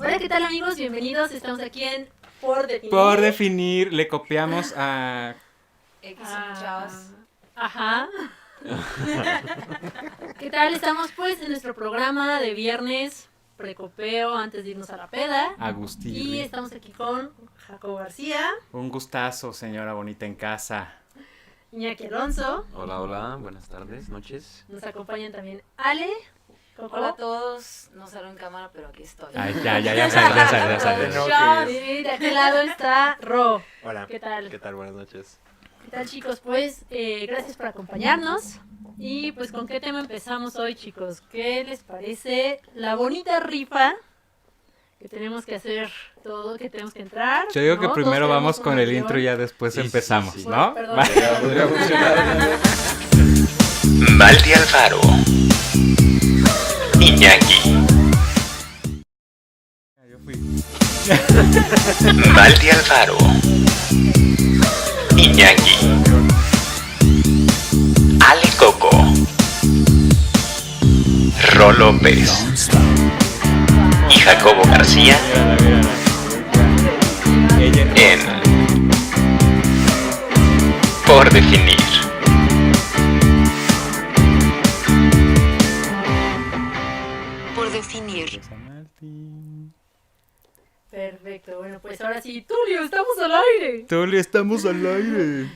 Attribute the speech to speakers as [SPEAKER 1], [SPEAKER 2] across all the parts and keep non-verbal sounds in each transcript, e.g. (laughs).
[SPEAKER 1] Hola, ¿qué tal amigos? Bienvenidos. Estamos aquí en Por Definir.
[SPEAKER 2] Por definir, le copiamos a.
[SPEAKER 3] X
[SPEAKER 1] Ah, Ajá. (laughs) ¿Qué tal? Estamos pues en nuestro programa de viernes precopeo antes de irnos a la peda. Y
[SPEAKER 2] Agustín.
[SPEAKER 1] estamos aquí con Jacobo García,
[SPEAKER 2] Un gustazo, señora bonita en casa.
[SPEAKER 1] Iñaki Alonso,
[SPEAKER 4] Hola, hola, buenas tardes, noches.
[SPEAKER 1] nos acompañan también Ale, Coco,
[SPEAKER 3] Hola a todos, no salgo en cámara, pero aquí estoy.
[SPEAKER 2] Ay, ya, ya, ya salió, ya salió, ya salió.
[SPEAKER 1] y de aquel lado está Ro.
[SPEAKER 4] Hola.
[SPEAKER 1] ¿Qué tal?
[SPEAKER 4] ¿Qué tal? Buenas noches.
[SPEAKER 1] ¿Qué tal chicos? Pues eh, gracias por acompañarnos. Y pues con qué tema empezamos hoy chicos? ¿Qué les parece la bonita rifa que tenemos que hacer todo, que tenemos que entrar?
[SPEAKER 2] Yo digo que
[SPEAKER 1] ¿no?
[SPEAKER 2] primero
[SPEAKER 1] Todos
[SPEAKER 2] vamos
[SPEAKER 1] tenemos
[SPEAKER 2] con
[SPEAKER 1] una
[SPEAKER 2] el
[SPEAKER 1] guión.
[SPEAKER 2] intro y ya después
[SPEAKER 4] Sí, sí,
[SPEAKER 2] empezamos,
[SPEAKER 4] sí.
[SPEAKER 2] ¿no?
[SPEAKER 1] Perdón.
[SPEAKER 2] (laughs) Va.
[SPEAKER 4] Podría funcionar.
[SPEAKER 5] Maldi Alfaro. Iñaki.
[SPEAKER 2] Yo fui.
[SPEAKER 5] Maldi Alfaro. Iñaki. Ale Coco. Ro López. Y Jacobo García
[SPEAKER 2] Mírala, mírala. Ella-
[SPEAKER 5] en Por Definir.
[SPEAKER 3] Por definir.
[SPEAKER 2] Rosa Martín.
[SPEAKER 1] Perfecto, bueno pues ahora sí, Tulio, estamos al aire.
[SPEAKER 2] Tole, estamos al aire.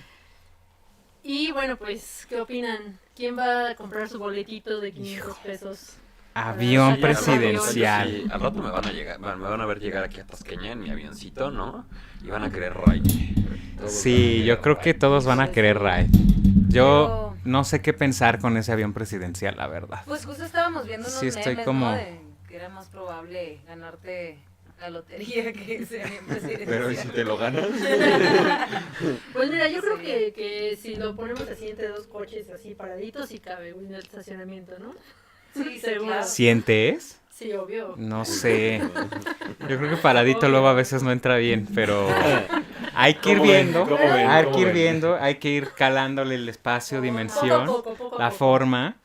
[SPEAKER 1] Y bueno pues, ¿qué opinan? ¿Quién va a comprar su boletito de 500 pesos?
[SPEAKER 2] Avión
[SPEAKER 1] Sí,
[SPEAKER 2] presidencial.
[SPEAKER 4] Sí, al rato me van a llegar, bueno, me van a ver llegar aquí a Tasqueña en mi avioncito, ¿no? Y van a querer ride. Todos van a
[SPEAKER 2] Sí,
[SPEAKER 4] querer
[SPEAKER 2] yo creo que
[SPEAKER 4] ride.
[SPEAKER 2] todos van a querer ride. Yo
[SPEAKER 3] Pero-
[SPEAKER 2] no sé qué pensar con ese avión presidencial, la verdad.
[SPEAKER 3] Pues justo estábamos viendo unos
[SPEAKER 2] Sí, estoy
[SPEAKER 3] memes,
[SPEAKER 2] como-
[SPEAKER 3] ¿no? De que era más probable ganarte la lotería que (laughs) ser presidente.
[SPEAKER 4] Pero ¿y si te lo ganas?
[SPEAKER 1] Pues mira, yo creo
[SPEAKER 3] Sí.
[SPEAKER 1] que, que si lo ponemos así entre dos coches así paraditos y cabe güey, en el estacionamiento, ¿no?
[SPEAKER 3] (laughs)
[SPEAKER 1] Seguro.
[SPEAKER 3] Sí, seguro.
[SPEAKER 2] ¿Sientes?
[SPEAKER 1] Sí, obvio.
[SPEAKER 2] No sé. Yo creo que paradito luego a veces no entra bien, pero hay que ir
[SPEAKER 4] ¿Cómo ven?
[SPEAKER 2] viendo,
[SPEAKER 4] ¿Cómo ven?
[SPEAKER 2] hay
[SPEAKER 4] ¿Cómo
[SPEAKER 2] que ir
[SPEAKER 4] ven?
[SPEAKER 2] viendo, hay que ir calándole el espacio, dimensión,
[SPEAKER 1] poco, poco a
[SPEAKER 2] la
[SPEAKER 1] poco.
[SPEAKER 2] forma.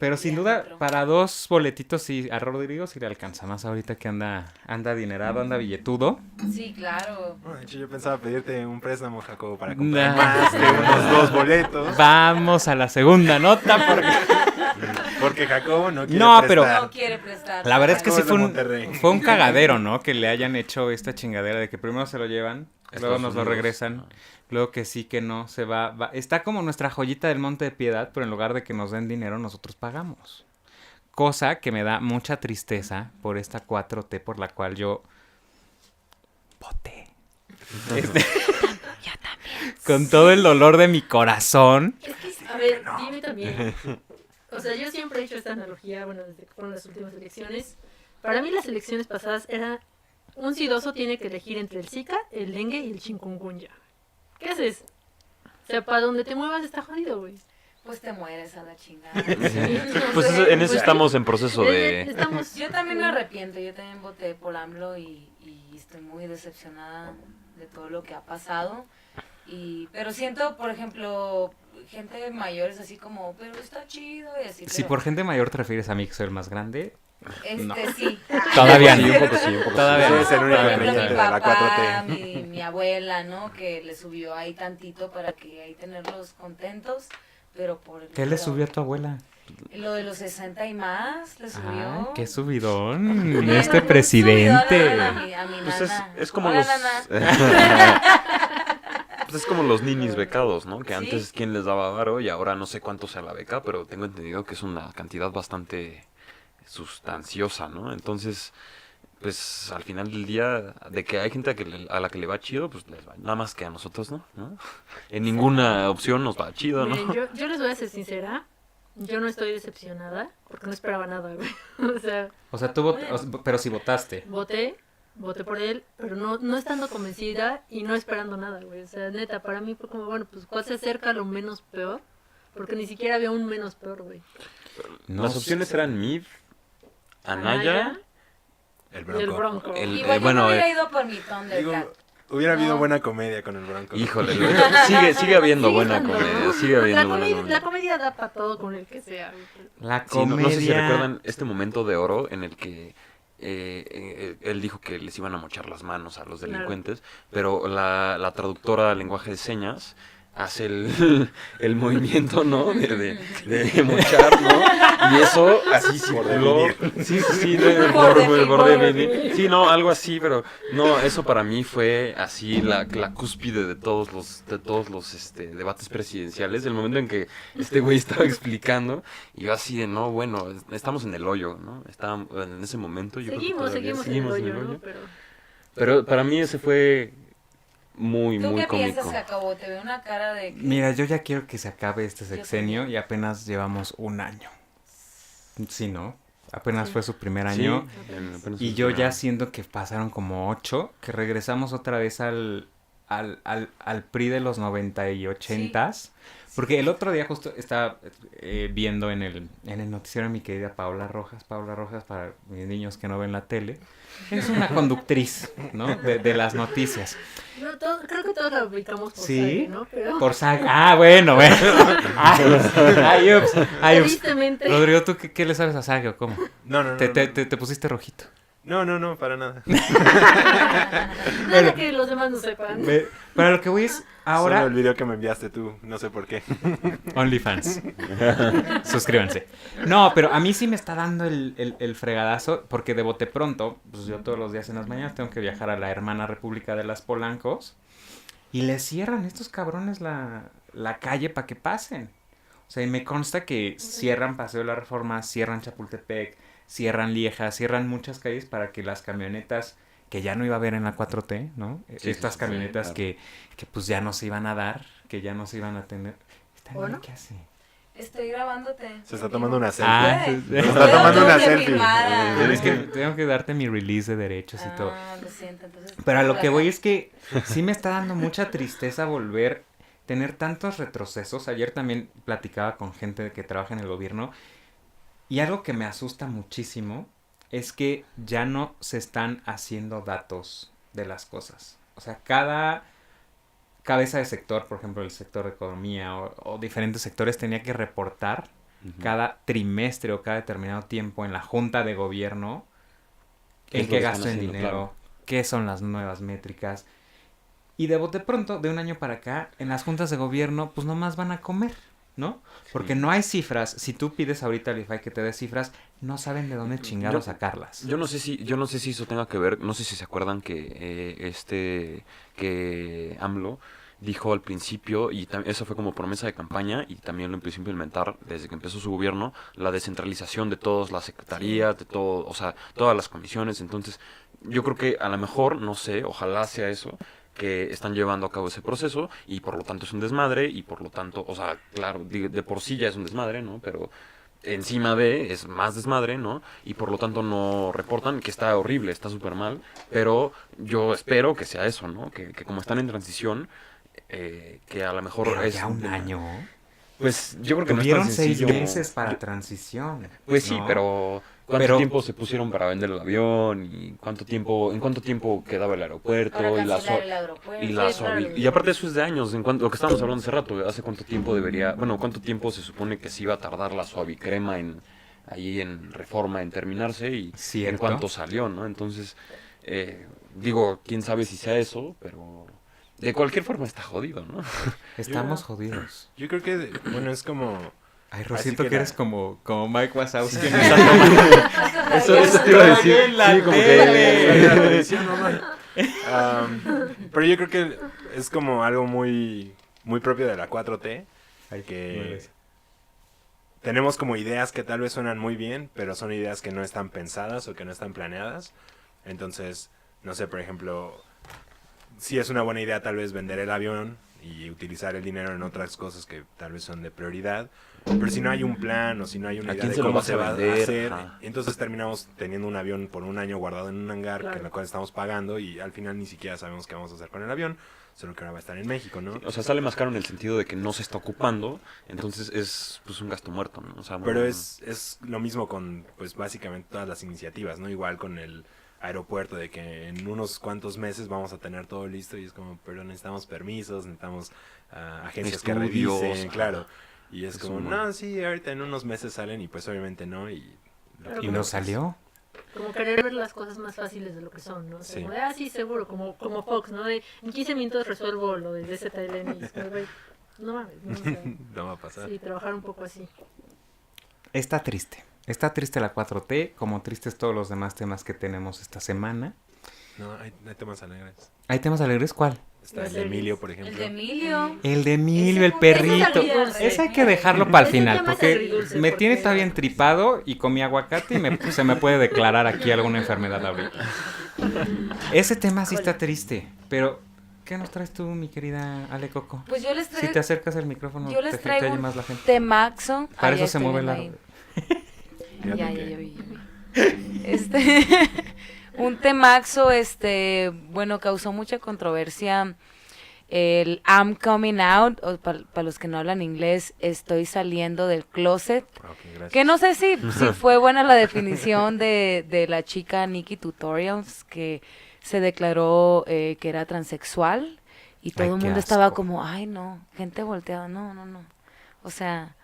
[SPEAKER 2] Pero sin duda,
[SPEAKER 3] Diámetro.
[SPEAKER 2] para dos boletitos sí, a Rodrigo sí le alcanza más ahorita que anda, anda adinerado, anda billetudo.
[SPEAKER 3] Sí, claro.
[SPEAKER 6] Bueno, de hecho, yo pensaba pedirte un préstamo, Jacobo, para
[SPEAKER 2] Nah.
[SPEAKER 6] comprar más
[SPEAKER 2] (laughs)
[SPEAKER 6] de unos dos boletos.
[SPEAKER 2] Vamos a la segunda nota porque
[SPEAKER 6] Porque Jacobo no quiere
[SPEAKER 2] No, pero-
[SPEAKER 6] prestar.
[SPEAKER 3] No quiere prestar.
[SPEAKER 2] Ah. la verdad es que
[SPEAKER 6] Jacobo
[SPEAKER 2] sí
[SPEAKER 6] de
[SPEAKER 2] fue
[SPEAKER 6] Monterrey.
[SPEAKER 2] un, fue un cagadero, ¿no? Que le hayan hecho esta chingadera de que primero se lo llevan, luego
[SPEAKER 4] Estados
[SPEAKER 2] nos lo
[SPEAKER 4] Unidos.
[SPEAKER 2] regresan. Luego que sí, que no, se va, va- Está como nuestra joyita del monte de piedad, pero en lugar de que nos den dinero, nosotros pagamos. Cosa que me da mucha tristeza por esta 4T por la cual yo voté. Este- Con todo el dolor de mi corazón.
[SPEAKER 1] Es que, a ver, dime también. O sea, yo siempre he hecho esta analogía, bueno, desde que fueron las últimas elecciones. Para mí las elecciones pasadas era un sidoso tiene que elegir entre el Zika, el dengue y el chikungunya. ¿Qué haces? O sea, para donde te muevas está jodido,
[SPEAKER 7] (laughs)
[SPEAKER 1] güey.
[SPEAKER 3] Pues te mueres a la chingada. (laughs)
[SPEAKER 7] Pues eso- en
[SPEAKER 1] Pues-
[SPEAKER 7] eso estamos en proceso
[SPEAKER 1] Eh,
[SPEAKER 7] de...
[SPEAKER 1] Estamos,
[SPEAKER 3] Yo también me arrepiento, yo también voté por AMLO y, y estoy muy decepcionada de todo lo que ha pasado. Y, pero siento, por ejemplo, gente mayor es así como, pero está chido y así.
[SPEAKER 2] Si
[SPEAKER 3] pero,
[SPEAKER 2] por gente mayor te refieres a mí que soy el más grande,
[SPEAKER 3] Este,
[SPEAKER 2] no.
[SPEAKER 6] (laughs)
[SPEAKER 3] sí.
[SPEAKER 2] todavía
[SPEAKER 4] Sí, un
[SPEAKER 2] no.
[SPEAKER 4] poco sí, un poco
[SPEAKER 2] Todavía
[SPEAKER 4] sí.
[SPEAKER 2] no.
[SPEAKER 6] Eres el
[SPEAKER 3] Por
[SPEAKER 6] único
[SPEAKER 3] ejemplo,
[SPEAKER 6] creyente
[SPEAKER 3] mi
[SPEAKER 6] de la
[SPEAKER 3] papá,
[SPEAKER 6] 4T.
[SPEAKER 3] mi, mi abuela, ¿no? Que le subió ahí tantito para que ahí tenerlos contentos. Pero por el
[SPEAKER 2] ¿Qué le subió a tu abuela?
[SPEAKER 3] Lo de los 60 y más le
[SPEAKER 2] Ay,
[SPEAKER 3] subió.
[SPEAKER 2] Ah, qué subidón. Este
[SPEAKER 3] Bueno, un subidón A
[SPEAKER 2] presidente.
[SPEAKER 3] mi, a mi
[SPEAKER 7] Pues es,
[SPEAKER 3] nana.
[SPEAKER 7] es como
[SPEAKER 3] Hola,
[SPEAKER 7] los...
[SPEAKER 3] nana.
[SPEAKER 7] (laughs) pues es como los ninis becados, ¿no? Que
[SPEAKER 3] Sí.
[SPEAKER 7] antes quién les daba varo y ahora no sé cuánto sea la beca, pero tengo entendido que es una cantidad bastante sustanciosa, ¿no? Entonces, pues al final del día, de que hay gente a, que le- a la que le va chido, pues les va. Nada más que a nosotros, ¿no?
[SPEAKER 1] (laughs)
[SPEAKER 7] ¿No? En ninguna opción nos va chido, ¿no?
[SPEAKER 1] Miren, yo, yo les voy a ser sincera. Yo no estoy decepcionada porque no esperaba nada, güey. (laughs) O sea,
[SPEAKER 2] O sea, tú vot- o sea, pero si votaste.
[SPEAKER 1] voté, voté por él, pero no, no estando convencida y no esperando nada, güey. O sea, neta, para mí fue como, bueno, pues cuál se acerca a lo menos peor. Porque ni siquiera había un menos peor, güey.
[SPEAKER 2] No
[SPEAKER 7] Las
[SPEAKER 2] sé.
[SPEAKER 7] opciones eran MIV, Anaya,
[SPEAKER 1] Anaya y
[SPEAKER 6] El
[SPEAKER 1] el
[SPEAKER 6] Bronco.
[SPEAKER 1] Bronco.
[SPEAKER 7] el-
[SPEAKER 3] Igual
[SPEAKER 7] eh,
[SPEAKER 3] yo
[SPEAKER 7] bueno,
[SPEAKER 3] me hubiera
[SPEAKER 7] eh,
[SPEAKER 3] ido por mi Thundercat.
[SPEAKER 6] Digo, hubiera habido
[SPEAKER 3] No.
[SPEAKER 6] buena comedia con el Bronco.
[SPEAKER 7] híjole, lo- sigue, sigue habiendo
[SPEAKER 1] Sigue
[SPEAKER 7] buena
[SPEAKER 1] estando,
[SPEAKER 7] comedia,
[SPEAKER 1] ¿no?
[SPEAKER 7] sigue
[SPEAKER 1] la,
[SPEAKER 7] habiendo buena
[SPEAKER 1] comedia,
[SPEAKER 7] comedia.
[SPEAKER 1] la comedia da para todo con el que sea. güey.
[SPEAKER 2] La
[SPEAKER 7] Sí, no,
[SPEAKER 2] comedia.
[SPEAKER 7] no sé si recuerdan este momento de oro en el que eh, eh, él dijo que les iban a mochar las manos a los delincuentes, pero la, la traductora de lenguaje de señas hace el, (laughs) el movimiento, ¿no? De, de, de mochar, ¿no? Y eso así circuló. Sí, sí, sí, de-
[SPEAKER 3] Por
[SPEAKER 7] por- por- por
[SPEAKER 3] definir.
[SPEAKER 7] definir. Sí, no, algo así, pero no, eso para mí fue así la, la cúspide de todos los, de todos los este, debates presidenciales, el momento en que este güey estaba explicando y yo así de, no, bueno, es- estamos en el hoyo, ¿no? Estábamos en ese momento. Yo creo que
[SPEAKER 1] Seguimos,
[SPEAKER 7] todavía
[SPEAKER 1] seguimos, en el rollo, ¿no? Pero
[SPEAKER 7] Pero para mí ese fue muy,
[SPEAKER 3] ¿Tú
[SPEAKER 7] muy
[SPEAKER 3] qué
[SPEAKER 7] cómico.
[SPEAKER 3] piensas que acabó? Te veo una cara de que...
[SPEAKER 2] Mira, yo ya quiero que se acabe este
[SPEAKER 3] Yo
[SPEAKER 2] sexenio y apenas llevamos un año. Sí, ¿no? Apenas fue su primer
[SPEAKER 7] Sí,
[SPEAKER 2] año.
[SPEAKER 7] en- apenas
[SPEAKER 2] Y
[SPEAKER 7] el
[SPEAKER 2] yo
[SPEAKER 7] primer
[SPEAKER 2] ya
[SPEAKER 7] año.
[SPEAKER 2] siento que pasaron como ocho, que regresamos otra vez al, al, al, al PRI de los 90 y 80 Porque el otro día justo estaba eh, viendo en el, en el noticiero a mi querida Paula Rojas. Paula Rojas, para mis niños que no ven la tele, es una conductriz, ¿no? De, de las noticias.
[SPEAKER 1] no, todo- creo que todos la ubicamos por
[SPEAKER 2] Sí.
[SPEAKER 1] Saga, ¿no? Pero
[SPEAKER 2] Por saga. Ah, bueno,
[SPEAKER 6] (laughs)
[SPEAKER 2] bueno. Ay, ay, ups, ay, ups.
[SPEAKER 1] tristemente,
[SPEAKER 2] Rodrigo, ¿tú qué, qué le sabes a Saga o cómo?
[SPEAKER 6] No, no, no.
[SPEAKER 2] Te,
[SPEAKER 6] no,
[SPEAKER 2] te-
[SPEAKER 6] no.
[SPEAKER 2] te- te pusiste rojito.
[SPEAKER 6] No, no, no, para nada.
[SPEAKER 1] nada que los demás no sepan.
[SPEAKER 2] Para lo que voy es (laughs) ahora.
[SPEAKER 6] Solo el video que me enviaste tú, no sé por qué.
[SPEAKER 2] OnlyFans. (laughs) Suscríbanse. No, pero a mí sí me está dando el, el- el fregadazo porque de bote pronto, pues yo todos los días en las mañanas tengo que viajar a la hermana República de las Polancos y le cierran estos cabrones la, la calle para que pasen. O sea, y me consta que cierran Paseo de la Reforma, cierran Chapultepec, cierran Lieja, cierran muchas calles para que las camionetas que ya no iba a haber en la 4T, ¿no?
[SPEAKER 7] sí,
[SPEAKER 2] Estas
[SPEAKER 7] sí,
[SPEAKER 2] camionetas
[SPEAKER 7] claro.
[SPEAKER 2] que, que pues ya no se iban a dar, que ya no se iban a tener. Esta
[SPEAKER 1] ¿O
[SPEAKER 2] niña,
[SPEAKER 1] no?
[SPEAKER 2] ¿Qué hace?
[SPEAKER 3] Estoy grabándote.
[SPEAKER 6] Se está tomando una selfie.
[SPEAKER 2] Ah,
[SPEAKER 3] Ay,
[SPEAKER 2] se- se
[SPEAKER 6] está
[SPEAKER 3] Pero
[SPEAKER 6] tomando
[SPEAKER 3] tú
[SPEAKER 6] una
[SPEAKER 3] que
[SPEAKER 6] selfie.
[SPEAKER 3] filmara.
[SPEAKER 2] Pero es que tengo que darte mi release de derechos y todo.
[SPEAKER 3] Ah, lo siento, entonces...
[SPEAKER 2] Pero a lo que voy es que sí me está dando mucha tristeza volver a tener tantos retrocesos. Ayer también platicaba con gente que trabaja en el gobierno y algo que me asusta muchísimo es que ya no se están haciendo datos de las cosas. O sea, cada cabeza de sector, por ejemplo, el sector de economía o, o diferentes sectores tenía que reportar
[SPEAKER 7] Ujú.
[SPEAKER 2] cada trimestre o cada determinado tiempo en la junta de gobierno
[SPEAKER 7] ¿Qué es
[SPEAKER 2] en qué
[SPEAKER 7] lo que están
[SPEAKER 2] gasto en
[SPEAKER 7] haciendo?
[SPEAKER 2] dinero,
[SPEAKER 7] Claro.
[SPEAKER 2] qué son las nuevas métricas. Y de bote pronto, de un año para acá, en las juntas de gobierno, pues nomás van a comer, ¿no? Porque no hay cifras. Si tú pides ahorita al IFAI que te dé cifras, no saben de dónde chingado
[SPEAKER 7] Yo-
[SPEAKER 2] sacarlas.
[SPEAKER 7] Yo no sé si, yo no sé si eso tenga que ver, no sé si se acuerdan que eh, este que AMLO dijo al principio, y tam- eso fue como promesa de campaña, y también lo empezó a implementar desde que empezó su gobierno, la descentralización de todas las secretarías, de todo, o sea, todas las comisiones. Entonces, yo creo que a lo mejor, no sé, ojalá sea eso, que están llevando a cabo ese proceso, y por lo tanto es un desmadre, y por lo tanto, o sea, claro, de, de por sí ya es un desmadre, ¿no? Pero encima de es más desmadre, ¿no? Y por lo tanto no reportan que está horrible, está súper mal, pero yo espero que sea eso, ¿no? Que, que como están en transición, eh, que a lo mejor
[SPEAKER 2] Pero
[SPEAKER 7] es...
[SPEAKER 2] ya un año.
[SPEAKER 7] Pues yo creo que no es tan
[SPEAKER 2] Tuvieron seis
[SPEAKER 7] sencillo.
[SPEAKER 2] meses para transición.
[SPEAKER 7] Pues sí,
[SPEAKER 2] ¿no?
[SPEAKER 7] pero ¿cuánto
[SPEAKER 2] Pero-
[SPEAKER 7] tiempo se pusieron para vender el avión? ¿Y cuánto tiempo, en cuánto tiempo quedaba el aeropuerto?
[SPEAKER 3] Para
[SPEAKER 7] y la
[SPEAKER 3] cancelar
[SPEAKER 7] zo-
[SPEAKER 3] el aeropuerto.
[SPEAKER 7] y, la
[SPEAKER 1] Sí, claro.
[SPEAKER 7] suavi- y aparte eso es de años, en cuanto, lo que estábamos hablando hace rato, hace cuánto tiempo debería, bueno, cuánto tiempo se supone que se iba a tardar la suavicrema en, ahí en reforma, en terminarse y en
[SPEAKER 2] Cierto.
[SPEAKER 7] cuánto salió, ¿no? Entonces, eh, digo, quién sabe si sea eso, pero de cualquier forma está jodido, ¿no?
[SPEAKER 2] Estamos
[SPEAKER 7] (clears throat)
[SPEAKER 2] jodidos.
[SPEAKER 6] Yo creo que, bueno, es como...
[SPEAKER 2] Ay,
[SPEAKER 6] Así
[SPEAKER 2] Rosito,
[SPEAKER 6] que
[SPEAKER 2] que,
[SPEAKER 6] la-
[SPEAKER 2] eres como, como Mike Wazowski. (laughs)
[SPEAKER 7] (laughs) Eso, eso te iba a decir. Sí, como (laughs) que...
[SPEAKER 6] Am, pero yo creo que es como algo muy, muy propio de la 4T, que tenemos como ideas que tal vez suenan muy bien, pero son ideas que no están pensadas o que no están planeadas. Entonces, no sé, por ejemplo, si es una buena idea tal vez vender el avión y utilizar el dinero en otras cosas que tal vez son de prioridad, pero si no hay un plan o si no hay una
[SPEAKER 7] ¿A
[SPEAKER 6] idea
[SPEAKER 7] quién
[SPEAKER 6] de
[SPEAKER 7] se lo
[SPEAKER 6] cómo
[SPEAKER 7] vas
[SPEAKER 6] se
[SPEAKER 7] a
[SPEAKER 6] va a
[SPEAKER 7] vender?
[SPEAKER 6] hacer,
[SPEAKER 7] Ajá.
[SPEAKER 6] entonces terminamos teniendo un avión por un año guardado en un hangar
[SPEAKER 1] Claro.
[SPEAKER 6] que en el cual estamos pagando y al final ni siquiera sabemos qué vamos a hacer con el avión, solo que ahora va a estar en México, ¿no?
[SPEAKER 7] O sea, sale más caro en el sentido de que no se está ocupando, entonces es pues un gasto muerto, ¿no? O sea,
[SPEAKER 6] Pero
[SPEAKER 7] no-
[SPEAKER 6] es, es lo mismo con, pues básicamente todas las iniciativas, ¿no? Igual con el aeropuerto, de que en unos cuantos meses vamos a tener todo listo y es como, pero necesitamos permisos, necesitamos ah, agencias
[SPEAKER 7] Estudios,
[SPEAKER 6] que revisen,
[SPEAKER 7] ajá.
[SPEAKER 6] claro. Y es,
[SPEAKER 7] Es
[SPEAKER 6] como,
[SPEAKER 7] un- (laughs)
[SPEAKER 6] no, sí, ahorita en unos meses salen y pues obviamente no. Y,
[SPEAKER 1] Pero
[SPEAKER 2] Y no salió.
[SPEAKER 1] Como querer ver las cosas más fáciles de lo que son, ¿no? O sea,
[SPEAKER 6] Sí.
[SPEAKER 1] Como de, ah, sí, seguro, como, como Fox, ¿no? De, en 15 minutos resuelvo lo de ZLM. Y es como, güey, no mames, no, o sea,
[SPEAKER 6] (laughs) No va a (laughs) pasar.
[SPEAKER 1] Sí, trabajar un poco así.
[SPEAKER 2] Está triste. Está triste la 4T, como tristes todos los demás temas que tenemos esta semana.
[SPEAKER 6] No, hay, hay temas alegres.
[SPEAKER 2] ¿Hay temas alegres cuál?
[SPEAKER 6] Está
[SPEAKER 1] Los
[SPEAKER 6] el de Emilio,
[SPEAKER 1] series.
[SPEAKER 6] por
[SPEAKER 3] El
[SPEAKER 6] ejemplo.
[SPEAKER 3] de Emilio.
[SPEAKER 2] El de Emilio, el
[SPEAKER 3] no-
[SPEAKER 2] perrito.
[SPEAKER 1] ese es agridulce.
[SPEAKER 2] Ese hay que dejarlo para el
[SPEAKER 1] Ese
[SPEAKER 2] final,
[SPEAKER 1] tema es
[SPEAKER 2] porque
[SPEAKER 1] agridulce,
[SPEAKER 2] me tiene
[SPEAKER 1] porque-
[SPEAKER 2] todavía entripado y comí aguacate y me- se me puede declarar aquí alguna enfermedad ahorita. Ese tema sí está triste, pero ¿qué nos traes tú, mi querida Ale Coco?
[SPEAKER 3] Pues yo les
[SPEAKER 2] Si te
[SPEAKER 3] traigo
[SPEAKER 2] acercas el micrófono,
[SPEAKER 3] yo
[SPEAKER 2] te,
[SPEAKER 3] les
[SPEAKER 2] te
[SPEAKER 3] traigo
[SPEAKER 2] oye
[SPEAKER 3] un
[SPEAKER 2] más la gente.
[SPEAKER 3] temaxo. Ah,
[SPEAKER 2] Para
[SPEAKER 3] ya
[SPEAKER 2] eso se
[SPEAKER 3] estoy
[SPEAKER 2] mueve
[SPEAKER 3] viendo
[SPEAKER 2] la...
[SPEAKER 3] ahí. Ya,
[SPEAKER 6] Ya
[SPEAKER 3] ya,
[SPEAKER 6] toqué.
[SPEAKER 3] ya vi, ya vi. (laughs) Este, un temaxo, este, bueno, causó mucha controversia. El I'm coming out, o para los que no hablan inglés, estoy saliendo del closet.
[SPEAKER 6] Ah, ok, gracias.
[SPEAKER 3] Que no sé si, si fue buena la definición de, de la chica Nikki Tutorials, que se declaró eh, que era transexual y todo
[SPEAKER 2] Ay,
[SPEAKER 3] el
[SPEAKER 2] qué
[SPEAKER 3] mundo estaba
[SPEAKER 2] asco.
[SPEAKER 3] como, ay no, gente volteada, no, no, no. O sea,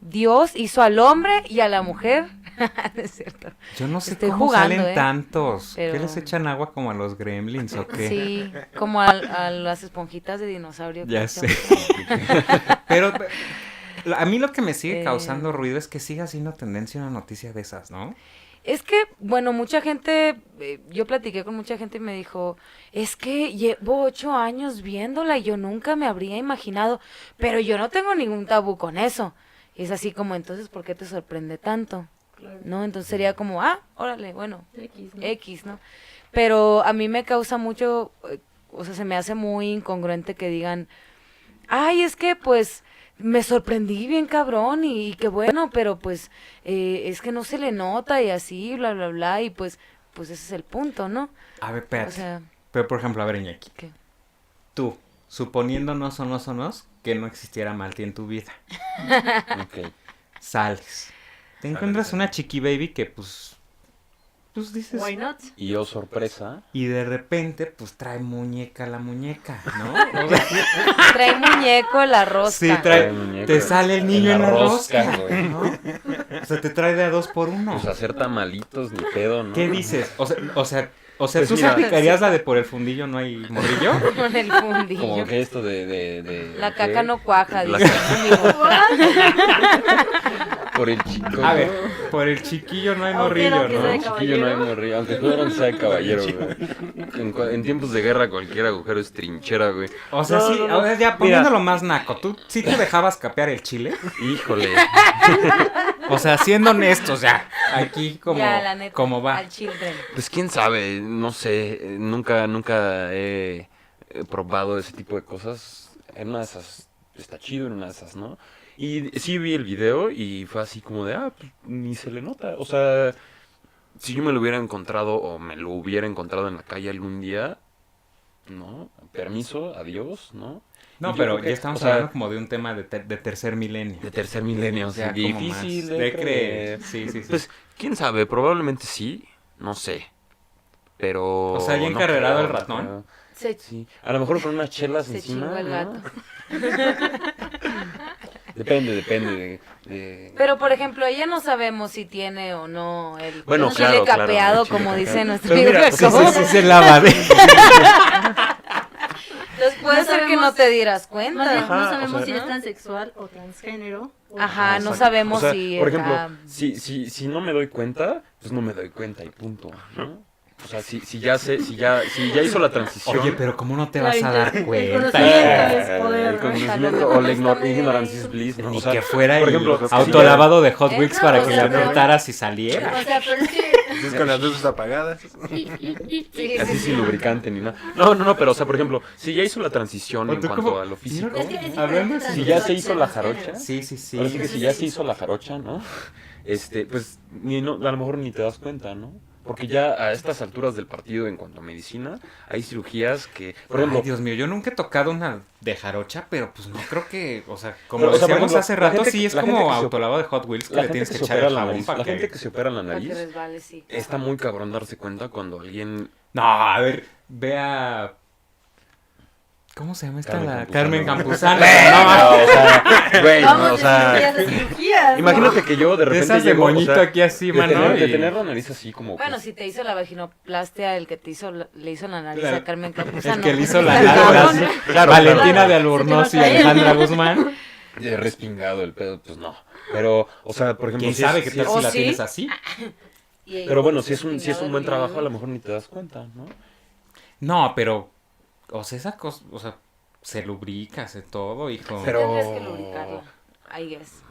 [SPEAKER 3] Dios hizo al hombre y a la mujer. (laughs) No es cierto.
[SPEAKER 2] Yo no sé
[SPEAKER 3] Estoy
[SPEAKER 2] cómo
[SPEAKER 3] jugando,
[SPEAKER 2] salen
[SPEAKER 3] ¿eh?
[SPEAKER 2] tantos. ¿Qué
[SPEAKER 3] Pero-
[SPEAKER 2] les echan agua como a los gremlins o qué?
[SPEAKER 3] Sí, pues, como al- a, las esponjitas de dinosaurio.
[SPEAKER 2] (laughs)
[SPEAKER 3] que
[SPEAKER 2] Ya
[SPEAKER 3] echan.
[SPEAKER 2] sé. (laughs) Pero pe- la- a mí lo que me sigue
[SPEAKER 3] Eh.
[SPEAKER 2] causando ruido es que siga siendo tendencia una noticia de esas, ¿no?
[SPEAKER 3] Es que, bueno, mucha gente, eh, yo platiqué con mucha gente y me dijo, es que llevo ocho años viéndola y yo nunca me habría imaginado, pero yo no tengo ningún tabú con eso. Y es así como, entonces, ¿por qué te sorprende tanto?
[SPEAKER 1] Claro.
[SPEAKER 3] ¿No? Entonces sería como, ah, órale, bueno,
[SPEAKER 1] X, ¿no?
[SPEAKER 3] X, ¿no? Pero a mí me causa mucho, eh, o sea, se me hace muy incongruente que digan, ay, es que pues me sorprendí bien cabrón y, y qué bueno, pero pues eh, es que no se le nota y así, bla, bla, bla, y pues, pues ese es el punto, ¿no?
[SPEAKER 2] A ver, espérate.
[SPEAKER 3] O sea,
[SPEAKER 2] Pero por ejemplo, a ver, Iñaki,
[SPEAKER 3] que...
[SPEAKER 2] tú, suponiendo no son los o nos, que no existiera Malti en tu vida,
[SPEAKER 7] Ok.
[SPEAKER 2] sales. Te encuentras una chiqui baby que pues. Pues dices.
[SPEAKER 1] Why not?
[SPEAKER 7] Y yo, sorpresa.
[SPEAKER 2] Y de repente, pues trae muñeca la muñeca,
[SPEAKER 3] (laughs)
[SPEAKER 2] ¿no? O sea,
[SPEAKER 3] Trae muñeco la rosca.
[SPEAKER 2] sí, trae.
[SPEAKER 7] Trae muñeca.
[SPEAKER 2] Te sale el niño en la, rosca,
[SPEAKER 7] güey.
[SPEAKER 2] ¿no? O sea, te trae de a dos por uno.
[SPEAKER 7] Pues hacer tamalitos ni pedo, ¿no?
[SPEAKER 2] ¿Qué dices? O sea, o sea, o sea
[SPEAKER 7] Pues
[SPEAKER 2] ¿tú se
[SPEAKER 7] mira.
[SPEAKER 2] aplicarías la de por el fundillo no hay morrillo?
[SPEAKER 3] Con el
[SPEAKER 7] Como
[SPEAKER 3] fundillo.
[SPEAKER 7] que esto de... de, de
[SPEAKER 3] La
[SPEAKER 7] ¿qué?
[SPEAKER 3] caca no cuaja,
[SPEAKER 7] La
[SPEAKER 3] dice.
[SPEAKER 7] Por el chico.
[SPEAKER 2] A ver, por el chiquillo no hay
[SPEAKER 1] Aunque
[SPEAKER 2] morrillo,
[SPEAKER 1] no, que sea de
[SPEAKER 2] ¿no?
[SPEAKER 7] Chiquillo no hay
[SPEAKER 1] caballero.
[SPEAKER 7] morrillo, aunque Cuarón sea
[SPEAKER 2] (laughs)
[SPEAKER 7] caballero, güey. En, cua- en tiempos de guerra cualquier agujero es trinchera, güey.
[SPEAKER 2] O sea, sí, o sea, ya poniéndolo más naco, ¿tú sí te dejabas capear el chile?
[SPEAKER 7] Híjole.
[SPEAKER 2] O sea, siendo honestos ya, aquí como,
[SPEAKER 3] Ya, la neta,
[SPEAKER 2] como va.
[SPEAKER 3] Al children.
[SPEAKER 7] Pues quién sabe, no sé, eh, nunca, nunca he eh, probado ese tipo de cosas. En una de esas está chido, en una de esas, ¿no? Y sí vi el video y fue así como de, ah, pues, ni se le nota. O sea, si yo me lo hubiera encontrado o me lo hubiera encontrado en la calle algún día, ¿no? Permiso, adiós, ¿no?
[SPEAKER 2] No,
[SPEAKER 7] Yo
[SPEAKER 2] pero
[SPEAKER 7] creo que-
[SPEAKER 2] ya estamos
[SPEAKER 7] o sea,
[SPEAKER 2] hablando como de un tema de, ter- de tercer milenio.
[SPEAKER 7] De tercer milenio, o sea,
[SPEAKER 2] como más
[SPEAKER 7] difícil
[SPEAKER 2] de, creer. Sí, sí, sí.
[SPEAKER 7] Pues, quién sabe, probablemente sí, no sé. Pero.
[SPEAKER 2] O sea, ya
[SPEAKER 7] no
[SPEAKER 2] encarrerado
[SPEAKER 7] creo,
[SPEAKER 2] el
[SPEAKER 7] no
[SPEAKER 2] ratón.
[SPEAKER 7] creo.
[SPEAKER 3] Se,
[SPEAKER 7] Sí, a lo mejor con unas chelas
[SPEAKER 3] se
[SPEAKER 7] encima.
[SPEAKER 3] chingó el
[SPEAKER 7] ¿no?
[SPEAKER 3] gato.
[SPEAKER 7] (laughs) Depende, depende de. de-
[SPEAKER 3] Pero por ejemplo, ella no sabemos si tiene o no el
[SPEAKER 7] Bueno,
[SPEAKER 3] chile
[SPEAKER 7] claro, claro,
[SPEAKER 3] capeado,
[SPEAKER 7] el chile
[SPEAKER 3] como
[SPEAKER 7] capeado. pues,
[SPEAKER 3] dice nuestro
[SPEAKER 2] Pero
[SPEAKER 3] amigo
[SPEAKER 2] mira, sí,
[SPEAKER 3] Jacobo.
[SPEAKER 2] sí, sí, se lava. de-
[SPEAKER 3] Entonces, puede
[SPEAKER 1] No
[SPEAKER 3] ser que
[SPEAKER 1] sabemos-
[SPEAKER 3] no te dieras
[SPEAKER 1] Más bien,
[SPEAKER 3] cuenta.
[SPEAKER 1] no
[SPEAKER 7] Ajá, o
[SPEAKER 1] sabemos
[SPEAKER 7] sea-
[SPEAKER 1] si es transexual o transgénero. o-
[SPEAKER 3] Ajá, no
[SPEAKER 7] Exacto.
[SPEAKER 3] sabemos
[SPEAKER 7] O sea,
[SPEAKER 3] si
[SPEAKER 7] Por ejemplo,
[SPEAKER 3] era-
[SPEAKER 7] si, si, si no me doy cuenta, pues no me doy cuenta y punto, ¿no? O sea, si, si ya sé, si ya, si ya hizo la transición. Ah,
[SPEAKER 2] Oye, pero ¿cómo no te
[SPEAKER 1] La
[SPEAKER 2] vas a
[SPEAKER 1] inter-
[SPEAKER 2] dar
[SPEAKER 1] el
[SPEAKER 2] cuenta?
[SPEAKER 1] conocimiento.
[SPEAKER 2] hija?
[SPEAKER 1] es poder,
[SPEAKER 7] el
[SPEAKER 1] ¿no?
[SPEAKER 7] conocimiento o la
[SPEAKER 3] Está
[SPEAKER 7] ignor-
[SPEAKER 3] muy bien.
[SPEAKER 7] ignorancia es bliss, ¿no?
[SPEAKER 2] Ni
[SPEAKER 7] O sea,
[SPEAKER 2] que fuera
[SPEAKER 7] por
[SPEAKER 2] el
[SPEAKER 7] ejemplo,
[SPEAKER 2] autolavado de Hot
[SPEAKER 3] Eh,
[SPEAKER 2] Wheels
[SPEAKER 3] no,
[SPEAKER 2] para
[SPEAKER 3] o
[SPEAKER 2] que le
[SPEAKER 3] sea, pero-
[SPEAKER 2] apretaras y saliera.
[SPEAKER 1] O sea, pero es que.
[SPEAKER 6] Dices con las luces (laughs) apagadas.
[SPEAKER 3] Sí, sí,
[SPEAKER 7] Así
[SPEAKER 3] sí.
[SPEAKER 7] sin lubricante ni nada. No, no, no, pero o sea, por ejemplo, si ya hizo la transición en cuanto a lo físico.
[SPEAKER 1] Es que es diferente
[SPEAKER 2] Hablando
[SPEAKER 1] transexual
[SPEAKER 7] Si ya se
[SPEAKER 1] que
[SPEAKER 7] hizo la
[SPEAKER 1] transgénero.
[SPEAKER 7] jarocha.
[SPEAKER 2] Sí, sí, sí.
[SPEAKER 7] Ahora sí que si ya se hizo la jarocha, ¿no? Este, pues ni no, a lo mejor ni te das cuenta, ¿no? Porque ya a estas alturas del partido en cuanto a medicina, hay cirugías que, por ejemplo,
[SPEAKER 2] Ay, Dios mío, yo nunca he tocado una de jarocha, pero pues no creo que, o sea, como
[SPEAKER 7] Pero, o sea, por
[SPEAKER 2] decíamos
[SPEAKER 7] ejemplo,
[SPEAKER 2] hace
[SPEAKER 7] la
[SPEAKER 2] rato,
[SPEAKER 7] gente que-
[SPEAKER 2] sí es
[SPEAKER 7] la gente
[SPEAKER 2] como
[SPEAKER 7] que se-
[SPEAKER 2] autolavado de Hot Wheels que
[SPEAKER 7] la
[SPEAKER 2] le
[SPEAKER 7] gente
[SPEAKER 2] tienes
[SPEAKER 7] que
[SPEAKER 2] que
[SPEAKER 7] se
[SPEAKER 2] echar
[SPEAKER 7] opera
[SPEAKER 2] el
[SPEAKER 7] la
[SPEAKER 2] jabón
[SPEAKER 7] nariz,
[SPEAKER 2] para
[SPEAKER 7] la
[SPEAKER 2] que...
[SPEAKER 7] gente que se opera la
[SPEAKER 3] Para que
[SPEAKER 7] nariz,
[SPEAKER 3] resbale, sí.
[SPEAKER 7] está muy cabrón darse cuenta cuando alguien
[SPEAKER 2] No, a ver, vea... ¿Cómo se llama esta? la... Carmen
[SPEAKER 7] Carmen Campuzano.
[SPEAKER 2] Campuzano.
[SPEAKER 7] (laughs) No, o sea, güey,
[SPEAKER 1] Vamos,
[SPEAKER 7] no, o sea,
[SPEAKER 1] de cirugías, ¿no?
[SPEAKER 7] imagínate que yo de
[SPEAKER 2] de
[SPEAKER 7] repente
[SPEAKER 2] esas de
[SPEAKER 7] llego, o
[SPEAKER 2] moñito
[SPEAKER 7] sea,
[SPEAKER 2] aquí así,
[SPEAKER 7] de
[SPEAKER 2] mano.
[SPEAKER 7] tener, de
[SPEAKER 2] y-
[SPEAKER 7] tener la nariz así como pues, que-
[SPEAKER 3] Bueno, si te hizo la vaginoplastia, el que te hizo, la- le hizo la nariz
[SPEAKER 2] La-
[SPEAKER 3] a
[SPEAKER 7] (laughs)
[SPEAKER 3] Carmen Campuzano.
[SPEAKER 2] El que le hizo la
[SPEAKER 3] (laughs) Está
[SPEAKER 2] nalga,
[SPEAKER 3] cabrón.
[SPEAKER 2] así.
[SPEAKER 7] Claro,
[SPEAKER 2] Valentina
[SPEAKER 1] claro.
[SPEAKER 2] de Albornoz
[SPEAKER 1] Se te
[SPEAKER 2] y
[SPEAKER 1] va a caer.
[SPEAKER 2] Alejandra
[SPEAKER 3] (laughs)
[SPEAKER 2] Guzmán.
[SPEAKER 7] eh, respingado el pedo, pues no. Pero, o sea, por ejemplo,
[SPEAKER 2] ¿Quién
[SPEAKER 7] si es-
[SPEAKER 2] sabe qué
[SPEAKER 7] si
[SPEAKER 2] tal
[SPEAKER 7] es-
[SPEAKER 2] si
[SPEAKER 3] ¿Oh,
[SPEAKER 2] la
[SPEAKER 3] sí?
[SPEAKER 2] tienes así?
[SPEAKER 3] Y ahí-
[SPEAKER 7] Pero bueno, si es un si es un buen
[SPEAKER 3] y-
[SPEAKER 7] trabajo, a lo mejor ni te das cuenta, ¿no?
[SPEAKER 2] No, pero. O sea, esa cosa. O sea, se lubrica, se todo, hijo.
[SPEAKER 7] Pero-
[SPEAKER 3] Tendrías que lubricarla, I guess.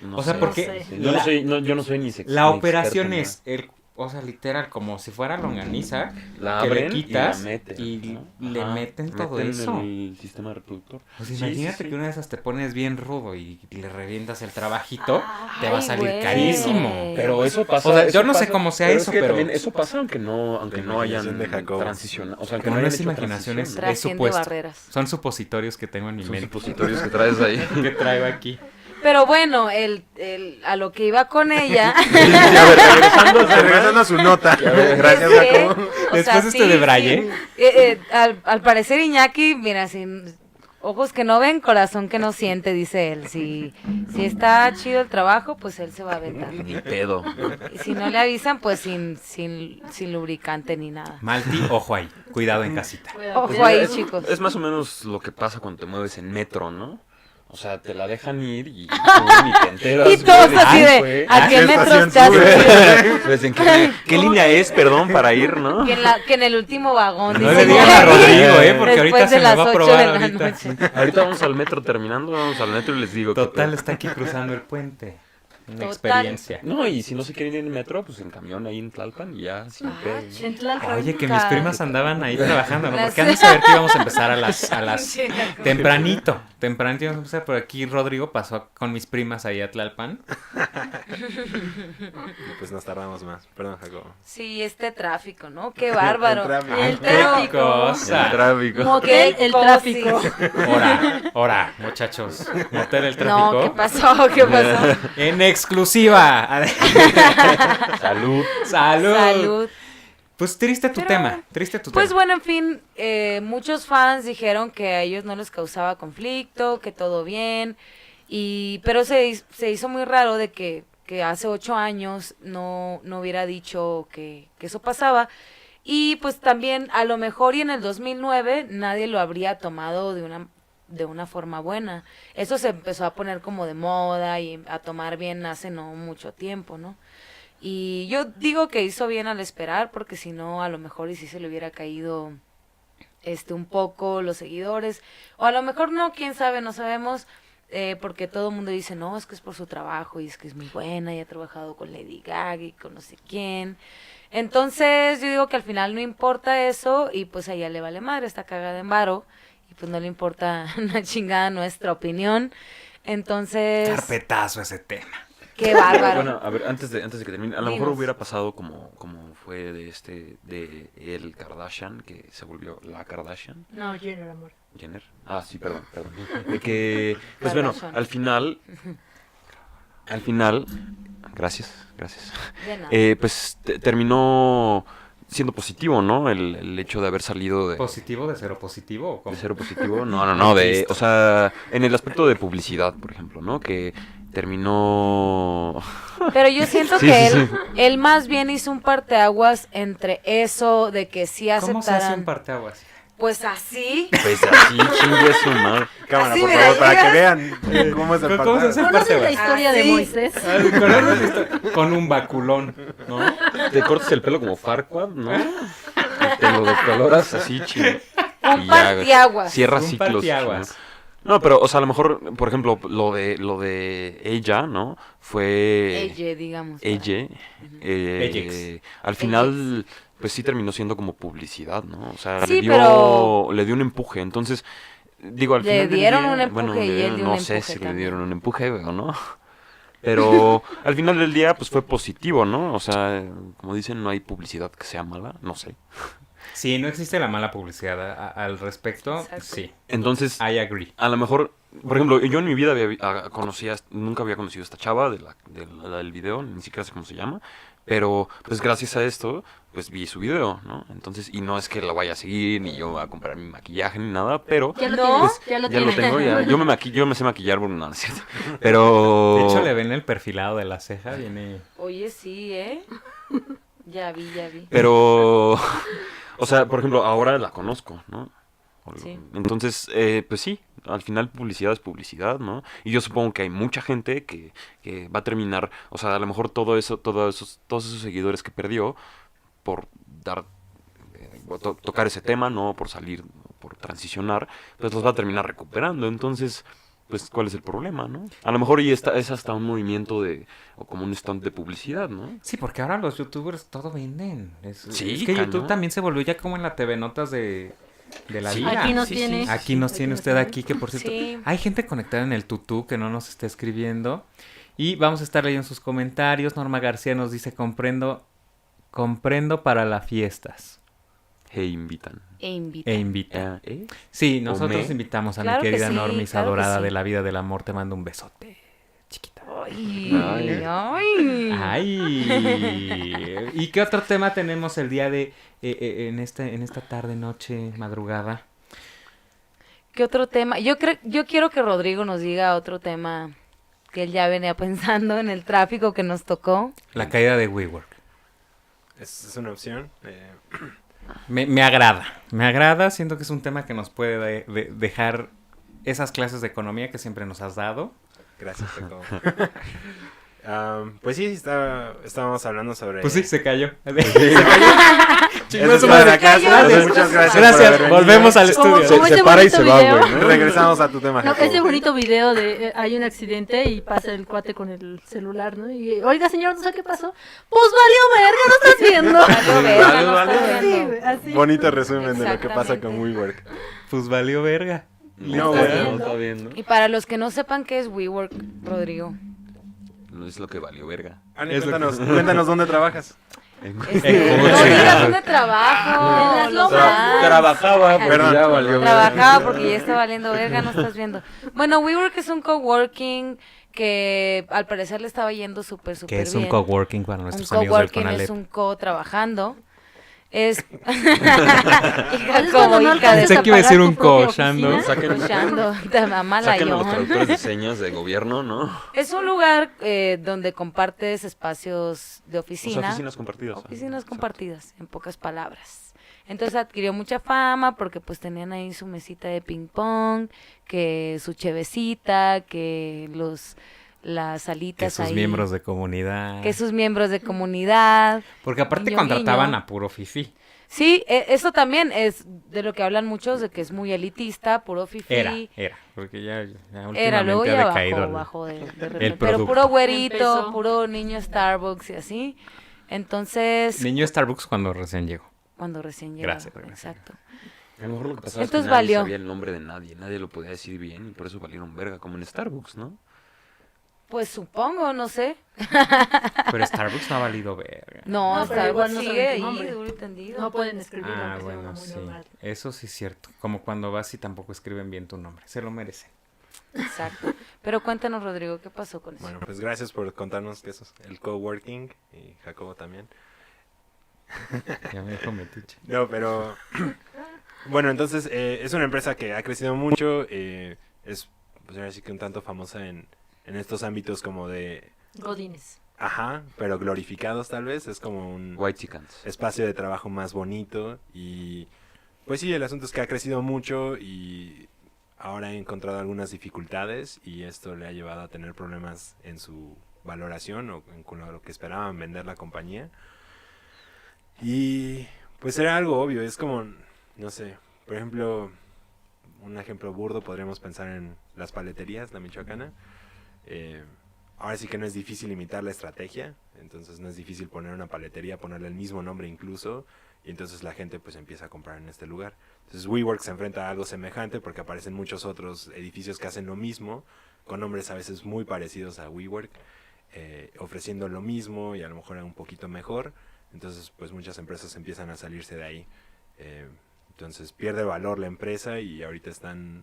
[SPEAKER 7] No
[SPEAKER 2] O sea,
[SPEAKER 7] sé.
[SPEAKER 2] porque
[SPEAKER 1] No sé.
[SPEAKER 7] yo no
[SPEAKER 2] la-
[SPEAKER 7] soy no, yo no soy ni sex-
[SPEAKER 2] La
[SPEAKER 7] ni
[SPEAKER 2] operación
[SPEAKER 7] experto en
[SPEAKER 2] es. El, o sea, literal, como si fuera longaniza.
[SPEAKER 7] nada. la
[SPEAKER 2] que le
[SPEAKER 7] abren
[SPEAKER 2] quitas
[SPEAKER 7] y, la meten,
[SPEAKER 2] y
[SPEAKER 7] ¿no?
[SPEAKER 2] le
[SPEAKER 7] Ajá,
[SPEAKER 2] meten todo eso.
[SPEAKER 7] el sistema reproductor.
[SPEAKER 2] Pues
[SPEAKER 7] Sí, sí,
[SPEAKER 2] imagínate
[SPEAKER 7] sí.
[SPEAKER 2] que una de esas te pones bien rudo y le revientas el trabajito, te va a
[SPEAKER 3] Ay,
[SPEAKER 2] salir
[SPEAKER 3] güey.
[SPEAKER 2] carísimo.
[SPEAKER 7] Pero eso pasa.
[SPEAKER 2] O sea,
[SPEAKER 7] eso
[SPEAKER 2] yo no sé
[SPEAKER 7] pasa-
[SPEAKER 2] cómo sea
[SPEAKER 7] pero
[SPEAKER 2] eso,
[SPEAKER 7] es que
[SPEAKER 2] pero-
[SPEAKER 7] también eso pasa aunque no, aunque
[SPEAKER 6] La
[SPEAKER 7] no hayan
[SPEAKER 6] imaginación de Jacobo.
[SPEAKER 7] transicionado. O sea, aunque
[SPEAKER 2] No,
[SPEAKER 7] no,
[SPEAKER 2] no
[SPEAKER 7] hayan
[SPEAKER 2] es
[SPEAKER 7] hecho
[SPEAKER 2] imaginación, es, (laughs) es
[SPEAKER 7] transición,
[SPEAKER 3] Trasciende
[SPEAKER 2] supuesto.
[SPEAKER 3] barreras.
[SPEAKER 2] Son supositorios que tengo en mi
[SPEAKER 7] ¿no? Son
[SPEAKER 2] (laughs) mente.
[SPEAKER 7] supositorios que traes (laughs)
[SPEAKER 6] (laughs)
[SPEAKER 7] ahí.
[SPEAKER 2] ¿Qué traigo aquí?
[SPEAKER 3] Pero bueno, el, el, a lo que iba con
[SPEAKER 2] (laughs)
[SPEAKER 3] ella. (laughs)
[SPEAKER 7] a ver, regresando
[SPEAKER 6] O sea, regresando a su nota. Gracias,
[SPEAKER 3] es que,
[SPEAKER 6] Jacobo.
[SPEAKER 3] o
[SPEAKER 2] Después este de Braille.
[SPEAKER 3] sí. Eh, eh, al, al parecer Iñaki, mira, sin ojos que no ven, corazón que no siente, dice él. Si, si está chido el trabajo, pues él se va a aventar.
[SPEAKER 7] Ni pedo.
[SPEAKER 3] Y si no le avisan, pues sin, sin, sin lubricante ni nada.
[SPEAKER 2] Malti, ojo ahí. Cuidado en casita.
[SPEAKER 1] Cuidado,
[SPEAKER 3] Ojo
[SPEAKER 7] mira,
[SPEAKER 3] ahí,
[SPEAKER 1] Pues,
[SPEAKER 7] es-
[SPEAKER 3] chicos.
[SPEAKER 7] Es más o menos lo que pasa cuando te mueves en metro, ¿no? O sea, te la dejan ir y tú ni te enteras.
[SPEAKER 3] (laughs) Y
[SPEAKER 7] güey,
[SPEAKER 3] todos así
[SPEAKER 7] ay,
[SPEAKER 3] de, ¿a
[SPEAKER 7] güey, ay,
[SPEAKER 3] qué
[SPEAKER 6] qué
[SPEAKER 3] metros
[SPEAKER 6] estación
[SPEAKER 3] te has
[SPEAKER 6] sube?
[SPEAKER 3] subido?
[SPEAKER 7] pues, ¿en qué, qué línea es, perdón, para ir, no?
[SPEAKER 3] Que en, la- que en el último vagón.
[SPEAKER 2] No le
[SPEAKER 3] dice
[SPEAKER 2] digan
[SPEAKER 3] Iñaki.
[SPEAKER 2] a Rodrigo, ¿eh? Porque ahorita
[SPEAKER 3] Después de
[SPEAKER 2] se me
[SPEAKER 3] las
[SPEAKER 2] va a
[SPEAKER 3] ocho
[SPEAKER 2] probar
[SPEAKER 3] de la
[SPEAKER 2] ahorita.
[SPEAKER 3] noche.
[SPEAKER 7] Ahorita vamos al metro terminando, vamos al metro y les digo. qué
[SPEAKER 2] Total,
[SPEAKER 7] pedo.
[SPEAKER 2] está aquí cruzando el puente. Una
[SPEAKER 3] Total.
[SPEAKER 2] experiencia.
[SPEAKER 7] No, y si no se quieren ir en metro, pues en camión ahí en Tlalpan y ya,
[SPEAKER 3] Ah,
[SPEAKER 7] sin pedo. ¿no?
[SPEAKER 1] Chentlalpan.
[SPEAKER 2] Oye, que mis
[SPEAKER 3] Nunca.
[SPEAKER 2] primas andaban ahí trabajando, ¿no?
[SPEAKER 3] Las-
[SPEAKER 2] Porque han de saber que íbamos a empezar a las, a
[SPEAKER 3] (laughs)
[SPEAKER 2] las tempranito. Tempranito íbamos a empezar, pero aquí Rodrigo pasó con mis primas ahí a Tlalpan.
[SPEAKER 6] Pues nos tardamos más. Perdón, Jacobo.
[SPEAKER 3] Sí, este tráfico, ¿no? Qué bárbaro.
[SPEAKER 6] El tráfico.
[SPEAKER 1] El
[SPEAKER 2] ¡Qué
[SPEAKER 1] tráfico.
[SPEAKER 2] cosa!
[SPEAKER 7] El tráfico.
[SPEAKER 1] Motel,
[SPEAKER 3] Qué
[SPEAKER 1] (laughs) el
[SPEAKER 3] cosi.
[SPEAKER 1] tráfico.
[SPEAKER 2] Ora, ora, muchachos. Motel el
[SPEAKER 3] No, ¿qué
[SPEAKER 2] tráfico.
[SPEAKER 3] pasó? ¿Qué pasó?
[SPEAKER 2] en exclusiva.
[SPEAKER 7] (laughs)
[SPEAKER 3] (laughs)
[SPEAKER 7] Salud.
[SPEAKER 2] Salud.
[SPEAKER 3] Salud.
[SPEAKER 2] Pues triste tu
[SPEAKER 3] Pero-
[SPEAKER 2] tema. Triste tu
[SPEAKER 3] Pues
[SPEAKER 2] tema.
[SPEAKER 3] bueno, en fin, eh, muchos fans dijeron que a ellos no les causaba conflicto, que todo bien, y pero se, his- se hizo muy raro de que, que hace ocho años no, no hubiera dicho que, que eso pasaba. Y pues también a lo mejor y en el 2009 nadie lo habría tomado de una, de una forma buena. Eso se empezó a poner como de moda y a tomar bien hace no mucho tiempo, ¿no? Y yo digo que hizo bien al esperar, porque si no, a lo mejor y si se le hubiera caído este un poco los seguidores, o a lo mejor no, quién sabe, no sabemos, eh, porque todo el mundo dice, no, es que es por su trabajo y es que es muy buena y ha trabajado con Lady Gaga y con no sé quién. Entonces yo digo que al final no importa eso y pues a ella le vale madre, está cagada en varo y pues no le importa (laughs) una chingada nuestra opinión. Entonces,
[SPEAKER 2] Carpetazo ese tema.
[SPEAKER 3] qué bárbaro.
[SPEAKER 7] Bueno, a ver, antes de, antes de que termine, a lo mejor
[SPEAKER 3] Dinos.
[SPEAKER 7] hubiera pasado como, como fue de este, de el Kardashian, que se volvió la Kardashian.
[SPEAKER 1] No, Jenner, amor.
[SPEAKER 7] Jenner. Ah, sí, perdón,
[SPEAKER 3] (laughs)
[SPEAKER 7] perdón. De que, pues bueno,
[SPEAKER 3] Kardashian.
[SPEAKER 7] al final, al final, gracias, gracias.
[SPEAKER 3] De nada.
[SPEAKER 7] Eh, pues te- terminó siendo positivo, ¿no? El, el hecho de haber salido de,
[SPEAKER 2] ¿Positivo de cero positivo o cómo?
[SPEAKER 7] ¿De cero positivo? No, no, no. De, o sea, en el aspecto de publicidad, por ejemplo, ¿no? Que terminó.
[SPEAKER 3] Pero yo siento
[SPEAKER 7] Sí,
[SPEAKER 3] que
[SPEAKER 7] sí,
[SPEAKER 3] él, él más bien hizo un parteaguas entre eso de que sí
[SPEAKER 2] ¿Cómo se hace
[SPEAKER 3] aceptaran.
[SPEAKER 2] un parteaguas?
[SPEAKER 3] pues así.
[SPEAKER 7] Pues así, chingue su madre.
[SPEAKER 6] Cámara,
[SPEAKER 3] Así,
[SPEAKER 6] por
[SPEAKER 3] mira,
[SPEAKER 6] favor, para
[SPEAKER 3] mira.
[SPEAKER 6] que vean eh, cómo es el
[SPEAKER 2] ¿Cómo se
[SPEAKER 1] ¿Conoces
[SPEAKER 2] hace un
[SPEAKER 6] parteaguas.
[SPEAKER 1] la
[SPEAKER 2] parteaguas?
[SPEAKER 1] historia de
[SPEAKER 3] Así.
[SPEAKER 1] Moisés?
[SPEAKER 2] Ay, ¿conoces la historia? Con un baculón, ¿no?
[SPEAKER 7] Te cortas el pelo como Farquaad, ¿no? Y te lo decoloras así, chingue.
[SPEAKER 3] Ah. Un
[SPEAKER 7] Y ya,
[SPEAKER 3] parteaguas.
[SPEAKER 7] Cierra
[SPEAKER 2] un
[SPEAKER 7] ciclos.
[SPEAKER 2] parteaguas.
[SPEAKER 7] ¿no? No, pero, o sea, a lo mejor, por ejemplo, lo de, lo de ella, ¿no? Fue.
[SPEAKER 3] Ella, digamos. para-
[SPEAKER 7] Ella, eh, al final, pues sí terminó siendo como publicidad, ¿no? O sea,
[SPEAKER 3] Sí,
[SPEAKER 7] le, dio,
[SPEAKER 3] pero-
[SPEAKER 7] le dio un empuje. Entonces, digo, al
[SPEAKER 3] Le
[SPEAKER 7] final. del
[SPEAKER 3] dieron
[SPEAKER 7] día-
[SPEAKER 3] un empuje
[SPEAKER 7] bueno,
[SPEAKER 3] y
[SPEAKER 7] le
[SPEAKER 3] él
[SPEAKER 7] dieron-
[SPEAKER 3] dio
[SPEAKER 7] No
[SPEAKER 3] un
[SPEAKER 7] sé
[SPEAKER 3] empuje
[SPEAKER 7] si le
[SPEAKER 3] también.
[SPEAKER 7] dieron un empuje o no. (laughs) Pero al final del día, pues fue positivo, ¿no? O sea, como dicen, no hay publicidad que sea mala, no sé.
[SPEAKER 2] Sí, no existe la mala publicidad a- a- al respecto.
[SPEAKER 3] Exacto.
[SPEAKER 2] Sí,
[SPEAKER 7] Entonces,
[SPEAKER 2] I agree.
[SPEAKER 7] a lo mejor, por ejemplo, yo en mi vida había, vi- ah, conocía, nunca había conocido a esta chava de la, de la- del video, ni siquiera sé cómo se llama, Pero pues gracias a esto, pues vi su video, ¿no? Entonces, y no es que lo vaya a seguir, ni yo a comprar mi maquillaje, ni nada, pero...
[SPEAKER 1] Ya lo
[SPEAKER 3] No,
[SPEAKER 1] tienes, ya lo
[SPEAKER 7] Ya lo
[SPEAKER 1] tienes.
[SPEAKER 7] tengo, ya. Yo me maquillo, yo me sé maquillar, bueno, no, no es cierto. (laughs) Pero...
[SPEAKER 2] De hecho, le ven el perfilado de la ceja, viene...
[SPEAKER 3] Oye, sí, ¿eh? (laughs) Ya vi, ya vi.
[SPEAKER 7] Pero, (laughs) o sea, por ejemplo, ahora la conozco, ¿no? O-
[SPEAKER 3] Sí.
[SPEAKER 7] Entonces, eh, pues sí, al final publicidad es publicidad, ¿no? Y yo supongo que hay mucha gente que, que va a terminar, o sea, a lo mejor todo eso, todo esos, todos esos seguidores que perdió por dar, eh, to- tocar ese tema, ¿no? Por salir, por transicionar, pues los va a terminar recuperando. Entonces, pues, ¿cuál es el problema, no? A lo mejor y está, es hasta un movimiento de, o como un stand de publicidad, ¿no?
[SPEAKER 2] Sí, porque ahora los youtubers todo venden. Es,
[SPEAKER 7] Sí,
[SPEAKER 2] es que YouTube
[SPEAKER 7] cañón.
[SPEAKER 2] también se volvió ya como en la TV Notas de, de la
[SPEAKER 7] Sí,
[SPEAKER 2] vida.
[SPEAKER 1] Aquí nos
[SPEAKER 7] Sí, sí,
[SPEAKER 1] tienes.
[SPEAKER 2] Aquí nos
[SPEAKER 1] Aquí
[SPEAKER 2] tiene
[SPEAKER 1] nos
[SPEAKER 2] usted
[SPEAKER 1] tiene.
[SPEAKER 2] aquí, que por cierto,
[SPEAKER 3] Sí.
[SPEAKER 2] hay gente conectada en el tutú que no nos está escribiendo. Y vamos a estar leyendo sus comentarios. Norma García nos dice, comprendo, comprendo para las fiestas.
[SPEAKER 7] E invitan.
[SPEAKER 3] E invita.
[SPEAKER 2] E invita.
[SPEAKER 7] Eh, ¿eh?
[SPEAKER 2] Sí, nosotros
[SPEAKER 7] me.
[SPEAKER 2] invitamos a
[SPEAKER 3] Claro
[SPEAKER 2] mi
[SPEAKER 3] que
[SPEAKER 2] querida
[SPEAKER 3] sí,
[SPEAKER 2] Normis,
[SPEAKER 3] claro que
[SPEAKER 2] adorada
[SPEAKER 3] sí.
[SPEAKER 2] de la vida del amor. Te mando un besote, chiquita.
[SPEAKER 3] Ay, ay.
[SPEAKER 7] Ay.
[SPEAKER 2] Ay. ¿Y qué otro tema tenemos el día de eh, eh, en esta en esta tarde, noche, madrugada?
[SPEAKER 3] ¿Qué otro tema? Yo creo, yo quiero que Rodrigo nos diga otro tema que él ya venía (laughs) pensando en el tráfico que nos tocó.
[SPEAKER 2] La caída de WeWork.
[SPEAKER 6] Es, es una opción. eh,
[SPEAKER 2] Me, me agrada. Me agrada, siento que es un tema que nos puede de- de- dejar esas clases de economía que siempre nos has dado.
[SPEAKER 6] gracias, Paco. (laughs) Am, pues sí, está, estábamos hablando sobre...
[SPEAKER 2] Pues sí, se (laughs) cayó.
[SPEAKER 6] Eso es para la casa.
[SPEAKER 2] Gracias.
[SPEAKER 6] Muchas gracias. por haber
[SPEAKER 2] Gracias,
[SPEAKER 6] venido.
[SPEAKER 2] volvemos al
[SPEAKER 1] Como-
[SPEAKER 2] estudio.
[SPEAKER 1] como
[SPEAKER 6] Se,
[SPEAKER 1] ese
[SPEAKER 6] se para y
[SPEAKER 1] bonito
[SPEAKER 6] se va,
[SPEAKER 1] video.
[SPEAKER 6] güey. ¿no? Regresamos a tu tema,
[SPEAKER 1] No,
[SPEAKER 6] Jacobo.
[SPEAKER 1] ese bonito video de eh, hay un accidente y pasa el cuate con el celular, ¿no? Y oiga, señor, no sé qué pasó. Pues valió verga, no estás
[SPEAKER 3] (laughs) Valió verga,
[SPEAKER 7] Vale,
[SPEAKER 3] no
[SPEAKER 7] vale.
[SPEAKER 3] está
[SPEAKER 1] viendo. Sí,
[SPEAKER 3] viendo.
[SPEAKER 1] güey, así.
[SPEAKER 6] Bonito resumen de lo que pasa
[SPEAKER 3] Exactamente.
[SPEAKER 6] con WeWork.
[SPEAKER 2] Pues valió verga.
[SPEAKER 6] No,
[SPEAKER 7] está
[SPEAKER 6] bueno.
[SPEAKER 7] bien, está bien,
[SPEAKER 3] Y para los que no sepan qué es WeWork, Rodrigo.
[SPEAKER 7] ¿no? Es lo que valió verga.
[SPEAKER 6] Ani,
[SPEAKER 2] Es lo que-
[SPEAKER 6] cuéntanos, cuéntanos dónde trabajas.
[SPEAKER 3] Este, no
[SPEAKER 2] coche.
[SPEAKER 3] digas dónde trabajo.
[SPEAKER 1] En las
[SPEAKER 3] los
[SPEAKER 1] lomas.
[SPEAKER 3] dan.
[SPEAKER 7] Trabajaba,
[SPEAKER 3] pero
[SPEAKER 6] Perdón.
[SPEAKER 7] Ah, ya valió
[SPEAKER 3] Trabajaba porque ya está valiendo verga, no estás viendo. Bueno, WeWork es un coworking que al parecer le estaba yendo súper, súper bien.
[SPEAKER 2] Que es un coworking para
[SPEAKER 3] Un
[SPEAKER 2] nuestros amigos del
[SPEAKER 3] coworking
[SPEAKER 2] Conalep.
[SPEAKER 3] es un co trabajando.
[SPEAKER 2] (laughs)
[SPEAKER 3] Es
[SPEAKER 1] Es
[SPEAKER 3] hija
[SPEAKER 1] cuando
[SPEAKER 3] como
[SPEAKER 1] no
[SPEAKER 3] hija de
[SPEAKER 1] alcanzas
[SPEAKER 2] Pensé que iba a
[SPEAKER 1] pagar
[SPEAKER 2] decir
[SPEAKER 1] tu
[SPEAKER 2] un
[SPEAKER 1] propia
[SPEAKER 2] cochando.
[SPEAKER 1] oficina.
[SPEAKER 7] Saquen-
[SPEAKER 3] escuchando te mama la
[SPEAKER 7] Saquen a los
[SPEAKER 3] Yon.
[SPEAKER 7] traductores de señas de gobierno, ¿no?
[SPEAKER 3] Es un lugar eh, donde compartes espacios de
[SPEAKER 2] Pues
[SPEAKER 3] oficina.
[SPEAKER 7] Las oficinas compartidas. ajá.
[SPEAKER 3] Oficinas compartidas, en pocas palabras. Entonces adquirió mucha fama porque pues tenían ahí su mesita de ping pong, que su chevecita, que los las
[SPEAKER 2] Que
[SPEAKER 3] alitas
[SPEAKER 2] sus
[SPEAKER 3] ahí,
[SPEAKER 2] miembros de comunidad.
[SPEAKER 3] que sus miembros de comunidad.
[SPEAKER 2] Porque aparte
[SPEAKER 3] Guiño,
[SPEAKER 2] contrataban
[SPEAKER 3] guiño.
[SPEAKER 2] a puro fifi.
[SPEAKER 3] Sí, e- eso también es de lo que hablan muchos de que es muy elitista, puro fifi.
[SPEAKER 2] Era, era. Porque ya, ya últimamente
[SPEAKER 3] Era, luego
[SPEAKER 2] ha
[SPEAKER 3] ya
[SPEAKER 2] decaído.
[SPEAKER 3] bajó,
[SPEAKER 2] el-
[SPEAKER 3] bajó de, de repente. Pero
[SPEAKER 2] producto.
[SPEAKER 3] puro güerito,
[SPEAKER 1] Empezó.
[SPEAKER 3] puro niño Starbucks y así. Entonces,
[SPEAKER 2] Niño Starbucks cuando recién llegó.
[SPEAKER 3] cuando recién llegó.
[SPEAKER 2] Gracias, gracias.
[SPEAKER 3] Exacto.
[SPEAKER 7] A lo mejor lo que pasaba es que
[SPEAKER 3] Entonces
[SPEAKER 7] nadie
[SPEAKER 3] valió.
[SPEAKER 7] sabía el nombre de nadie, nadie lo podía decir bien y por eso valieron verga, como en Starbucks, ¿no?
[SPEAKER 3] Pues supongo, no sé.
[SPEAKER 2] Pero Starbucks no ha valido verga.
[SPEAKER 3] No,
[SPEAKER 1] No, pero
[SPEAKER 3] Starbucks
[SPEAKER 1] igual no
[SPEAKER 3] sigue
[SPEAKER 1] saben tu
[SPEAKER 3] ahí,
[SPEAKER 1] nombre.
[SPEAKER 3] duro y tendido.
[SPEAKER 1] No pueden escribirlo.
[SPEAKER 2] Ah,
[SPEAKER 1] aunque sea
[SPEAKER 2] bueno,
[SPEAKER 1] muy
[SPEAKER 2] sí.
[SPEAKER 1] normal.
[SPEAKER 2] Eso sí es cierto. Como cuando vas y tampoco escriben bien tu nombre. Se lo merecen.
[SPEAKER 3] Exacto. Pero cuéntanos, Rodrigo, ¿qué pasó con eso?
[SPEAKER 6] Bueno, pues gracias por contarnos que eso es el coworking y Jacobo también.
[SPEAKER 2] Ya me dijo metiche.
[SPEAKER 6] No, pero (clears throat) bueno, entonces eh, es una empresa que ha crecido mucho, eh, es pues ahora sí que un tanto famosa en, en estos ámbitos como de,
[SPEAKER 1] Godines.
[SPEAKER 6] ajá, pero glorificados tal vez, es como un
[SPEAKER 7] White Chickens.
[SPEAKER 6] espacio de trabajo más bonito y pues sí, el asunto es que ha crecido mucho y ahora ha encontrado algunas dificultades y esto le ha llevado a tener problemas en su valoración o en- con lo que esperaban vender la compañía. Y pues era algo obvio, es como, no sé, por ejemplo, un ejemplo burdo podríamos pensar en las paleterías, la michoacana. Eh, ahora sí que no es difícil imitar la estrategia, entonces no es difícil poner una paletería, ponerle el mismo nombre incluso, y entonces la gente pues empieza a comprar en este lugar. Entonces WeWork se enfrenta a algo semejante porque aparecen muchos otros edificios que hacen lo mismo, con nombres a veces muy parecidos a WeWork, eh, ofreciendo lo mismo y a lo mejor un poquito mejor. Entonces pues muchas empresas empiezan a salirse de ahí. Eh, entonces pierde valor la empresa y ahorita están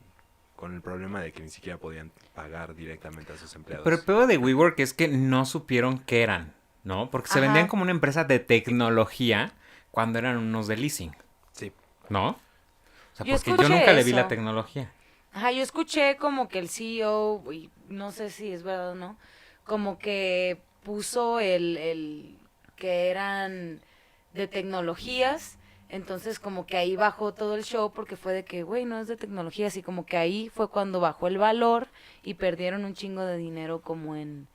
[SPEAKER 6] con el problema de que ni siquiera podían pagar directamente a sus empleados.
[SPEAKER 2] Pero el peor de WeWork es que no supieron qué eran. ¿no? Porque se
[SPEAKER 3] Ajá.
[SPEAKER 2] vendían como una empresa de tecnología cuando eran unos de leasing,
[SPEAKER 6] Sí.
[SPEAKER 2] ¿no? O sea,
[SPEAKER 3] Yo
[SPEAKER 2] porque yo
[SPEAKER 3] escuché
[SPEAKER 2] nunca le vi la
[SPEAKER 3] eso.
[SPEAKER 2] tecnología.
[SPEAKER 3] Ajá, yo escuché como que el CEO, y no sé si es verdad o no, como que puso el, el que eran de tecnologías, entonces como que ahí bajó todo el show porque fue de que, güey, no es de tecnologías, y como que ahí fue cuando bajó el valor y perdieron un chingo de dinero como en,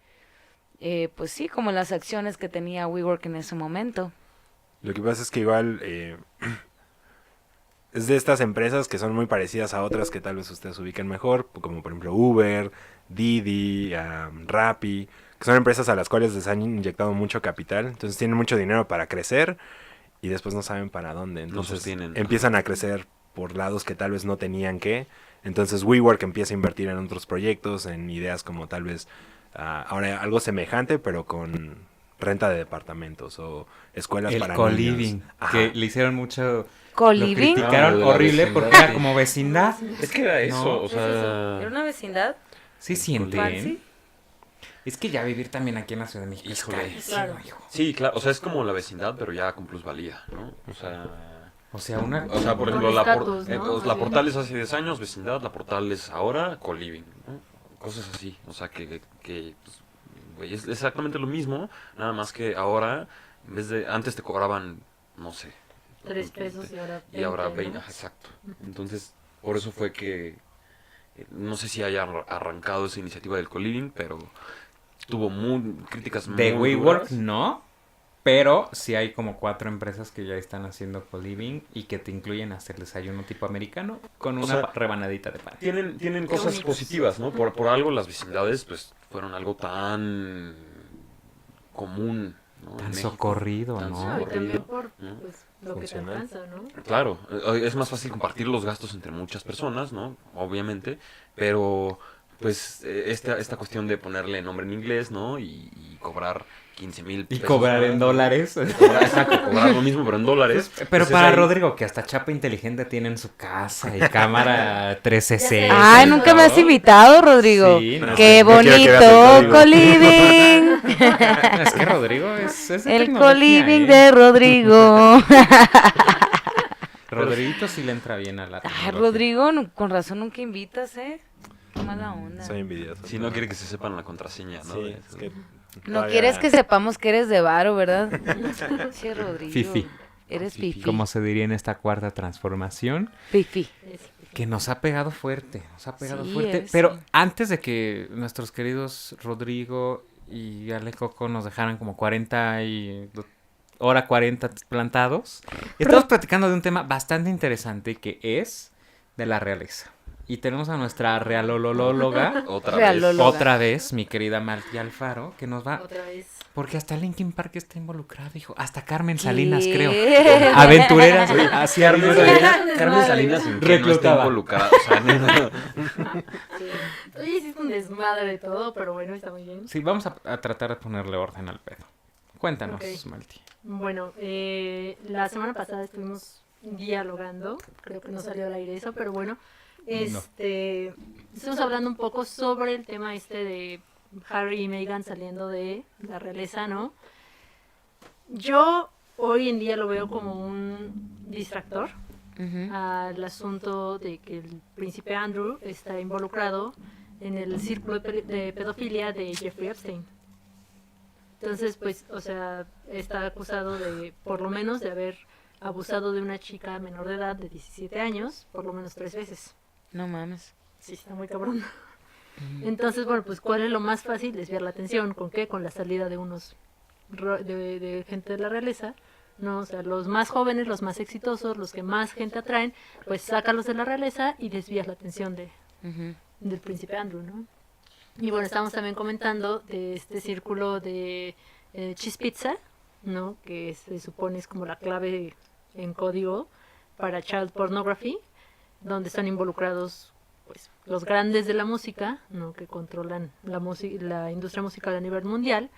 [SPEAKER 3] eh, pues sí, como en las acciones que tenía WeWork en ese momento.
[SPEAKER 6] Lo que pasa es que igual eh, (clears throat) es de estas empresas que son muy parecidas a otras que tal vez ustedes ubiquen mejor, como por ejemplo Uber, Didi, am, Rappi, que son empresas a las cuales les han inyectado mucho capital, entonces tienen mucho dinero para crecer y después no saben para dónde, entonces
[SPEAKER 7] sostienen.
[SPEAKER 6] empiezan a crecer por lados que tal vez no tenían que, entonces WeWork empieza a invertir en otros proyectos, en ideas como tal vez ah, ahora algo semejante pero con renta de departamentos o escuelas
[SPEAKER 2] El
[SPEAKER 6] para
[SPEAKER 2] co-living,
[SPEAKER 6] niños. Ajá.
[SPEAKER 2] que le hicieron mucho... Lo
[SPEAKER 3] ¿Coliving?
[SPEAKER 2] criticaron
[SPEAKER 7] Ah,
[SPEAKER 2] horrible
[SPEAKER 7] la
[SPEAKER 2] porque
[SPEAKER 7] vecindad.
[SPEAKER 2] era como vecindad.
[SPEAKER 7] Es que era eso,
[SPEAKER 2] No.
[SPEAKER 7] o
[SPEAKER 3] ¿Era
[SPEAKER 7] sea.
[SPEAKER 3] una vecindad?
[SPEAKER 2] Sí sienten.
[SPEAKER 3] ¿Fancy?
[SPEAKER 2] Es que ya vivir también aquí en la Ciudad de México es
[SPEAKER 7] Híjole.
[SPEAKER 2] carísimo,
[SPEAKER 1] Claro.
[SPEAKER 2] hijo.
[SPEAKER 7] Sí, claro, o sea, es como la vecindad, pero ya con plusvalía, ¿no? O sea.
[SPEAKER 2] O sea, una...
[SPEAKER 7] O sea, por
[SPEAKER 1] Con
[SPEAKER 7] ejemplo, la, por-
[SPEAKER 1] estatus, ¿no?
[SPEAKER 7] eh, pues, la
[SPEAKER 1] Sí.
[SPEAKER 7] portal es hace 10 años, vecindad, la portal es ahora, coliving, ¿no? Cosas así, o sea, que, que, pues, güey, es exactamente lo mismo, nada más que ahora, en vez de, antes te cobraban, no sé.
[SPEAKER 1] Tres pesos y ahora
[SPEAKER 7] Y ahora
[SPEAKER 1] 20,
[SPEAKER 7] 20,
[SPEAKER 1] ¿no? Ah,
[SPEAKER 7] ajá, exacto. Entonces, por eso fue que, eh, no sé si haya ar- arrancado esa iniciativa del coliving, pero tuvo muy, críticas muy
[SPEAKER 2] De WeWork
[SPEAKER 7] duras.
[SPEAKER 2] no, pero sí hay como cuatro empresas que ya están haciendo co-living y que te incluyen hacer desayuno tipo americano con
[SPEAKER 7] O
[SPEAKER 2] una
[SPEAKER 7] sea,
[SPEAKER 2] pa- rebanadita de pan.
[SPEAKER 7] tienen, tienen
[SPEAKER 1] Qué
[SPEAKER 7] cosas
[SPEAKER 1] bonitos.
[SPEAKER 7] positivas, ¿no? Por, por algo las vecindades, pues, fueron algo tan común, ¿no? En
[SPEAKER 2] Tan
[SPEAKER 7] México.
[SPEAKER 2] socorrido,
[SPEAKER 7] tan
[SPEAKER 2] ¿no?
[SPEAKER 1] No, y
[SPEAKER 7] socorrido.
[SPEAKER 1] también por
[SPEAKER 7] ¿no?
[SPEAKER 1] pues, lo que te
[SPEAKER 6] Funcional.
[SPEAKER 1] alcanza, ¿no?
[SPEAKER 7] Claro, eh, es más fácil compartir los gastos entre muchas personas, ¿no? Obviamente, pero pues eh, esta, esta cuestión de ponerle nombre en inglés, ¿no? Y, y cobrar 15 mil
[SPEAKER 2] Y
[SPEAKER 7] pesos.
[SPEAKER 2] cobrar
[SPEAKER 7] ¿no?
[SPEAKER 2] en dólares.
[SPEAKER 7] Cobrar- exacto, cobrar lo mismo, pero en dólares.
[SPEAKER 2] (laughs) Pero
[SPEAKER 7] Pues, es
[SPEAKER 2] para
[SPEAKER 7] ahí-
[SPEAKER 2] Rodrigo, que hasta chapa inteligente tiene en su casa y cámara 360.
[SPEAKER 1] Ay,
[SPEAKER 3] Ay,
[SPEAKER 1] nunca
[SPEAKER 3] nunca
[SPEAKER 1] me
[SPEAKER 3] me has invitado,
[SPEAKER 2] eh,
[SPEAKER 3] Rodrigo.
[SPEAKER 2] Sí, no,
[SPEAKER 3] Qué
[SPEAKER 6] No quiero que veas el
[SPEAKER 3] bonito
[SPEAKER 6] código.
[SPEAKER 3] coliving.
[SPEAKER 2] pues, Es que Rodrigo es, es de
[SPEAKER 3] El
[SPEAKER 2] tecnología,
[SPEAKER 3] coliving
[SPEAKER 2] ¿eh?
[SPEAKER 3] de Rodrigo.
[SPEAKER 2] Rodriguito sí le entra bien a la
[SPEAKER 3] Ay,
[SPEAKER 2] tecnología.
[SPEAKER 3] Rodrigo, nu- con razón nunca invitas, ¿eh? Qué mala onda.
[SPEAKER 6] Soy envidioso.
[SPEAKER 7] Si no quiere que se sepan la contraseña, ¿no?
[SPEAKER 6] Sí,
[SPEAKER 7] De-
[SPEAKER 6] es que
[SPEAKER 3] No
[SPEAKER 6] todavía-
[SPEAKER 3] quieres
[SPEAKER 6] (laughs)
[SPEAKER 3] que sepamos que eres de varo, ¿verdad? Sí, Rodrigo.
[SPEAKER 2] Fifi.
[SPEAKER 3] Eres
[SPEAKER 7] Fifi.
[SPEAKER 3] fifi.
[SPEAKER 2] Como se diría en esta cuarta transformación,
[SPEAKER 3] Fifi.
[SPEAKER 1] Es-
[SPEAKER 2] que nos ha pegado fuerte, nos ha pegado
[SPEAKER 3] Sí,
[SPEAKER 2] fuerte.
[SPEAKER 3] es,
[SPEAKER 2] Pero
[SPEAKER 3] sí.
[SPEAKER 2] antes de que nuestros queridos Rodrigo y Ale Coco nos dejaran como 40 y do- hora 40 plantados, estamos platicando de un tema bastante interesante que es de la realeza. Y tenemos a nuestra realolóloga
[SPEAKER 7] Otra
[SPEAKER 3] Real,
[SPEAKER 7] vez.
[SPEAKER 3] Lolo.
[SPEAKER 2] otra vez, mi querida Malti Alfaro, que
[SPEAKER 3] Ah.
[SPEAKER 2] nos va...
[SPEAKER 1] Otra vez.
[SPEAKER 2] Porque hasta Linkin Park está involucrado, hijo. Hasta Carmen Salinas,
[SPEAKER 3] ¿Qué?
[SPEAKER 2] creo.
[SPEAKER 3] (laughs)
[SPEAKER 2] Aventureras, hacia (laughs)
[SPEAKER 7] Carmen Salinas, Carmen
[SPEAKER 1] Desmadre.
[SPEAKER 7] Salinas en que no está
[SPEAKER 2] Reclutaba.
[SPEAKER 7] involucrada. O sea, no-
[SPEAKER 1] Sí. Oye, hiciste un desmadre de todo, pero bueno, está muy bien.
[SPEAKER 2] Sí, vamos a, a tratar de ponerle orden al pedo. Cuéntanos,
[SPEAKER 1] Ok.
[SPEAKER 2] Malti.
[SPEAKER 1] Bueno, eh, la semana pasada estuvimos dialogando, creo que no salió al aire eso, pero bueno, este, estuvimos hablando un poco sobre el tema este de Harry y Meghan saliendo de la realeza, ¿no? Yo hoy en día lo veo como un distractor,
[SPEAKER 3] Ujú.
[SPEAKER 1] al asunto de que el príncipe Andrew está involucrado en el círculo de pe- de pedofilia de Jeffrey Epstein. Entonces, pues, o sea, está acusado de, por lo menos, de haber abusado de una chica menor de edad de 17 años, por lo menos tres veces.
[SPEAKER 3] No mames.
[SPEAKER 1] Sí, está muy cabrón. Entonces, bueno, pues, ¿cuál es lo más fácil? Desviar la atención. ¿Con qué? Con la salida de unos, ro- de, de gente de la realeza. No, o sea, los más jóvenes, los más exitosos, los que más gente atraen, pues sácalos de la realeza y desvías la atención de,
[SPEAKER 3] Ujú.
[SPEAKER 1] del príncipe Andrew, ¿no? Y bueno, estamos también comentando de este círculo de eh, Chispizza, ¿no? Que se supone es como la clave en código para child pornography, donde están involucrados pues los grandes de la música, ¿no? Que controlan la, musi- la industria musical a nivel mundial.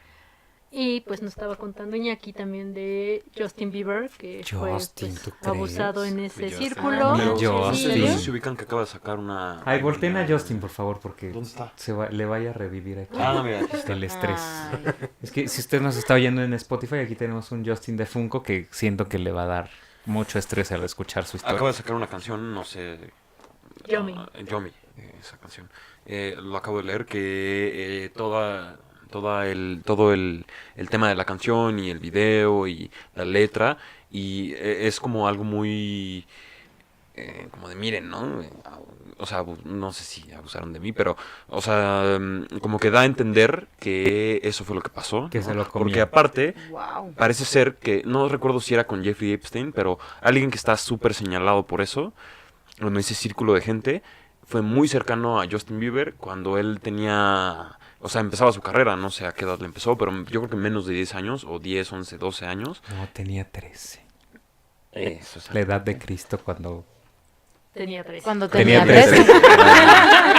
[SPEAKER 1] Y pues nos estaba contando Iñaki también de Justin Bieber, que
[SPEAKER 2] Justin, ¿tú
[SPEAKER 1] fue pues, abusado
[SPEAKER 2] crees?
[SPEAKER 1] en ese
[SPEAKER 7] Justin.
[SPEAKER 1] círculo.
[SPEAKER 2] Ah, mi
[SPEAKER 1] Sí,
[SPEAKER 2] Justin.
[SPEAKER 7] se ubican que acaba de sacar una...
[SPEAKER 2] Ay, volteen a Justin, por favor, porque
[SPEAKER 7] ¿Dónde está?
[SPEAKER 2] se va- le vaya a revivir aquí Este,
[SPEAKER 7] Ah, mira, aquí
[SPEAKER 2] el estrés.
[SPEAKER 3] Ay.
[SPEAKER 2] Es que si usted nos está oyendo en Spotify, aquí tenemos un Justin de Funko que siento que le va a dar mucho estrés al escuchar su historia.
[SPEAKER 7] Acaba de sacar una canción, no sé.
[SPEAKER 1] Yomi.
[SPEAKER 7] Ah, Yomi, eh, esa canción. Eh, lo acabo de leer que eh, toda, toda el, todo el, el tema de la canción y el video y la letra y eh, es como algo muy eh, como de miren, ¿no? Eh, au- O sea, abu- no sé si abusaron de mí, pero, o sea, mm, como que da a entender que eso fue lo que pasó.
[SPEAKER 2] Que se
[SPEAKER 7] ¿no?
[SPEAKER 2] lo comió.
[SPEAKER 7] Porque aparte,
[SPEAKER 3] (laughs) Wow.
[SPEAKER 7] Parece ser que, no recuerdo si era con Jeffrey Epstein, pero alguien que está súper señalado por eso, en ese círculo de gente, fue muy cercano a Justin Bieber cuando él tenía, o sea, empezaba su carrera, no sé a qué edad le empezó, pero yo creo que menos de 10 años, o 10, 11, 12 años.
[SPEAKER 2] No, tenía 13.
[SPEAKER 7] Eh, Eso es
[SPEAKER 2] La edad de Cristo cuando...
[SPEAKER 1] Tenía tres.
[SPEAKER 3] Cuando
[SPEAKER 2] Tenía
[SPEAKER 3] tenía,
[SPEAKER 2] tres.
[SPEAKER 3] tres.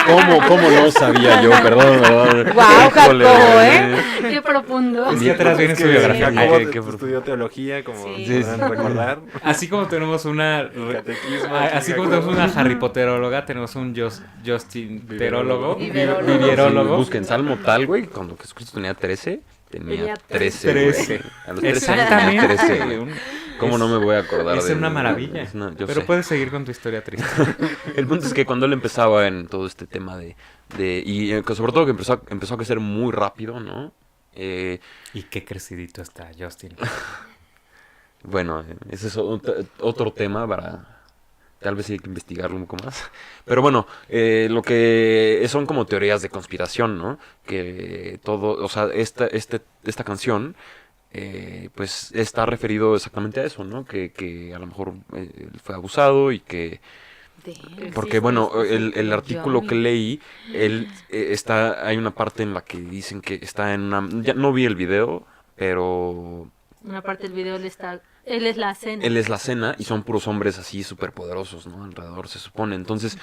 [SPEAKER 7] ¿Cómo, ¿Cómo no sabía yo? Perdón, perdón.
[SPEAKER 3] Guau,
[SPEAKER 7] Híjole,
[SPEAKER 3] Jacobo, ¿eh?
[SPEAKER 1] (laughs) Qué profundo.
[SPEAKER 2] Es que atrás viene su biografía.
[SPEAKER 6] Jacobo
[SPEAKER 2] Ay, qué profundo.
[SPEAKER 6] estudió teología, como
[SPEAKER 3] Sí.
[SPEAKER 2] Sí,
[SPEAKER 6] podrán
[SPEAKER 2] sí.
[SPEAKER 7] (laughs)
[SPEAKER 6] recordar.
[SPEAKER 2] Así como tenemos una...
[SPEAKER 6] Catequismo.
[SPEAKER 2] Ah, Así como tenemos
[SPEAKER 6] Jacobo.
[SPEAKER 2] una Harry Potteróloga, tenemos un Just- Justin Terólogo,
[SPEAKER 3] Viverólogo.
[SPEAKER 2] vi- Vivierólogo.
[SPEAKER 7] Busquen Salmo tal, güey, cuando Jesucristo tenía 13, tenía
[SPEAKER 1] Tenía
[SPEAKER 7] 13, güey.
[SPEAKER 2] Trece.
[SPEAKER 7] A los 13 años tenía
[SPEAKER 2] Exactamente.
[SPEAKER 7] 13, güey.
[SPEAKER 2] Un-
[SPEAKER 7] ¿Cómo
[SPEAKER 2] es-
[SPEAKER 7] no me voy a acordar
[SPEAKER 2] Es
[SPEAKER 7] de
[SPEAKER 2] una maravilla.
[SPEAKER 7] es una- yo
[SPEAKER 2] Pero
[SPEAKER 7] sé.
[SPEAKER 2] puedes seguir con tu historia triste.
[SPEAKER 7] El punto es que cuando él empezaba en todo este tema de... de y eh, que sobre todo que empezó a, empezó a crecer muy rápido, ¿no? Eh,
[SPEAKER 2] (laughs) y qué crecidito está Justin.
[SPEAKER 7] bueno, eh, ese es ot- otro, tema para... Tal vez hay que investigarlo un poco más. Pero bueno, eh, lo que son como teorías de conspiración, ¿no? Que todo, o sea, esta, este, esta canción, eh, pues está referido exactamente a eso, ¿no? Que, que a lo mejor eh, él fue abusado y que
[SPEAKER 3] Damn.
[SPEAKER 7] Porque
[SPEAKER 1] existe
[SPEAKER 7] bueno,
[SPEAKER 3] este
[SPEAKER 7] el, el
[SPEAKER 3] sitio,
[SPEAKER 7] artículo que
[SPEAKER 3] Yomi.
[SPEAKER 7] leí, él eh, está, hay una parte en la que dicen que está en una, ya no vi el video, pero
[SPEAKER 1] Una parte del video él está. Él es la cena.
[SPEAKER 7] él es la cena y son puros hombres así superpoderosos, ¿no? Alrededor se supone, entonces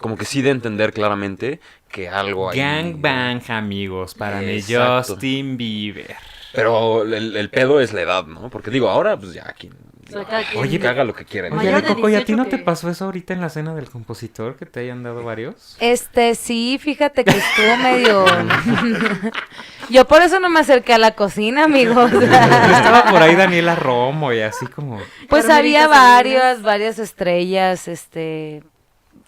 [SPEAKER 7] como que sí de entender claramente que algo hay.
[SPEAKER 2] Gangbang, amigos. Para mí,
[SPEAKER 7] Exacto.
[SPEAKER 2] Justin Bieber.
[SPEAKER 7] Pero el, el pedo es la edad, ¿no? Porque digo, ahora pues ya aquí
[SPEAKER 1] sea, cada quien-
[SPEAKER 7] oye, que haga lo que quiera. ¿no?
[SPEAKER 1] Mayor
[SPEAKER 2] Oye, Ale
[SPEAKER 1] de
[SPEAKER 2] Coco, ¿y a ti no
[SPEAKER 1] 18
[SPEAKER 2] te
[SPEAKER 1] que-
[SPEAKER 2] pasó eso ahorita en la cena del compositor que te hayan dado varios?
[SPEAKER 3] (laughs) Este, sí, fíjate que estuvo medio... (laughs) Yo por eso no me acerqué a la cocina,
[SPEAKER 2] (laughs)
[SPEAKER 3] amigos.
[SPEAKER 2] Estaba por ahí Daniela Romo y así como.
[SPEAKER 3] Pues
[SPEAKER 1] Carmelita
[SPEAKER 3] había
[SPEAKER 1] Salinas.
[SPEAKER 3] varias, varias estrellas, este,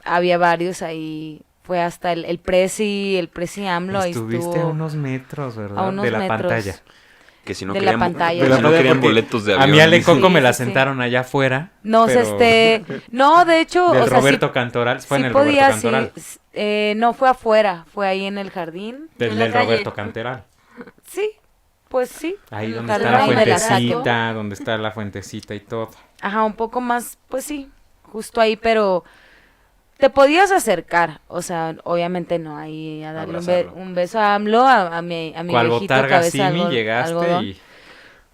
[SPEAKER 3] había varios ahí, fue hasta el, el Prezi, el Prezi AMLO, ahí
[SPEAKER 2] Estuviste
[SPEAKER 3] estuvo.
[SPEAKER 2] a unos metros, ¿verdad?
[SPEAKER 3] a unos
[SPEAKER 2] de la
[SPEAKER 3] metros.
[SPEAKER 2] pantalla.
[SPEAKER 7] Que si no
[SPEAKER 3] De la
[SPEAKER 7] querían,
[SPEAKER 3] pantalla.
[SPEAKER 7] que
[SPEAKER 3] De la
[SPEAKER 7] si no
[SPEAKER 2] pantalla,
[SPEAKER 7] querían
[SPEAKER 2] porque
[SPEAKER 7] boletos de
[SPEAKER 2] A
[SPEAKER 7] avión.
[SPEAKER 2] mí, Ale Coco,
[SPEAKER 3] Sí,
[SPEAKER 2] me la
[SPEAKER 3] sí, sí.
[SPEAKER 2] sentaron allá afuera.
[SPEAKER 3] No,
[SPEAKER 2] pero-
[SPEAKER 3] este,
[SPEAKER 2] (laughs)
[SPEAKER 3] no, de hecho,
[SPEAKER 2] Del
[SPEAKER 3] o sea, sí-
[SPEAKER 2] Roberto Cantoral. Fue
[SPEAKER 3] sí
[SPEAKER 2] en el
[SPEAKER 3] podía,
[SPEAKER 2] Roberto Cantoral.
[SPEAKER 3] sí, s- eh, no fue afuera, fue ahí en el jardín,
[SPEAKER 2] Del,
[SPEAKER 1] En la
[SPEAKER 2] del
[SPEAKER 1] calle.
[SPEAKER 2] Roberto Cantoral.
[SPEAKER 3] sí, pues sí,
[SPEAKER 2] Ahí
[SPEAKER 1] En
[SPEAKER 2] donde
[SPEAKER 1] la
[SPEAKER 2] está la
[SPEAKER 1] calle. Ahí me la
[SPEAKER 2] fuentecita, donde está la fuentecita y todo.
[SPEAKER 3] ajá, un poco más, pues sí, justo ahí, pero te podías acercar, o sea, obviamente no, ahí a darle un, be-
[SPEAKER 7] Abrazarlo.
[SPEAKER 3] un beso a AMLO, a, a mi, a mi
[SPEAKER 2] Cual
[SPEAKER 3] viejito
[SPEAKER 2] botarga
[SPEAKER 3] cabeza
[SPEAKER 2] Simi
[SPEAKER 3] algo-
[SPEAKER 2] llegaste
[SPEAKER 3] algodón.
[SPEAKER 2] y.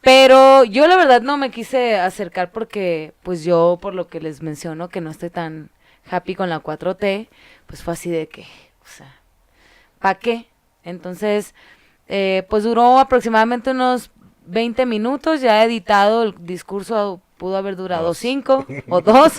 [SPEAKER 3] Pero yo la verdad no me quise acercar porque, pues yo, por lo que les menciono, que no estoy tan happy con la 4T, pues fue así de que, o sea, ¿pa' qué? Entonces, eh, pues duró aproximadamente unos 20 minutos, ya editado el discurso pudo haber durado
[SPEAKER 7] (laughs)
[SPEAKER 3] 5 o 2.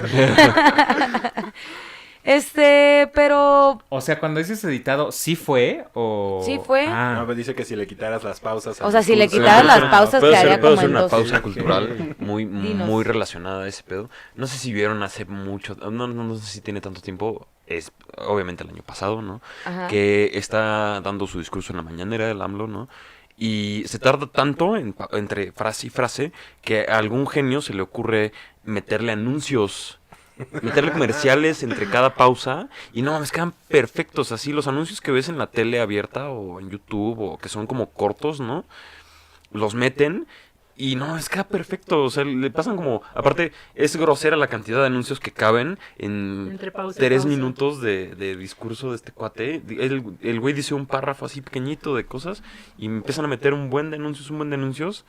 [SPEAKER 3] (laughs) este, pero
[SPEAKER 2] O sea, cuando dices editado, ¿sí fue o...?
[SPEAKER 3] Sí fue.
[SPEAKER 2] Ah,
[SPEAKER 6] No, pero dice que si le quitaras las pausas. al
[SPEAKER 3] O sea, si le
[SPEAKER 6] discurso-
[SPEAKER 3] quitaras las pausas,
[SPEAKER 7] ¿Puedo hacer-
[SPEAKER 3] quedaría
[SPEAKER 7] puedo
[SPEAKER 3] como
[SPEAKER 7] hacer
[SPEAKER 3] en
[SPEAKER 7] una
[SPEAKER 3] dos.
[SPEAKER 7] pausa cultural muy,
[SPEAKER 3] Dinos.
[SPEAKER 7] muy relacionada a ese pedo. No sé si vieron hace mucho, no, no, no sé si tiene tanto tiempo, es obviamente el año pasado, ¿no?
[SPEAKER 3] ajá,
[SPEAKER 7] Que está dando su discurso en la mañanera del AMLO, ¿no? Y se tarda tanto en pa- entre frase y frase que a algún genio se le ocurre meterle anuncios. Meterle comerciales entre cada pausa y no mames, quedan perfectos así. Los anuncios que ves en la tele abierta o en YouTube o que son como cortos, ¿no? los meten y no, es que queda perfecto. O sea, le pasan como. Aparte, es grosera la cantidad de anuncios que caben en
[SPEAKER 1] Entre pausa y
[SPEAKER 7] tres
[SPEAKER 1] pausa.
[SPEAKER 7] minutos de, de discurso de este cuate. Di- El, el güey dice un párrafo así pequeñito de cosas y empiezan a meter un buen de anuncios, un buen de anuncios.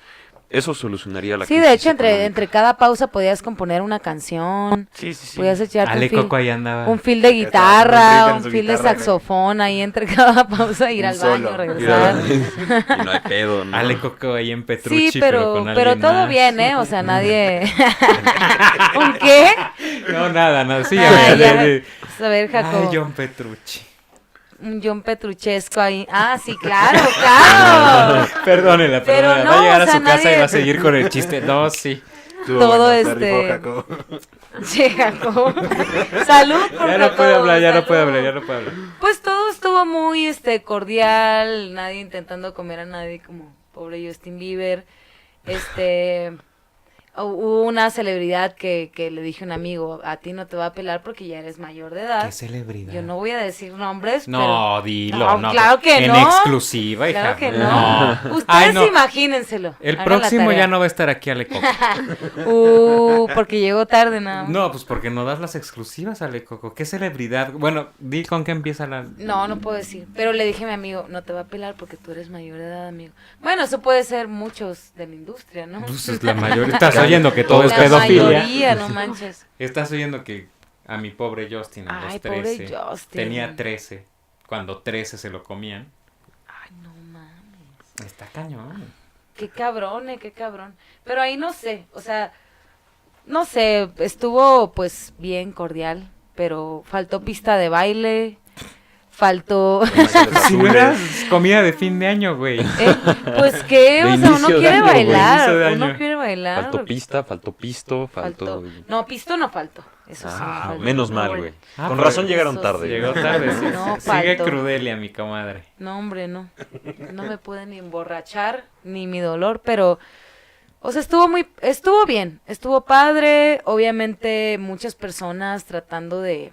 [SPEAKER 7] Eso solucionaría la
[SPEAKER 3] Sí,
[SPEAKER 7] crisis
[SPEAKER 3] de hecho, entre,
[SPEAKER 7] económica.
[SPEAKER 3] entre cada pausa podías componer una canción,
[SPEAKER 7] Sí, sí, sí.
[SPEAKER 3] podías echarte un
[SPEAKER 2] Ale Coco
[SPEAKER 3] fil,
[SPEAKER 2] ahí andaba.
[SPEAKER 3] un fil de
[SPEAKER 6] estaba
[SPEAKER 3] guitarra,
[SPEAKER 6] Ah. con
[SPEAKER 3] un
[SPEAKER 6] su
[SPEAKER 3] fil de
[SPEAKER 6] guitarra, ¿no?
[SPEAKER 3] saxofón, ahí entre cada pausa ir
[SPEAKER 6] Un
[SPEAKER 3] al baño,
[SPEAKER 6] solo.
[SPEAKER 7] Y era-
[SPEAKER 2] (laughs)
[SPEAKER 3] regresar.
[SPEAKER 7] (laughs) y no hay pedo, ¿no?
[SPEAKER 2] Ale Coco ahí en Petrucci,
[SPEAKER 3] Sí, pero,
[SPEAKER 2] con
[SPEAKER 3] pero,
[SPEAKER 2] alguien
[SPEAKER 3] todo
[SPEAKER 2] más.
[SPEAKER 3] bien, ¿eh? O sea, nadie... ¿Un qué?
[SPEAKER 2] (laughs) No, nada, nada. Sí,
[SPEAKER 3] Ah,
[SPEAKER 2] a ver,
[SPEAKER 3] ya.
[SPEAKER 2] de- de-
[SPEAKER 3] A ver, Jacob.
[SPEAKER 2] Ay, John Petrucci.
[SPEAKER 3] Un John Petruchesco ahí. Ah, sí, claro,
[SPEAKER 2] (laughs)
[SPEAKER 3] claro.
[SPEAKER 2] Perdónela, perdónela.
[SPEAKER 3] Pero
[SPEAKER 2] va
[SPEAKER 3] no,
[SPEAKER 2] a llegar
[SPEAKER 3] o sea,
[SPEAKER 2] a su casa y
[SPEAKER 3] nadie-
[SPEAKER 2] va a seguir con el chiste. No, sí.
[SPEAKER 6] Estuvo
[SPEAKER 3] Todo
[SPEAKER 6] bueno, se
[SPEAKER 3] este-
[SPEAKER 7] (laughs)
[SPEAKER 6] rifó Jacob.
[SPEAKER 3] Che, Jacob. Salud, (laughs) por
[SPEAKER 2] Ya no puede
[SPEAKER 3] Jacob,
[SPEAKER 2] hablar, ya no puede
[SPEAKER 3] salud.
[SPEAKER 2] hablar, ya no puede hablar.
[SPEAKER 3] Pues todo estuvo muy este cordial, nadie intentando comer a nadie como pobre Justin Bieber.
[SPEAKER 2] (laughs)
[SPEAKER 3] Este hu- hubo una celebridad que, que le dije a un amigo, a ti no te va a pelar porque ya eres mayor de edad.
[SPEAKER 2] Qué celebridad.
[SPEAKER 3] Ah. Yo no voy a decir nombres,
[SPEAKER 2] No, dilo,
[SPEAKER 3] No,
[SPEAKER 2] no.
[SPEAKER 3] ah, claro que
[SPEAKER 2] en
[SPEAKER 3] no.
[SPEAKER 2] exclusiva,
[SPEAKER 3] pero
[SPEAKER 2] hija.
[SPEAKER 3] claro que
[SPEAKER 2] (laughs)
[SPEAKER 3] no. Ustedes
[SPEAKER 2] Ay, no.
[SPEAKER 3] imagínenselo.
[SPEAKER 2] El
[SPEAKER 3] Hagan la
[SPEAKER 2] próximo
[SPEAKER 3] tarea.
[SPEAKER 2] ya no va a estar aquí Ale
[SPEAKER 3] (laughs)
[SPEAKER 2] Coco.
[SPEAKER 3] Uh, porque llegó tarde nada más.
[SPEAKER 2] No, pues porque no das las exclusivas, Ale Coco. ¿Qué celebridad? Bueno, di con qué empieza la...
[SPEAKER 3] No, no puedo decir. Pero le dije a mi amigo, no te va a pelar porque tú eres mayor de edad, amigo. Bueno, eso puede ser muchos de la industria, ¿no?
[SPEAKER 2] Pues es la (laughs) mayoría. Estás oyendo que todo
[SPEAKER 3] la
[SPEAKER 2] es pedofilia.
[SPEAKER 3] mayoría,
[SPEAKER 7] (laughs)
[SPEAKER 3] no manches.
[SPEAKER 2] Estás oyendo que a mi pobre Justin a
[SPEAKER 3] Ay,
[SPEAKER 2] los
[SPEAKER 3] pobre
[SPEAKER 2] 13
[SPEAKER 3] Justin.
[SPEAKER 2] tenía 13. Cuando 13 se lo comían.
[SPEAKER 3] Ay, no mames.
[SPEAKER 2] Está cañón.
[SPEAKER 3] Qué cabrón, eh, qué cabrón. Pero ahí no sé, o sea, no sé, estuvo pues bien cordial, pero faltó pista de baile, faltó... (laughs)
[SPEAKER 2] Si no era comida de fin de año, güey.
[SPEAKER 3] Eh, pues qué,
[SPEAKER 7] De
[SPEAKER 3] o sea, uno
[SPEAKER 7] inicio de
[SPEAKER 3] quiere
[SPEAKER 7] año, güey,
[SPEAKER 2] inicio de
[SPEAKER 3] bailar, uno
[SPEAKER 2] año.
[SPEAKER 3] quiere bailar.
[SPEAKER 7] Faltó pista, faltó pisto, faltó...
[SPEAKER 3] Faltó. No, pisto no faltó. Eso sí.
[SPEAKER 7] Ah,
[SPEAKER 3] faltó.
[SPEAKER 7] menos mal,
[SPEAKER 1] Bueno.
[SPEAKER 7] güey.
[SPEAKER 2] Ah,
[SPEAKER 7] Con
[SPEAKER 2] pero-
[SPEAKER 7] razón llegaron
[SPEAKER 3] Eso
[SPEAKER 7] tarde.
[SPEAKER 3] sí.
[SPEAKER 2] Llegó tarde. sí.
[SPEAKER 3] No,
[SPEAKER 2] Sigue
[SPEAKER 3] faltó.
[SPEAKER 2] Crudelia, mi comadre.
[SPEAKER 3] No, hombre, no. No me pude ni emborrachar, ni mi dolor, pero. O sea, estuvo muy. Estuvo bien, estuvo padre. Obviamente, muchas personas tratando de.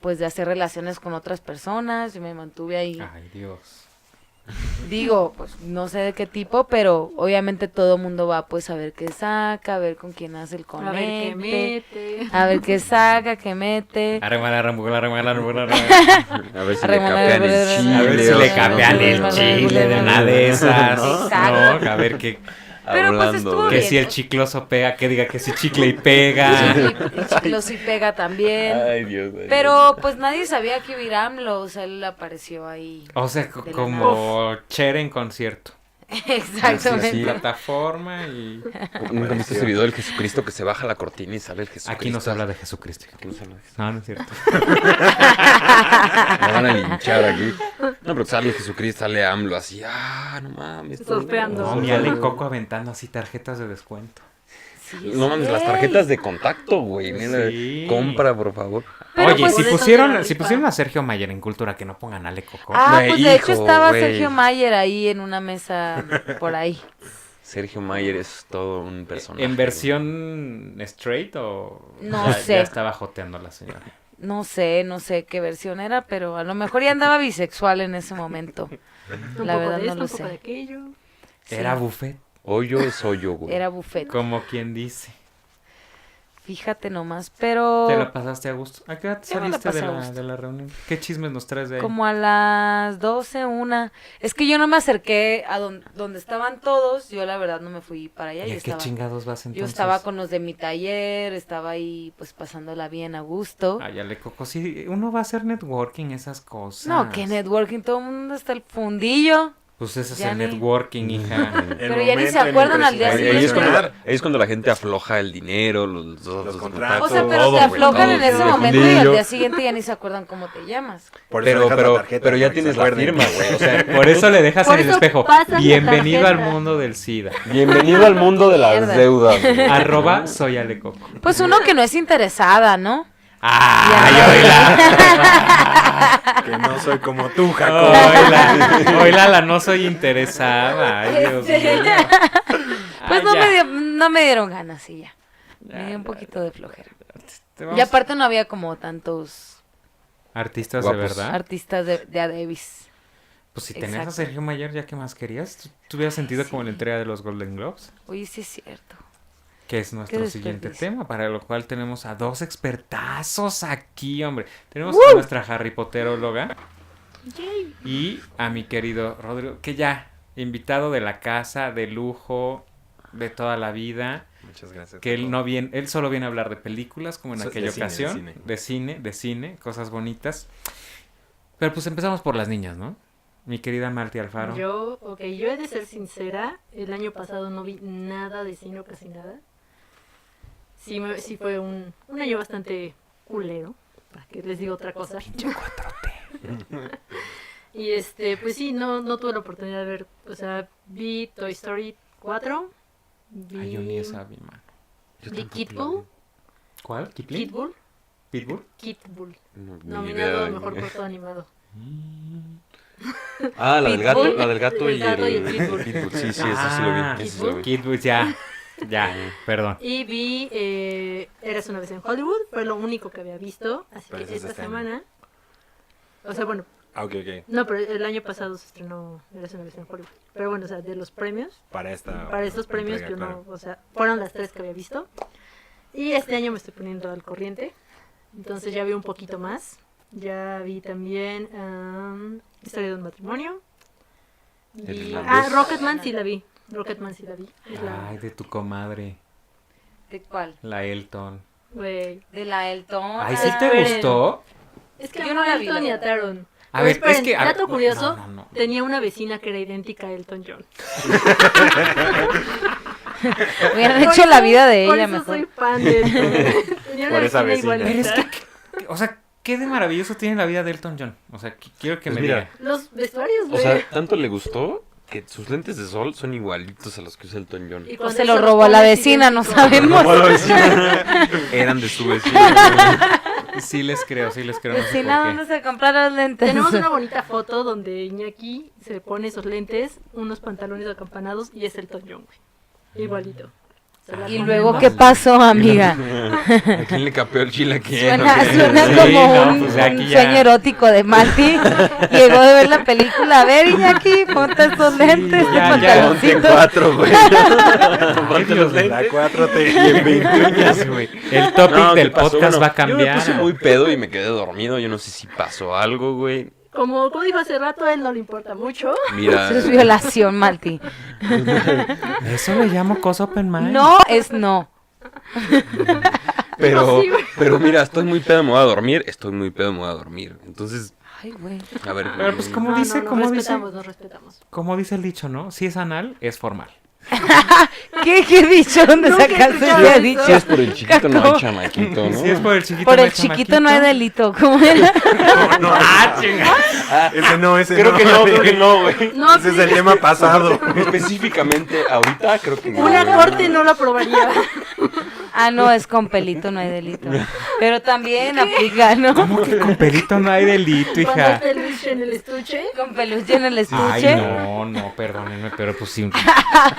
[SPEAKER 3] Pues de hacer relaciones con otras personas. Yo me mantuve ahí.
[SPEAKER 2] Ay, Dios.
[SPEAKER 3] Digo, pues no sé de qué tipo, pero obviamente todo mundo va pues a ver qué saca, a ver con quién hace el
[SPEAKER 1] A ver qué
[SPEAKER 3] conecte.
[SPEAKER 1] mete.
[SPEAKER 3] A ver qué saca, qué mete.
[SPEAKER 2] Arremala, arremala, arremala, arremala.
[SPEAKER 7] A ver si le
[SPEAKER 3] Arremolar,
[SPEAKER 7] capean el
[SPEAKER 3] arremolar,
[SPEAKER 7] chile.
[SPEAKER 2] A ver si
[SPEAKER 7] o
[SPEAKER 2] le
[SPEAKER 7] sea,
[SPEAKER 2] cambian
[SPEAKER 7] no, no,
[SPEAKER 2] el
[SPEAKER 7] no.
[SPEAKER 2] chile de una de esas. ¿no?
[SPEAKER 3] Exacto.
[SPEAKER 2] A ver que,
[SPEAKER 3] Pero, pues,
[SPEAKER 7] Hablando
[SPEAKER 3] estuvo
[SPEAKER 7] de-
[SPEAKER 2] que si el chicloso pega, que diga que si chicle y pega.
[SPEAKER 7] (laughs)
[SPEAKER 3] Los y pega también.
[SPEAKER 7] Ay, Dios. ay,
[SPEAKER 3] Pero pues nadie sabía que hubiera AMLO, o sea, él apareció ahí.
[SPEAKER 7] Oh,
[SPEAKER 2] O sea, co-
[SPEAKER 3] De la
[SPEAKER 2] como Cher en concierto.
[SPEAKER 3] (laughs) Exactamente.
[SPEAKER 7] Sí.
[SPEAKER 3] (laughs)
[SPEAKER 2] Plataforma y...
[SPEAKER 7] Dios. Nunca viste ese video del Jesucristo que se baja la cortina y sale el Jesucristo.
[SPEAKER 2] Aquí no se habla de Jesucristo.
[SPEAKER 7] Aquí no se habla de Jesucristo.
[SPEAKER 2] No, no es cierto.
[SPEAKER 7] Me van a linchar aquí. No, pero sale Jesucristo, sale AMLO así. Ah, no mames.
[SPEAKER 1] Surfeando.
[SPEAKER 2] No,
[SPEAKER 1] No,
[SPEAKER 2] ni Ale Coco aventando así tarjetas de descuento.
[SPEAKER 7] No mames, las tarjetas de contacto, güey. nena,
[SPEAKER 2] Sí.
[SPEAKER 7] Compra, por favor.
[SPEAKER 3] Pero,
[SPEAKER 2] Oye,
[SPEAKER 3] pues,
[SPEAKER 2] si
[SPEAKER 1] por eso se
[SPEAKER 2] pusieron,
[SPEAKER 1] la
[SPEAKER 2] si
[SPEAKER 1] rifa.
[SPEAKER 2] pusieron a Sergio Mayer en cultura, que no pongan a Ale Coco.
[SPEAKER 3] Ah, pues de hecho
[SPEAKER 7] Hijo,
[SPEAKER 3] estaba
[SPEAKER 7] güey.
[SPEAKER 3] Sergio Mayer ahí en una mesa por ahí.
[SPEAKER 7] Sergio Mayer es todo un personaje.
[SPEAKER 2] ¿En versión straight o
[SPEAKER 3] No
[SPEAKER 2] ya,
[SPEAKER 3] sé.
[SPEAKER 2] ya estaba joteando la señora?
[SPEAKER 3] No sé, no sé qué versión era, pero a lo mejor ya andaba bisexual en ese momento.
[SPEAKER 1] Un
[SPEAKER 3] La
[SPEAKER 1] poco
[SPEAKER 3] verdad
[SPEAKER 1] de esto,
[SPEAKER 3] no lo
[SPEAKER 1] un poco de
[SPEAKER 3] sé.
[SPEAKER 1] aquello.
[SPEAKER 3] Sí,
[SPEAKER 2] Era buffet,
[SPEAKER 7] Hoyo es hoyo, güey.
[SPEAKER 3] era buffet.
[SPEAKER 2] como quien dice.
[SPEAKER 3] Fíjate nomás,
[SPEAKER 2] ¿Te la
[SPEAKER 3] pero
[SPEAKER 2] pasaste a gusto? ¿A qué hora
[SPEAKER 3] Sí, me la
[SPEAKER 2] saliste
[SPEAKER 3] pasé
[SPEAKER 2] de
[SPEAKER 3] a
[SPEAKER 2] la,
[SPEAKER 3] gusto.
[SPEAKER 2] de la reunión? ¿Qué chismes nos traes de ahí?
[SPEAKER 3] como a las 12, una. Es que yo no me acerqué a don- donde estaban todos, yo la verdad no me fui para allá.
[SPEAKER 2] ¿Y
[SPEAKER 3] yo
[SPEAKER 2] a qué
[SPEAKER 3] estaba-
[SPEAKER 2] chingados vas entonces?
[SPEAKER 3] Yo estaba con los de mi taller, estaba ahí pues pasándola bien a gusto.
[SPEAKER 2] Ay, Ale Ah, Coco, sí, uno va a hacer networking, esas cosas.
[SPEAKER 3] no, que networking, todo el mundo hasta el fundillo.
[SPEAKER 2] Pues ese es
[SPEAKER 3] Ya
[SPEAKER 2] el
[SPEAKER 3] ni-
[SPEAKER 2] (laughs) networking, hija.
[SPEAKER 6] El
[SPEAKER 3] Pero ya ni se
[SPEAKER 6] momento en
[SPEAKER 3] acuerdan al día
[SPEAKER 7] Ahí,
[SPEAKER 3] siguiente.
[SPEAKER 7] ahí es cuando,
[SPEAKER 6] impresionar.
[SPEAKER 7] ahí es cuando la gente afloja el dinero, los, los- los
[SPEAKER 6] contratos.
[SPEAKER 3] O sea,
[SPEAKER 7] todo,
[SPEAKER 3] pero te
[SPEAKER 7] güey,
[SPEAKER 3] aflojan
[SPEAKER 7] todo,
[SPEAKER 3] en ese
[SPEAKER 7] güey,
[SPEAKER 3] momento y al
[SPEAKER 7] fundillo.
[SPEAKER 3] día siguiente ya ni se acuerdan cómo te llamas.
[SPEAKER 6] Por eso
[SPEAKER 7] Pero,
[SPEAKER 6] dejas la
[SPEAKER 7] pero,
[SPEAKER 6] tarjeta,
[SPEAKER 7] pero ya
[SPEAKER 6] para que
[SPEAKER 7] tienes
[SPEAKER 6] se
[SPEAKER 7] la
[SPEAKER 6] acuerden.
[SPEAKER 7] firma, güey. O sea,
[SPEAKER 2] Por eso le dejas
[SPEAKER 1] Por
[SPEAKER 2] en el
[SPEAKER 1] eso
[SPEAKER 2] espejo.
[SPEAKER 1] pasas la
[SPEAKER 2] Bienvenido al
[SPEAKER 1] tarjeta".
[SPEAKER 2] mundo del SIDA.
[SPEAKER 7] bienvenido al mundo de las
[SPEAKER 3] Mierda.
[SPEAKER 7] deudas.
[SPEAKER 2] (laughs)
[SPEAKER 7] güey.
[SPEAKER 2] Arroba soy Ale
[SPEAKER 3] (laughs)
[SPEAKER 2] Coco.
[SPEAKER 3] Pues uno que no es interesada, ¿no?
[SPEAKER 2] ¡Ay,
[SPEAKER 3] Ya. (laughs)
[SPEAKER 2] (laughs)
[SPEAKER 6] Que no soy como tú, Jacob.
[SPEAKER 2] oila! Oila, la no soy interesada. Ay,
[SPEAKER 3] (laughs)
[SPEAKER 2] Dios mío.
[SPEAKER 3] Pues
[SPEAKER 2] Ah,
[SPEAKER 3] no
[SPEAKER 2] ya.
[SPEAKER 3] me, dio- no me dieron ganas y ya. Me
[SPEAKER 2] Ya,
[SPEAKER 3] dio un
[SPEAKER 2] ya,
[SPEAKER 3] poquito de flojera.
[SPEAKER 2] Te
[SPEAKER 3] Y
[SPEAKER 2] vamos-
[SPEAKER 3] aparte no había como tantos
[SPEAKER 2] Artistas de
[SPEAKER 7] Guapos.
[SPEAKER 2] verdad.
[SPEAKER 3] artistas de, de a Davis.
[SPEAKER 2] Pues si tenías a
[SPEAKER 3] Exacto.
[SPEAKER 2] Sergio Mayer, ya que más querías, ¿Tú- ¿tú hubieras sentido como la entrega de los Golden Globes?
[SPEAKER 3] Oye, sí es cierto.
[SPEAKER 2] Que es nuestro siguiente
[SPEAKER 3] desperdicio.
[SPEAKER 2] tema, para lo cual tenemos a dos expertazos aquí, hombre. Tenemos a nuestra Harry Potteróloga y a mi querido Rodrigo, que ya, invitado de la casa, de lujo, de toda la vida.
[SPEAKER 6] Muchas gracias.
[SPEAKER 2] Que
[SPEAKER 6] por
[SPEAKER 2] él
[SPEAKER 6] todo.
[SPEAKER 2] no viene, él solo viene a hablar de películas, como en
[SPEAKER 6] So- de
[SPEAKER 2] aquella
[SPEAKER 6] cine, de
[SPEAKER 2] ocasión.
[SPEAKER 6] cine.
[SPEAKER 2] De cine, de cine, cosas bonitas. Pero pues empezamos por las niñas, ¿no? Mi querida Marti Alfaro.
[SPEAKER 1] Yo, ok, yo he de ser sincera, el año pasado no vi nada de cine o casi nada. Sí, me- sí fue un, un año bastante culero, para que les diga otra cosa. (laughs) y este, pues sí, no, no tuve la oportunidad de ver, o sea, vi Toy Story 4, vi,
[SPEAKER 2] Ay, yo ni esa vi, man.
[SPEAKER 7] Yo
[SPEAKER 1] vi
[SPEAKER 7] tampoco
[SPEAKER 1] Kitbull,
[SPEAKER 2] ¿Cuál? ¿Kipling?
[SPEAKER 1] Kitbull,
[SPEAKER 2] ¿Pitbull?
[SPEAKER 1] Kitbull,
[SPEAKER 7] No, ni
[SPEAKER 1] nominado
[SPEAKER 7] idea.
[SPEAKER 1] a Mejor Corto Animado.
[SPEAKER 7] Ah, la del gato,
[SPEAKER 1] Pitbull,
[SPEAKER 7] la del gato
[SPEAKER 1] el
[SPEAKER 7] y
[SPEAKER 1] gato y el pitbull.
[SPEAKER 7] Pitbull. Sí, sí, esa sí lo
[SPEAKER 2] Ah,
[SPEAKER 7] vi. esa sí lo vi.
[SPEAKER 2] Kid Bull,
[SPEAKER 7] (laughs)
[SPEAKER 2] ya. Ya, perdón.
[SPEAKER 1] Y vi eh, Eras una vez en Hollywood, fue lo único que había visto, así
[SPEAKER 6] Pero eso
[SPEAKER 1] que
[SPEAKER 6] es
[SPEAKER 1] esta
[SPEAKER 6] este año.
[SPEAKER 1] semana... O sea, bueno,
[SPEAKER 6] Ah, ok, ok.
[SPEAKER 1] no, pero el año pasado se estrenó Eras una vez en Hollywood. Pero bueno, o sea, de los premios,
[SPEAKER 6] Para esta.
[SPEAKER 1] para estos premios
[SPEAKER 6] entrega,
[SPEAKER 1] yo
[SPEAKER 6] claro.
[SPEAKER 1] no, o sea, fueron las tres que había visto. Y este año me estoy poniendo al corriente, entonces ya vi un poquito más. Ya vi también am, Historia de un matrimonio. Y,
[SPEAKER 7] Irlandés.
[SPEAKER 1] ah, Rocketman sí la vi. Rocketman sí la vi. Es la-
[SPEAKER 2] Ay, de tu comadre,
[SPEAKER 3] ¿De cuál?
[SPEAKER 2] la Elton.
[SPEAKER 1] güey.
[SPEAKER 3] De la Elton.
[SPEAKER 2] Ay,
[SPEAKER 1] sí
[SPEAKER 2] ¿sí
[SPEAKER 1] te
[SPEAKER 2] te
[SPEAKER 1] esperen.
[SPEAKER 2] gustó?
[SPEAKER 1] Es que
[SPEAKER 3] Yo
[SPEAKER 1] yo
[SPEAKER 3] no
[SPEAKER 1] no
[SPEAKER 3] la vi,
[SPEAKER 1] Elton
[SPEAKER 3] la
[SPEAKER 1] y
[SPEAKER 3] verdad.
[SPEAKER 1] ataron.
[SPEAKER 2] A ver, es
[SPEAKER 1] esperen,
[SPEAKER 2] que... a-
[SPEAKER 1] Pues, Dato
[SPEAKER 2] no,
[SPEAKER 1] curioso,
[SPEAKER 2] no, no.
[SPEAKER 1] tenía una vecina que era idéntica a Elton John.
[SPEAKER 3] Hubieran
[SPEAKER 1] Por
[SPEAKER 3] hecho la
[SPEAKER 1] eso-
[SPEAKER 3] vida de
[SPEAKER 1] por
[SPEAKER 3] ella
[SPEAKER 1] eso soy
[SPEAKER 3] mejor.
[SPEAKER 1] fan de Elton. Tenía una
[SPEAKER 6] Por esa
[SPEAKER 1] vecina igual.
[SPEAKER 6] vecina.
[SPEAKER 2] Pero es que, o sea, ¿qué de maravilloso tiene la vida de Elton John? O sea, qu- quiero que
[SPEAKER 7] Pues
[SPEAKER 2] me
[SPEAKER 7] mira,
[SPEAKER 2] diga.
[SPEAKER 1] Los vestuarios,
[SPEAKER 7] O
[SPEAKER 1] güey.
[SPEAKER 7] sea, tanto le gustó que sus lentes de sol son igualitos a los que usa el Elton John.
[SPEAKER 1] Y
[SPEAKER 3] O
[SPEAKER 1] cuando
[SPEAKER 3] se
[SPEAKER 1] él
[SPEAKER 3] lo
[SPEAKER 1] los
[SPEAKER 3] robó
[SPEAKER 1] pone
[SPEAKER 3] la
[SPEAKER 1] es
[SPEAKER 3] vecina, no
[SPEAKER 1] idéntico.
[SPEAKER 3] sabemos.
[SPEAKER 7] Eran de su
[SPEAKER 1] (laughs)
[SPEAKER 7] vecino.
[SPEAKER 2] Pues Sí les creo, sí les creo, no sé
[SPEAKER 3] Vecina,
[SPEAKER 2] por
[SPEAKER 3] ¿dónde
[SPEAKER 2] qué.
[SPEAKER 3] se compraron los (laughs) lentes?
[SPEAKER 1] Tenemos una bonita foto donde Iñaki se pone esos lentes, unos pantalones acampanados y es Elton John, güey. Igualito. Se la
[SPEAKER 3] Y
[SPEAKER 1] pone
[SPEAKER 3] luego,
[SPEAKER 1] más.
[SPEAKER 3] ¿qué pasó, amiga?
[SPEAKER 7] ¿A quién le capeó el chile a quién?
[SPEAKER 3] Suena,
[SPEAKER 7] ¿O qué?
[SPEAKER 3] suena
[SPEAKER 2] Sí,
[SPEAKER 3] como
[SPEAKER 2] no,
[SPEAKER 3] un,
[SPEAKER 2] pues ya aquí
[SPEAKER 3] un
[SPEAKER 2] ya.
[SPEAKER 3] sueño erótico
[SPEAKER 2] (laughs)
[SPEAKER 3] de Marty. Llegó de ver la película. A ver, Iñaki, ponte estos lentes,
[SPEAKER 2] ya,
[SPEAKER 3] estos
[SPEAKER 2] ya,
[SPEAKER 7] Ponte
[SPEAKER 3] pantaloncitos.
[SPEAKER 1] (laughs)
[SPEAKER 7] cuatro, güey. Ponte los
[SPEAKER 6] La
[SPEAKER 7] lentes.
[SPEAKER 6] 4T.
[SPEAKER 2] (laughs) El topic
[SPEAKER 7] No, ¿qué
[SPEAKER 2] del
[SPEAKER 7] pasó?
[SPEAKER 2] podcast
[SPEAKER 7] Bueno,
[SPEAKER 2] va a
[SPEAKER 7] Yo me
[SPEAKER 2] cambiar.
[SPEAKER 7] puse muy pedo y me quedé dormido. Yo no sé si pasó algo, güey.
[SPEAKER 1] Como, como dijo hace rato, a él no le importa mucho. (laughs)
[SPEAKER 7] Mira.
[SPEAKER 3] Eso es violación, Marty.
[SPEAKER 2] Eso lo llamo cosa open mind.
[SPEAKER 3] No es no.
[SPEAKER 7] Pero,
[SPEAKER 1] No, sí, güey.
[SPEAKER 7] pero mira, estoy muy pedo, me voy a dormir. Estoy muy pedo, me voy a dormir. Entonces,
[SPEAKER 3] Ay, güey.
[SPEAKER 7] a ver.
[SPEAKER 2] Pero pues como
[SPEAKER 1] No,
[SPEAKER 2] dice,
[SPEAKER 1] no, no,
[SPEAKER 2] como dice,
[SPEAKER 1] respetamos, nos respetamos.
[SPEAKER 2] como dice el dicho, ¿no? Si es anal, es formal.
[SPEAKER 3] ¿Qué, qué bicho? ¿Dónde
[SPEAKER 1] Nunca he
[SPEAKER 3] sacaste
[SPEAKER 1] escuchado
[SPEAKER 3] ese
[SPEAKER 1] eso.
[SPEAKER 3] dicho?
[SPEAKER 7] Si es por el chiquito, no hay
[SPEAKER 3] Caco.
[SPEAKER 7] chamaquito,
[SPEAKER 2] Y
[SPEAKER 7] ¿no?
[SPEAKER 2] Si es por el chiquito,
[SPEAKER 3] Por
[SPEAKER 2] no hay
[SPEAKER 3] el chiquito no hay
[SPEAKER 2] chamaquito.
[SPEAKER 3] delito. ¿Cómo era?
[SPEAKER 2] Ah, chinga.
[SPEAKER 6] Ese no, ese
[SPEAKER 7] Creo
[SPEAKER 6] no.
[SPEAKER 7] que no,
[SPEAKER 6] (laughs)
[SPEAKER 7] creo que no, güey.
[SPEAKER 1] No,
[SPEAKER 6] Ese es el
[SPEAKER 1] (laughs)
[SPEAKER 6] tema pasado.
[SPEAKER 7] (laughs) Específicamente ahorita creo que no.
[SPEAKER 1] una corte no lo aprobaría.
[SPEAKER 3] Ah, no, es con pelito, no hay
[SPEAKER 2] (laughs)
[SPEAKER 3] delito. Pero también aplica, ¿no?
[SPEAKER 2] ¿Cómo que con pelito no hay delito,
[SPEAKER 1] Cuando hay
[SPEAKER 2] hija?
[SPEAKER 1] peluche en el estuche.
[SPEAKER 3] Con peluche en el
[SPEAKER 2] Ay,
[SPEAKER 3] estuche.
[SPEAKER 2] no, no, perdónenme, pero pues
[SPEAKER 3] (laughs)
[SPEAKER 2] sí.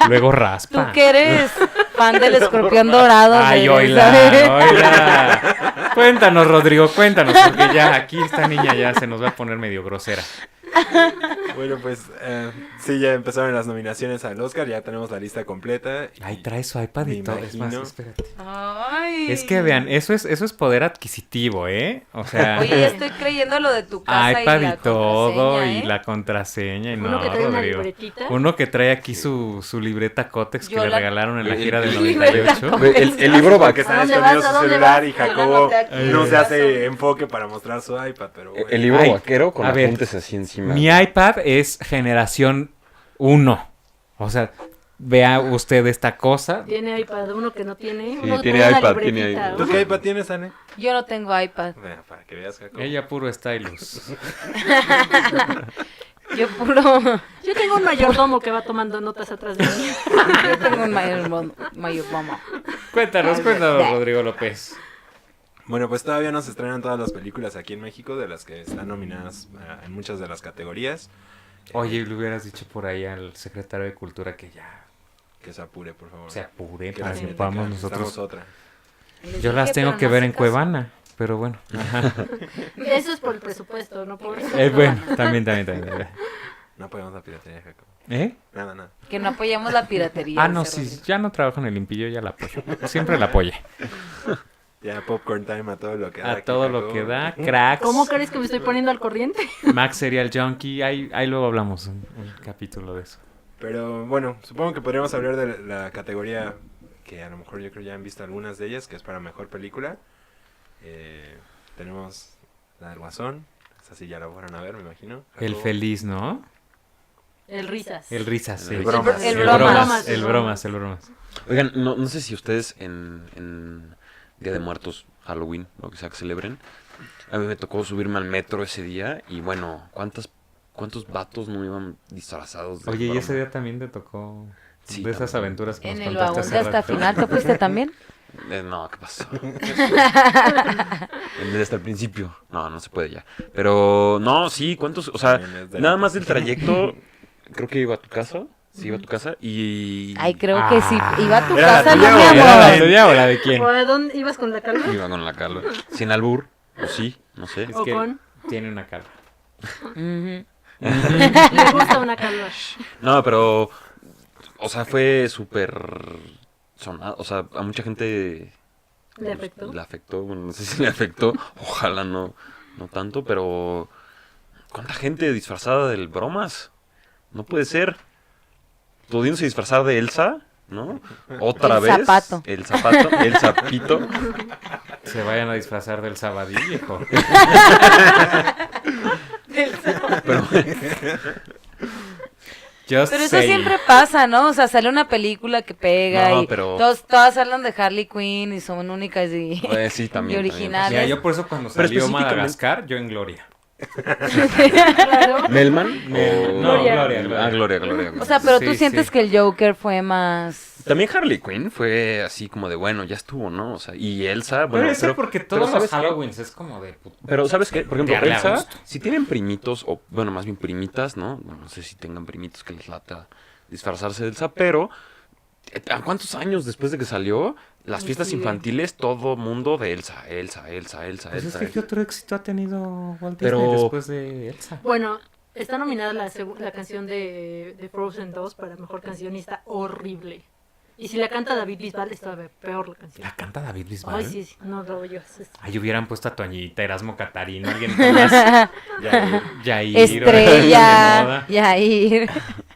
[SPEAKER 2] Luego
[SPEAKER 3] Tú
[SPEAKER 2] raspa.
[SPEAKER 3] que eres
[SPEAKER 2] (laughs)
[SPEAKER 3] fan del escorpión dorado.
[SPEAKER 2] Ay,
[SPEAKER 3] debes
[SPEAKER 2] oila,
[SPEAKER 3] saber.
[SPEAKER 2] oila. Cuéntanos, Rodrigo, cuéntanos, porque ya aquí esta niña ya se nos va a poner medio grosera.
[SPEAKER 6] Bueno, pues eh, sí, ya empezaron las nominaciones al Oscar, ya tenemos la lista completa. y-
[SPEAKER 2] Ay, trae su iPad y
[SPEAKER 6] Me
[SPEAKER 2] todo. Es más,
[SPEAKER 6] imagino.
[SPEAKER 2] espérate.
[SPEAKER 3] Ay.
[SPEAKER 2] Es que vean, eso es, eso es poder adquisitivo, ¿eh? O sea,
[SPEAKER 3] Oye, ya estoy creyendo lo de tu casa
[SPEAKER 2] iPad
[SPEAKER 3] y,
[SPEAKER 2] y,
[SPEAKER 3] la
[SPEAKER 2] todo,
[SPEAKER 3] contraseña,
[SPEAKER 2] y
[SPEAKER 3] ¿eh?
[SPEAKER 2] la contraseña, y
[SPEAKER 1] Uno
[SPEAKER 2] no,
[SPEAKER 1] que trae una
[SPEAKER 2] Rodrigo.
[SPEAKER 1] libretita.
[SPEAKER 2] Uno que trae aquí su, su libreta Cotex que
[SPEAKER 3] Yo
[SPEAKER 2] le
[SPEAKER 3] la-
[SPEAKER 2] regalaron en la
[SPEAKER 7] Sí,
[SPEAKER 2] gira del
[SPEAKER 3] libreta
[SPEAKER 2] 98.
[SPEAKER 3] Cotex.
[SPEAKER 7] Güey, El, el libro va
[SPEAKER 6] Porque están
[SPEAKER 1] dónde
[SPEAKER 6] escondidos
[SPEAKER 1] vas?
[SPEAKER 6] su
[SPEAKER 1] ¿A dónde
[SPEAKER 6] celular
[SPEAKER 1] vas?
[SPEAKER 6] y
[SPEAKER 3] Yo la
[SPEAKER 6] Jacobo
[SPEAKER 3] anoté aquí.
[SPEAKER 6] no se
[SPEAKER 3] Ay.
[SPEAKER 6] hace enfoque para mostrar su iPad, pero bueno.
[SPEAKER 7] Eh, El libro
[SPEAKER 2] Ay,
[SPEAKER 7] vaquero con
[SPEAKER 2] a ver.
[SPEAKER 7] apuntes así encima.
[SPEAKER 2] Mi iPad es generación 1. O sea, vea usted esta cosa.
[SPEAKER 1] Tiene iPad, uno que no tiene.
[SPEAKER 7] Sí,
[SPEAKER 1] uno que
[SPEAKER 7] tiene
[SPEAKER 1] trae una
[SPEAKER 7] iPad, tiene
[SPEAKER 1] libretita,
[SPEAKER 7] iPad.
[SPEAKER 1] ¿no?
[SPEAKER 6] ¿Tú qué iPad tienes, Anne?
[SPEAKER 3] Yo no tengo iPad.
[SPEAKER 6] Bueno, para que veas, Jacobo.
[SPEAKER 2] Ella puro stylus.
[SPEAKER 3] Yo puro. (laughs)
[SPEAKER 1] Yo tengo un mayordomo que va tomando notas atrás de mí. (laughs)
[SPEAKER 3] Yo tengo un mayor, mayor mamá.
[SPEAKER 2] Cuéntanos, cuéntanos, Rodrigo López.
[SPEAKER 6] Bueno, pues todavía no se estrenan todas las películas aquí en México, de las que están nominadas ah, en muchas de las categorías.
[SPEAKER 2] Oye, le hubieras dicho por ahí al secretario de Cultura que ya
[SPEAKER 6] Que se apure, por favor.
[SPEAKER 2] se apure
[SPEAKER 6] Que
[SPEAKER 2] para
[SPEAKER 6] las
[SPEAKER 2] que
[SPEAKER 6] meta
[SPEAKER 2] podamos
[SPEAKER 6] acá,
[SPEAKER 2] nosotros.
[SPEAKER 6] necesitamos otra.
[SPEAKER 2] Yo las tengo que ver en
[SPEAKER 3] Cueva
[SPEAKER 2] Cuevana, pero bueno. (laughs) Ajá.
[SPEAKER 1] Eso es por el presupuesto, no por.
[SPEAKER 2] Eh, bueno, (laughs) también, también, también. también.
[SPEAKER 6] No apoyamos la piratería, Jacobo.
[SPEAKER 2] ¿Eh?
[SPEAKER 6] Nada, nada.
[SPEAKER 3] Que no apoyamos la piratería.
[SPEAKER 2] Ah, no,
[SPEAKER 3] dice
[SPEAKER 2] si
[SPEAKER 3] Rodrigo.
[SPEAKER 2] ya no trabajo en el limpillo, ya la apoyo. Siempre la apoyé.
[SPEAKER 6] Ya popcorn time a todo lo que da.
[SPEAKER 2] A
[SPEAKER 6] aquí,
[SPEAKER 2] todo lo
[SPEAKER 6] Jacobo.
[SPEAKER 2] que
[SPEAKER 6] (laughs)
[SPEAKER 2] da, cracks.
[SPEAKER 1] ¿Cómo crees que me estoy poniendo al corriente?
[SPEAKER 2] Max Serial Junkie, ahí, ahí luego hablamos un, un capítulo de eso.
[SPEAKER 6] Pero bueno, supongo que podríamos hablar de la, la categoría que a lo mejor yo creo ya han visto algunas de ellas, que es para mejor película. Eh, tenemos la del Guasón, esa sí ya la fueron a ver, me imagino.
[SPEAKER 2] El
[SPEAKER 6] Jacobo.
[SPEAKER 2] feliz, ¿no?
[SPEAKER 1] El risas.
[SPEAKER 2] El risas, sí.
[SPEAKER 7] El
[SPEAKER 6] bromas.
[SPEAKER 3] El
[SPEAKER 2] El
[SPEAKER 3] bromas.
[SPEAKER 2] bromas, el bromas, el bromas.
[SPEAKER 7] Oigan, no, no sé si ustedes en, en Día de Muertos, Halloween, lo que sea que celebren, a mí me tocó subirme al metro ese día y bueno, ¿cuántas, ¿cuántos vatos no iban disfrazados? de
[SPEAKER 2] Oye, y
[SPEAKER 7] broma?
[SPEAKER 2] ese día también te tocó
[SPEAKER 7] Sí,
[SPEAKER 2] de esas
[SPEAKER 7] también.
[SPEAKER 2] aventuras que
[SPEAKER 3] En
[SPEAKER 2] nos
[SPEAKER 3] el
[SPEAKER 2] contaste
[SPEAKER 3] vagón de
[SPEAKER 2] hace
[SPEAKER 3] hasta
[SPEAKER 2] rato. (laughs)
[SPEAKER 3] final, ¿te fuiste también?
[SPEAKER 7] Eh, no, ¿qué (laughs) pasó? Desde el principio. No, no se puede ya. Pero no, sí, ¿cuántos? O sea,
[SPEAKER 6] También es de la
[SPEAKER 7] nada más del trayecto, (laughs) creo que iba a tu casa. Sí, iba a tu casa y...
[SPEAKER 3] Ay, creo que sí. Iba a tu
[SPEAKER 6] Era
[SPEAKER 3] casa, no,
[SPEAKER 6] tuya,
[SPEAKER 3] mi
[SPEAKER 6] güey,
[SPEAKER 2] Ah. ¿Era la
[SPEAKER 3] amor.
[SPEAKER 2] tuya o la de quién?
[SPEAKER 1] ¿O a dónde ibas con la
[SPEAKER 2] (laughs)
[SPEAKER 1] calma?
[SPEAKER 7] Iba con la calva. Sin albur, o sí, no sé.
[SPEAKER 1] O con.
[SPEAKER 2] tiene una cara.
[SPEAKER 3] Ujú.
[SPEAKER 1] Le gusta una calva.
[SPEAKER 7] No, pero. O sea, fue súper. Sonado. O sea, a mucha gente.
[SPEAKER 1] ¿Le afectó?
[SPEAKER 7] Le afectó. Bueno, no sé si le afectó. Ojalá no, no tanto, pero. ¿Cuánta gente disfrazada del bromas? No puede ser. Pudiéndose disfrazar de Elsa, ¿no? Otra
[SPEAKER 3] El
[SPEAKER 7] vez.
[SPEAKER 3] zapato.
[SPEAKER 7] El zapato. El zapito.
[SPEAKER 2] Se vayan a disfrazar del sabadillo,
[SPEAKER 3] (laughs)
[SPEAKER 2] hijo.
[SPEAKER 3] (laughs)
[SPEAKER 7] Pero
[SPEAKER 2] Yo
[SPEAKER 3] Pero eso
[SPEAKER 2] sé.
[SPEAKER 3] siempre pasa, ¿no? O sea, sale una película que pega
[SPEAKER 7] No,
[SPEAKER 3] y
[SPEAKER 7] pero-
[SPEAKER 3] todos, todas hablan de Harley Quinn y son únicas y... (laughs)
[SPEAKER 7] eh,
[SPEAKER 3] Y
[SPEAKER 7] sí, también. también.
[SPEAKER 3] original.
[SPEAKER 2] Mira, yo por eso cuando
[SPEAKER 7] Pero
[SPEAKER 2] salió
[SPEAKER 7] específicamente-
[SPEAKER 2] Madagascar, yo en Gloria.
[SPEAKER 1] Claro.
[SPEAKER 7] ¿Melman? o-
[SPEAKER 2] No, Gloria,
[SPEAKER 7] Ah,
[SPEAKER 2] Gloria.
[SPEAKER 7] Gloria, Gloria. Gloria.
[SPEAKER 3] O sea, pero
[SPEAKER 2] Sí,
[SPEAKER 3] tú
[SPEAKER 2] sí.
[SPEAKER 3] sientes que el Joker fue más...
[SPEAKER 7] También Harley Quinn fue así como de, bueno, ya estuvo, ¿no? O sea, y Elsa, bueno,
[SPEAKER 2] pero
[SPEAKER 7] pero...
[SPEAKER 2] ese porque todos
[SPEAKER 7] pero
[SPEAKER 2] los
[SPEAKER 7] ¿sabes qué?
[SPEAKER 2] Halloweens es como de... puta.
[SPEAKER 7] Pero, ¿sabes qué? Por ejemplo,
[SPEAKER 2] Darle a
[SPEAKER 7] Elsa,
[SPEAKER 2] gusto.
[SPEAKER 7] si tienen primitos, o bueno, más bien primitas, ¿no? Bueno, no sé si tengan primitos que les lata disfrazarse de Elsa, pero eh, ¿a cuántos años después de que salió? Las fiestas
[SPEAKER 1] Sí.
[SPEAKER 7] infantiles, todo mundo de Elsa, Elsa, Elsa, Elsa,
[SPEAKER 2] Pues es
[SPEAKER 7] Elsa.
[SPEAKER 2] que ¿qué
[SPEAKER 7] Elsa.
[SPEAKER 2] otro éxito ha tenido Walt Disney
[SPEAKER 7] Pero-
[SPEAKER 2] después de Elsa?
[SPEAKER 1] Bueno, está nominada la, segu- la canción de, de Frozen 2 para mejor canción y está horrible. Y si la canta David Bisbal, está peor la canción.
[SPEAKER 2] ¿La canta David Bisbal?
[SPEAKER 1] Ay, sí, sí, no lo yo. es- es-
[SPEAKER 2] Ahí hubieran puesto a Toñita, Erasmo Catarino,
[SPEAKER 3] (laughs)
[SPEAKER 2] alguien más.
[SPEAKER 6] Ya,
[SPEAKER 2] Yair. o- (laughs) de
[SPEAKER 3] Estrella,
[SPEAKER 2] moda. (laughs)
[SPEAKER 3] Yair,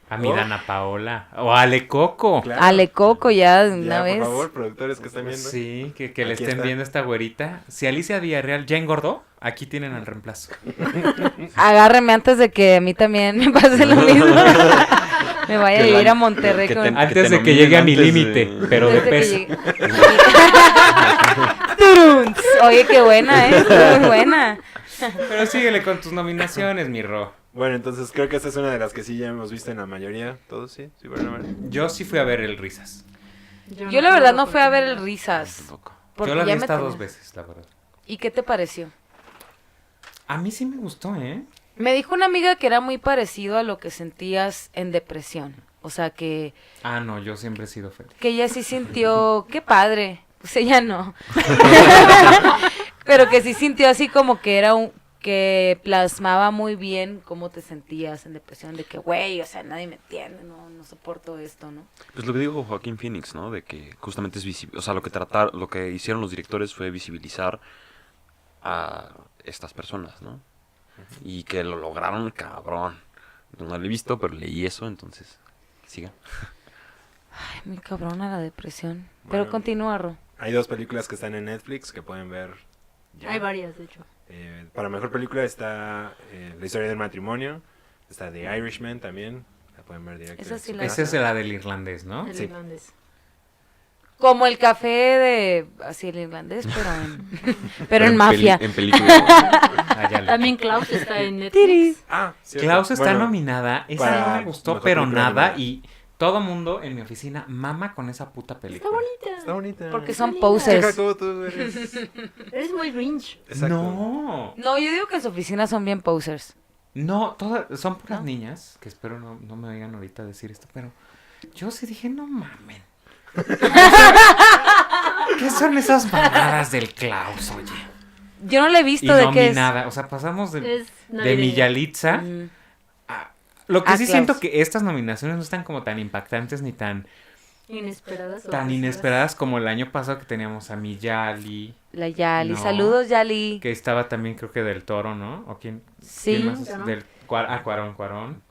[SPEAKER 2] A
[SPEAKER 6] Oh.
[SPEAKER 2] mi Dana Paola. O a Ale Coco.
[SPEAKER 6] claro.
[SPEAKER 3] Ale Coco ya de
[SPEAKER 6] Ya,
[SPEAKER 3] una vez.
[SPEAKER 6] Por favor, productores que están viendo.
[SPEAKER 2] Sí, que, que le
[SPEAKER 6] Aquí
[SPEAKER 2] estén
[SPEAKER 6] está.
[SPEAKER 2] viendo esta güerita. Si Alicia Villarreal ya engordó, aquí tienen al reemplazo.
[SPEAKER 3] Agárreme antes de que a mí también me pase lo
[SPEAKER 7] (laughs)
[SPEAKER 3] mismo. me vaya a
[SPEAKER 7] Que la-
[SPEAKER 3] vivir a Monterrey
[SPEAKER 7] que
[SPEAKER 3] con...
[SPEAKER 7] te-
[SPEAKER 2] Antes de que
[SPEAKER 7] nominen
[SPEAKER 2] llegue a mi
[SPEAKER 7] antes de-
[SPEAKER 2] límite,
[SPEAKER 7] (laughs)
[SPEAKER 2] pero de
[SPEAKER 3] Desde que
[SPEAKER 2] peso.
[SPEAKER 3] llegué. (laughs) Turunts. Oye, qué buena, ¿eh? Está Muy buena.
[SPEAKER 2] Pero síguele con tus nominaciones, mi Ro.
[SPEAKER 6] Bueno, entonces creo que esta es una de las que sí ya hemos visto en la mayoría. Todos sí, sí, fueron a ver.
[SPEAKER 2] Yo sí fui a ver el Risas.
[SPEAKER 3] Yo la verdad no fui a ver el
[SPEAKER 1] ritmo.
[SPEAKER 3] Risas. porque
[SPEAKER 2] Yo la vi
[SPEAKER 3] ya me
[SPEAKER 2] hasta
[SPEAKER 3] tenía-
[SPEAKER 2] dos veces, la verdad.
[SPEAKER 3] ¿Y qué te pareció?
[SPEAKER 2] A mí sí me gustó, ¿eh?
[SPEAKER 3] Me dijo una amiga que era muy parecido a lo que sentías en depresión. O sea, que,
[SPEAKER 2] Ah, no, yo siempre he sido feliz.
[SPEAKER 3] que ella sí sintió, qué padre. Pues ella (laughs) no. Pero que sí sintió así como que era un que plasmaba muy bien cómo te sentías en depresión, de que, güey, o sea, nadie me entiende, no, no soporto esto, ¿no?
[SPEAKER 7] Pues lo que dijo Joaquín Phoenix, ¿no? De que justamente es visible, o sea, lo que tratar, lo que hicieron los directores fue visibilizar a estas personas, ¿no? Y que lo lograron, cabrón. No lo he visto, pero leí eso, entonces. Siga.
[SPEAKER 3] Ay, muy cabrona la depresión.
[SPEAKER 6] Bueno.
[SPEAKER 3] Pero continúa, Ro.
[SPEAKER 6] Hay dos películas que están en Netflix que pueden ver. ya.
[SPEAKER 1] Hay varias, de hecho.
[SPEAKER 6] Eh, para mejor película está eh, La historia del matrimonio. Está The Irishman también. La pueden ver directo.
[SPEAKER 3] Esa
[SPEAKER 6] en
[SPEAKER 3] sí
[SPEAKER 6] su
[SPEAKER 3] la-
[SPEAKER 2] Esa
[SPEAKER 6] casa.
[SPEAKER 2] es la del irlandés, ¿no?
[SPEAKER 1] El
[SPEAKER 6] Sí.
[SPEAKER 1] irlandés.
[SPEAKER 3] Como el café de. Así el irlandés, pero (laughs) en. pero, en mafia.
[SPEAKER 7] peli-
[SPEAKER 3] (laughs)
[SPEAKER 7] en película.
[SPEAKER 2] Ah, ya le-
[SPEAKER 1] (laughs) También Klaus está en
[SPEAKER 3] Tiri.
[SPEAKER 1] Netflix.
[SPEAKER 6] Ah, cierto.
[SPEAKER 2] Klaus está
[SPEAKER 6] Bueno,
[SPEAKER 2] nominada. Esa
[SPEAKER 6] para
[SPEAKER 2] no me gustó,
[SPEAKER 6] mejor
[SPEAKER 2] pero
[SPEAKER 6] película
[SPEAKER 2] nada.
[SPEAKER 6] animada.
[SPEAKER 2] Y todo mundo en mi oficina mama con esa puta película.
[SPEAKER 1] Está bonita.
[SPEAKER 6] Está bonita.
[SPEAKER 3] Porque son
[SPEAKER 1] Sí,
[SPEAKER 6] Sí,
[SPEAKER 3] posers.
[SPEAKER 6] Jacobo,
[SPEAKER 3] (laughs)
[SPEAKER 6] tú eres-
[SPEAKER 1] Eres muy Grinch.
[SPEAKER 6] Exacto.
[SPEAKER 2] No.
[SPEAKER 3] No, yo digo que en su oficina son bien posers.
[SPEAKER 2] No, todas son puras
[SPEAKER 3] ¿No?
[SPEAKER 2] niñas, que espero no, no me oigan ahorita decir esto, pero yo sí dije, no
[SPEAKER 3] (laughs)
[SPEAKER 2] mamen. ¿Qué son esas mamadas del Klaus, oye?
[SPEAKER 3] Yo no le he
[SPEAKER 2] Y
[SPEAKER 3] visto de qué es.
[SPEAKER 2] nominada, o sea, pasamos de,
[SPEAKER 1] Es
[SPEAKER 2] de
[SPEAKER 1] navideña.
[SPEAKER 2] Miyalitza.
[SPEAKER 3] Mm.
[SPEAKER 2] Lo que
[SPEAKER 3] A
[SPEAKER 2] sí
[SPEAKER 3] Ah, Klaus.
[SPEAKER 2] siento que estas nominaciones no están como tan impactantes ni tan,
[SPEAKER 1] Inesperadas.
[SPEAKER 2] tan
[SPEAKER 1] sorpresas.
[SPEAKER 2] inesperadas como el año pasado que teníamos a Miyali,
[SPEAKER 3] La Yali.
[SPEAKER 2] No.
[SPEAKER 3] Saludos, Yali.
[SPEAKER 2] que estaba también creo que del Toro, ¿no? ¿O quién,
[SPEAKER 3] Sí.
[SPEAKER 2] quién más?
[SPEAKER 1] Cuarón.
[SPEAKER 2] Del, Cuar- ah, Cuarón, Cuarón.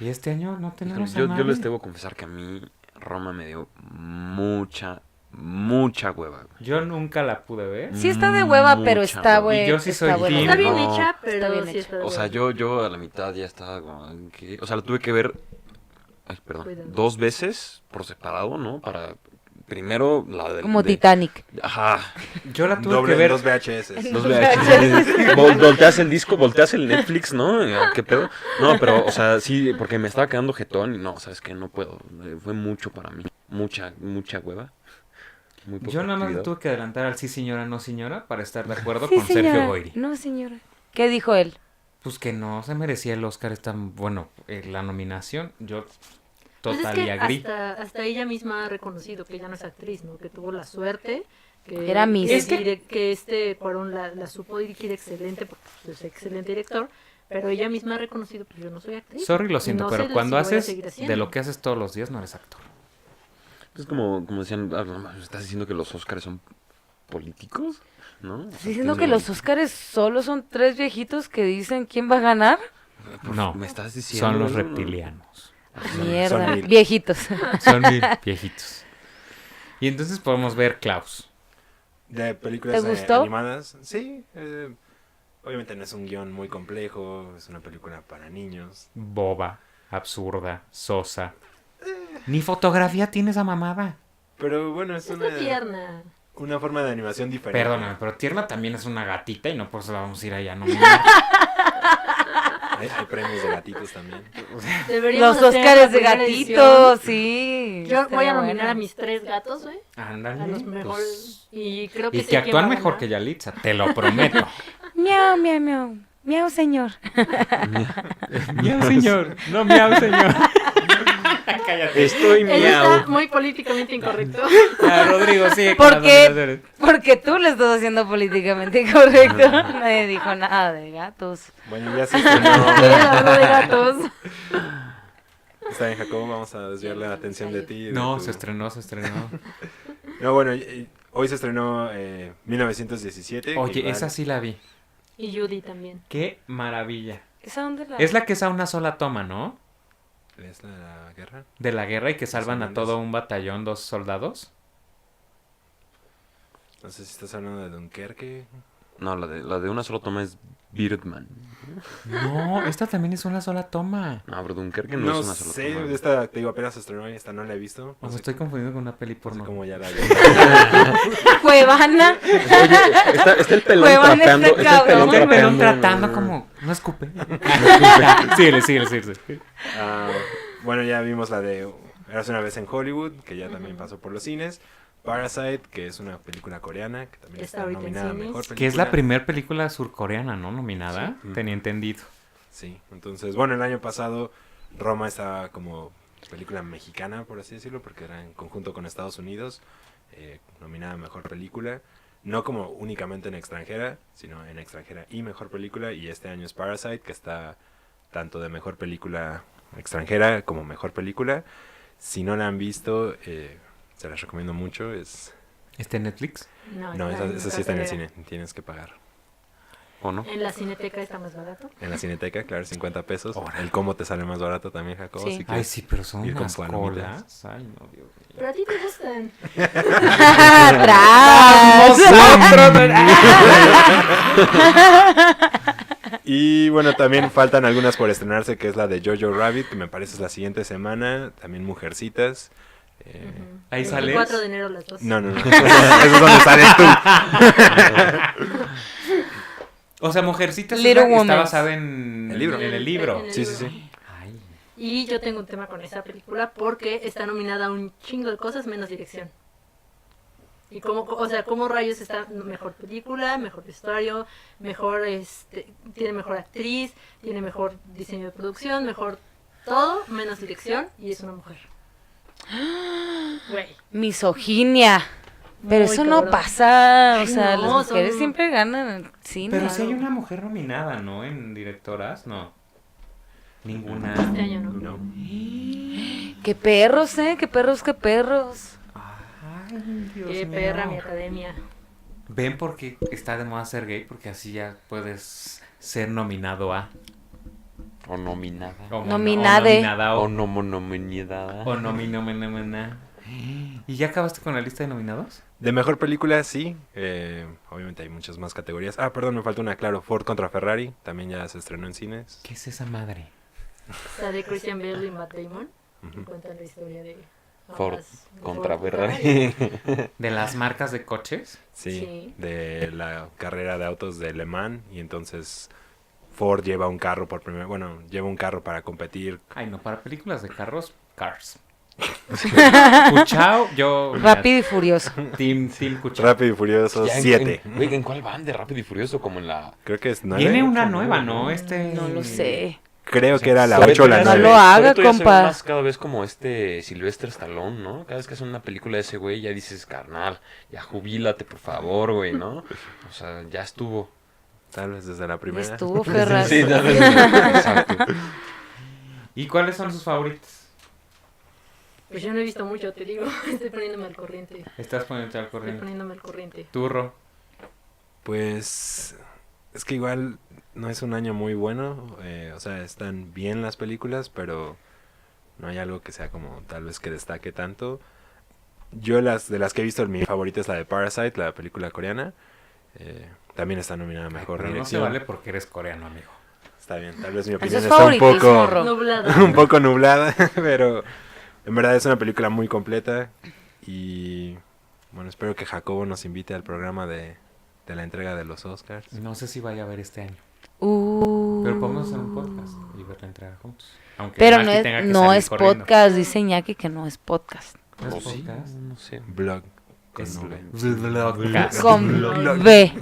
[SPEAKER 2] Y este año no
[SPEAKER 7] Híjole,
[SPEAKER 2] tenemos a
[SPEAKER 7] yo, yo les
[SPEAKER 2] nadie.
[SPEAKER 7] debo confesar que a mí Roma me dio mucha, mucha hueva. güey.
[SPEAKER 2] Yo nunca la pude ver.
[SPEAKER 7] Mm.
[SPEAKER 3] Sí está de hueva,
[SPEAKER 7] Mucha,
[SPEAKER 3] pero está
[SPEAKER 7] güey.
[SPEAKER 3] bueno.
[SPEAKER 2] Y yo sí soy
[SPEAKER 3] buena.
[SPEAKER 2] team.
[SPEAKER 1] Está bien
[SPEAKER 7] No.
[SPEAKER 1] hecha, pero
[SPEAKER 3] Está bien
[SPEAKER 1] sí
[SPEAKER 3] hecha.
[SPEAKER 1] está
[SPEAKER 7] O sea,
[SPEAKER 1] buena.
[SPEAKER 7] yo, yo a la mitad ya estaba como... ¿qué? O sea, la tuve que ver... ay, perdón.
[SPEAKER 1] Cuidado.
[SPEAKER 7] Dos veces por separado, ¿no? Para... Primero la del...
[SPEAKER 3] Como
[SPEAKER 7] de-
[SPEAKER 3] Titanic.
[SPEAKER 7] Ajá.
[SPEAKER 2] Yo la tuve
[SPEAKER 6] Doble
[SPEAKER 2] que ver.
[SPEAKER 6] dos VHS.
[SPEAKER 7] Los VHS. Vol- volteas el disco, volteas el Netflix, ¿no? Eh, ¿Qué pedo? No, pero, o sea, sí, porque me estaba quedando jetón y no, sabes que no puedo. Eh, Fue mucho para mí. Mucha, mucha hueva. Muy poca
[SPEAKER 2] Yo nada más le
[SPEAKER 7] actividad.
[SPEAKER 2] tuve que adelantar al sí señora, no señora, para estar de acuerdo
[SPEAKER 3] Sí,
[SPEAKER 2] con Sergio
[SPEAKER 3] señora.
[SPEAKER 2] Goyri.
[SPEAKER 3] No, señora. ¿Qué dijo él?
[SPEAKER 2] Pues que no se merecía el Oscar, esta, bueno, eh, la nominación. Yo
[SPEAKER 1] Pues
[SPEAKER 2] total
[SPEAKER 1] es
[SPEAKER 2] y
[SPEAKER 1] que
[SPEAKER 2] agrí.
[SPEAKER 1] hasta, hasta ella misma ha reconocido que ya no es actriz, ¿no? Que tuvo la suerte. Que,
[SPEAKER 3] Era Miss.
[SPEAKER 1] Que,
[SPEAKER 3] Es que-
[SPEAKER 1] dire- que este Cuarón la, la supo dirigir excelente, porque pues, es excelente director. Pero ella misma ha reconocido, pues yo no soy actriz.
[SPEAKER 2] Sorry, lo siento,
[SPEAKER 1] No sé
[SPEAKER 2] pero
[SPEAKER 1] si
[SPEAKER 2] cuando
[SPEAKER 1] lo voy a
[SPEAKER 2] haces
[SPEAKER 1] seguir haciendo.
[SPEAKER 2] de lo que haces todos los días, no eres actor.
[SPEAKER 7] Es como, como decían, ah, no mames, estás diciendo que los Oscars son políticos, ¿no?
[SPEAKER 3] ¿Estás diciendo que los Óscares solo son tres viejitos que dicen quién va a ganar?
[SPEAKER 2] No,
[SPEAKER 7] Me estás diciendo.
[SPEAKER 2] son los
[SPEAKER 7] ¿no?
[SPEAKER 2] reptilianos.
[SPEAKER 3] Mierda.
[SPEAKER 6] mil.
[SPEAKER 3] Viejitos.
[SPEAKER 1] (laughs)
[SPEAKER 2] Son mil viejitos. Y entonces podemos ver Klaus.
[SPEAKER 6] De películas
[SPEAKER 3] ¿Te
[SPEAKER 6] eh,
[SPEAKER 3] gustó?
[SPEAKER 6] animadas. Sí. eh, obviamente no es un guión muy complejo. Es una película para niños.
[SPEAKER 2] Boba, absurda, sosa. Ni fotografía tiene esa mamada.
[SPEAKER 6] Pero bueno, es
[SPEAKER 1] Es muy
[SPEAKER 6] una,
[SPEAKER 1] tierna.
[SPEAKER 6] una forma de animación diferente.
[SPEAKER 2] Perdóname, pero Tierna también es una gatita y no por eso la vamos a ir
[SPEAKER 6] (laughs)
[SPEAKER 2] allá. No,
[SPEAKER 6] Hay, hay premios ¿eh? de gatitos
[SPEAKER 2] (laughs)
[SPEAKER 6] también.
[SPEAKER 1] Deberíamos
[SPEAKER 3] Los
[SPEAKER 1] hacer
[SPEAKER 3] Óscares
[SPEAKER 1] una
[SPEAKER 3] de
[SPEAKER 1] primera
[SPEAKER 3] gatitos,
[SPEAKER 1] edición.
[SPEAKER 3] sí.
[SPEAKER 1] Yo voy
[SPEAKER 3] Estaría
[SPEAKER 1] a nominar
[SPEAKER 3] bueno.
[SPEAKER 1] a mis tres gatos, güey.
[SPEAKER 2] Ándale.
[SPEAKER 1] A los mejores.
[SPEAKER 2] pues.
[SPEAKER 1] Y creo que
[SPEAKER 2] Y
[SPEAKER 1] sé
[SPEAKER 2] que
[SPEAKER 1] quién va
[SPEAKER 2] actúan
[SPEAKER 1] a
[SPEAKER 2] mejor
[SPEAKER 1] ganar.
[SPEAKER 2] que Yalitza, te lo
[SPEAKER 6] (laughs)
[SPEAKER 2] prometo.
[SPEAKER 3] Miau, miau, miau. Miau, señor.
[SPEAKER 2] miau, señor. No, miau, señor. Cállate.
[SPEAKER 7] Estoy
[SPEAKER 1] Él está
[SPEAKER 7] miau.
[SPEAKER 1] muy políticamente incorrecto.
[SPEAKER 2] Ya, Rodrigo, sigue
[SPEAKER 3] ¿Por
[SPEAKER 2] con las
[SPEAKER 3] qué?
[SPEAKER 2] nominaciones.
[SPEAKER 3] Porque tú le estás haciendo políticamente (laughs) incorrecto. Nadie dijo nada de gatos.
[SPEAKER 6] Bueno, ya se
[SPEAKER 2] (laughs)
[SPEAKER 1] Estoy
[SPEAKER 6] estrenó.
[SPEAKER 1] (laughs) hablando de gatos.
[SPEAKER 6] Está bien, Jacobo. Vamos a desviar la atención de ti. y de
[SPEAKER 2] No,
[SPEAKER 6] tu-
[SPEAKER 2] se estrenó, se estrenó.
[SPEAKER 6] No, bueno, eh, hoy se estrenó eh, 1917. que
[SPEAKER 2] Oye,
[SPEAKER 6] igual-
[SPEAKER 2] esa sí la vi.
[SPEAKER 1] Y Judy también.
[SPEAKER 2] Qué maravilla.
[SPEAKER 3] ¿Esa dónde la
[SPEAKER 2] Es la que es a una sola toma, ¿no?
[SPEAKER 6] ¿Es la de la guerra?
[SPEAKER 2] De la guerra y que salvan a todo un batallón, dos soldados.
[SPEAKER 6] No sé si estás hablando de Dunkerque.
[SPEAKER 7] No, la de, la de una sola toma es Birdman.
[SPEAKER 2] No, esta también es una sola toma.
[SPEAKER 7] No, pero Dunkerque no,
[SPEAKER 6] No,
[SPEAKER 7] es una sola
[SPEAKER 6] sé,
[SPEAKER 7] toma.
[SPEAKER 6] esta, te digo, apenas se estrenó y esta no la he visto.
[SPEAKER 2] O
[SPEAKER 6] No
[SPEAKER 2] sea,
[SPEAKER 6] sé,
[SPEAKER 2] estoy confundiendo con una peli
[SPEAKER 6] no sé
[SPEAKER 2] porno.
[SPEAKER 6] cómo
[SPEAKER 2] (laughs)
[SPEAKER 6] ya la vi.
[SPEAKER 3] Cuevana. (laughs)
[SPEAKER 7] Está, está el pelón
[SPEAKER 3] Cuevana está
[SPEAKER 7] tratando. Está el pelón
[SPEAKER 2] Pero
[SPEAKER 3] cabrón, Pero
[SPEAKER 2] pelón
[SPEAKER 7] tratando.
[SPEAKER 2] tratando como... No escupe.
[SPEAKER 6] (laughs)
[SPEAKER 2] (laughs) Ya, síguele, síguele, síguele.
[SPEAKER 6] Ah, bueno, ya vimos la de Eras una vez en Hollywood, que ya también pasó por los cines. Parasite, que es una película coreana, que también
[SPEAKER 1] Está
[SPEAKER 6] está
[SPEAKER 1] ahorita en
[SPEAKER 6] nominada a
[SPEAKER 1] cines.
[SPEAKER 6] mejor película.
[SPEAKER 2] Que es la primera película surcoreana, ¿no? Nominada. Tenía entendido.
[SPEAKER 6] Sí, entonces, bueno, el año pasado Roma estaba como película mexicana, por así decirlo, porque era en conjunto con Estados Unidos, eh, nominada a mejor película, no como únicamente en extranjera, sino en extranjera y mejor película, y este año es Parasite, que está tanto de mejor película extranjera como mejor película. Si no la han visto, eh, se las recomiendo mucho, es...
[SPEAKER 2] ¿Este Netflix?
[SPEAKER 1] Ah, No,
[SPEAKER 6] No, esa,
[SPEAKER 1] en
[SPEAKER 6] esa sí está en el
[SPEAKER 1] cartelera.
[SPEAKER 6] cine, tienes que pagar.
[SPEAKER 7] ¿O no?
[SPEAKER 1] En la cineteca está más barato.
[SPEAKER 6] En la cineteca, claro, 50 pesos. El combo te sale más barato también, Jacobo.
[SPEAKER 3] Sí.
[SPEAKER 6] si quieres.
[SPEAKER 2] Ay, sí, pero son
[SPEAKER 6] Ir con
[SPEAKER 2] unas
[SPEAKER 6] palomitas.
[SPEAKER 2] colas. Ay, no, Dios mío.
[SPEAKER 1] Pero a ti te gustan.
[SPEAKER 3] ¡Atrás! (laughs)
[SPEAKER 6] Y bueno, también faltan algunas por estrenarse, que es la de Jojo Rabbit, que me parece es la siguiente semana. También Mujercitas. Eh,
[SPEAKER 1] Ujú.
[SPEAKER 2] Ahí
[SPEAKER 1] El
[SPEAKER 2] sales.
[SPEAKER 1] 4 de enero las dos.
[SPEAKER 6] No, no, (laughs) no. Eso es donde sales tú.
[SPEAKER 2] O sea, Mujercitas es
[SPEAKER 3] Little
[SPEAKER 2] la que está
[SPEAKER 3] Woman.
[SPEAKER 2] basada en
[SPEAKER 6] El libro.
[SPEAKER 2] En el libro.
[SPEAKER 1] En el
[SPEAKER 6] Sí, sí, sí.
[SPEAKER 2] Ay,
[SPEAKER 1] Y yo tengo un tema con esa película porque está nominada a un chingo de cosas menos dirección. Y como, o sea, como rayos está mejor película, mejor vestuario, mejor, este, tiene mejor actriz, tiene mejor diseño de producción, mejor todo, menos dirección, y es una mujer. Güey.
[SPEAKER 3] Misoginia. Pero
[SPEAKER 1] Muy
[SPEAKER 3] eso no
[SPEAKER 1] cabrón.
[SPEAKER 3] pasa. O
[SPEAKER 1] Ay,
[SPEAKER 3] sea,
[SPEAKER 1] no,
[SPEAKER 3] las mujeres
[SPEAKER 1] son-
[SPEAKER 3] siempre ganan en el cine.
[SPEAKER 2] Pero si hay una mujer nominada, ¿no? En directoras, no. Ninguna.
[SPEAKER 1] Este año no.
[SPEAKER 6] No.
[SPEAKER 3] Qué perros, ¿eh? Qué perros, qué perros.
[SPEAKER 2] Ay, Dios
[SPEAKER 1] Qué
[SPEAKER 2] mío.
[SPEAKER 1] perra mi academia.
[SPEAKER 2] Ven porque está de moda ser gay, porque así ya puedes ser nominado a.
[SPEAKER 7] O nominada.
[SPEAKER 2] O mono- o
[SPEAKER 3] Nominade.
[SPEAKER 2] nominada,
[SPEAKER 7] O
[SPEAKER 2] O,
[SPEAKER 7] no monominada.
[SPEAKER 2] (laughs) o nominomenomena. ¿Y ya acabaste con la lista de nominados?
[SPEAKER 6] De mejor película, sí. Eh, obviamente hay muchas más categorías. Ah, perdón, me falta una, claro. Ford contra Ferrari. También ya se estrenó en cines.
[SPEAKER 2] ¿Qué es esa madre?
[SPEAKER 1] Sale Christian Bale y Matt Damon.
[SPEAKER 6] Ujú.
[SPEAKER 1] Y cuentan la historia de.
[SPEAKER 7] Ford
[SPEAKER 1] ambas- de
[SPEAKER 7] contra
[SPEAKER 1] Ford
[SPEAKER 7] Ferrari.
[SPEAKER 2] ¿De las marcas de coches?
[SPEAKER 6] Sí,
[SPEAKER 1] Sí.
[SPEAKER 6] de la carrera de autos de Le Mans. Y entonces Ford lleva un carro por primera... Bueno, lleva un carro para competir.
[SPEAKER 2] Ay, no, para películas de carros,
[SPEAKER 6] (laughs)
[SPEAKER 2] Cars. Cuchao, yo. mira,
[SPEAKER 3] Rápido
[SPEAKER 2] (laughs)
[SPEAKER 3] y furioso.
[SPEAKER 2] Team, team Cuchao.
[SPEAKER 6] Rápido y Furioso
[SPEAKER 7] Ya, ¿en-
[SPEAKER 6] 7.
[SPEAKER 7] en- Oiga, ¿en cuál van? ¿De Rápido y Furioso? Como en la...
[SPEAKER 6] Creo que es 9.
[SPEAKER 2] Viene una nueva, ¿no? Este...
[SPEAKER 3] No lo sé.
[SPEAKER 6] Creo que era la
[SPEAKER 7] Sobre
[SPEAKER 6] 8 o la
[SPEAKER 7] todo ya se
[SPEAKER 6] 9.
[SPEAKER 3] No
[SPEAKER 7] ve-
[SPEAKER 3] lo haga,
[SPEAKER 7] sobre todo ya se ve
[SPEAKER 3] compa.
[SPEAKER 7] más cada vez como este Sylvester Stallone, ¿no? Cada vez que hace una película de ese güey ya dices, carnal, ya jubílate, por favor, güey, ¿no? O sea, ya estuvo.
[SPEAKER 6] Tal vez desde la primera.
[SPEAKER 2] (laughs)
[SPEAKER 6] (laughs)
[SPEAKER 3] Estuvo Ferrari.
[SPEAKER 7] Sí,
[SPEAKER 3] (laughs)
[SPEAKER 7] ya ves, exacto.
[SPEAKER 2] ¿Y cuáles son sus favoritos?
[SPEAKER 1] (laughs) Pues yo no he visto mucho, te digo. (laughs) Estoy poniéndome al corriente.
[SPEAKER 2] Estás poniendo al
[SPEAKER 1] Estoy
[SPEAKER 2] corriente.
[SPEAKER 1] poniéndome al corriente.
[SPEAKER 2] Turro.
[SPEAKER 6] Pues es que igual no es un año muy bueno, eh, o sea, están bien las películas, pero no hay algo que sea como tal vez que destaque tanto. Yo las de las que he visto, mi favorita es la de Parasite, la película coreana. eh, también está nominada a mejor
[SPEAKER 2] Pero no se
[SPEAKER 6] dirección.
[SPEAKER 2] vale porque eres coreano, amigo.
[SPEAKER 6] Está bien, tal vez mi
[SPEAKER 3] Eso
[SPEAKER 6] opinión
[SPEAKER 3] es
[SPEAKER 6] está un
[SPEAKER 3] favoritismo,
[SPEAKER 6] poco
[SPEAKER 3] Ro.
[SPEAKER 7] (laughs)
[SPEAKER 1] Nublado.
[SPEAKER 6] (laughs) un poco nublada, pero en verdad es una película muy completa y bueno, espero que Jacobo nos invite al programa de, de la entrega de los Oscars.
[SPEAKER 2] No sé si vaya a ver este año.
[SPEAKER 3] Uh.
[SPEAKER 2] Pero podemos hacer un podcast y verla entrar juntos. Aunque
[SPEAKER 3] Pero
[SPEAKER 2] Maki
[SPEAKER 3] no es,
[SPEAKER 2] tenga que
[SPEAKER 3] no
[SPEAKER 2] salir
[SPEAKER 3] es
[SPEAKER 2] corriendo.
[SPEAKER 3] podcast, dice Iñaki que no es
[SPEAKER 2] (laughs)
[SPEAKER 3] podcast.
[SPEAKER 2] ¿No es
[SPEAKER 7] ¿O Oh, sí?
[SPEAKER 2] podcast?
[SPEAKER 7] No sé.
[SPEAKER 6] (laughs) Blog con
[SPEAKER 2] Es
[SPEAKER 6] V.
[SPEAKER 2] vlogcast.
[SPEAKER 3] Con B.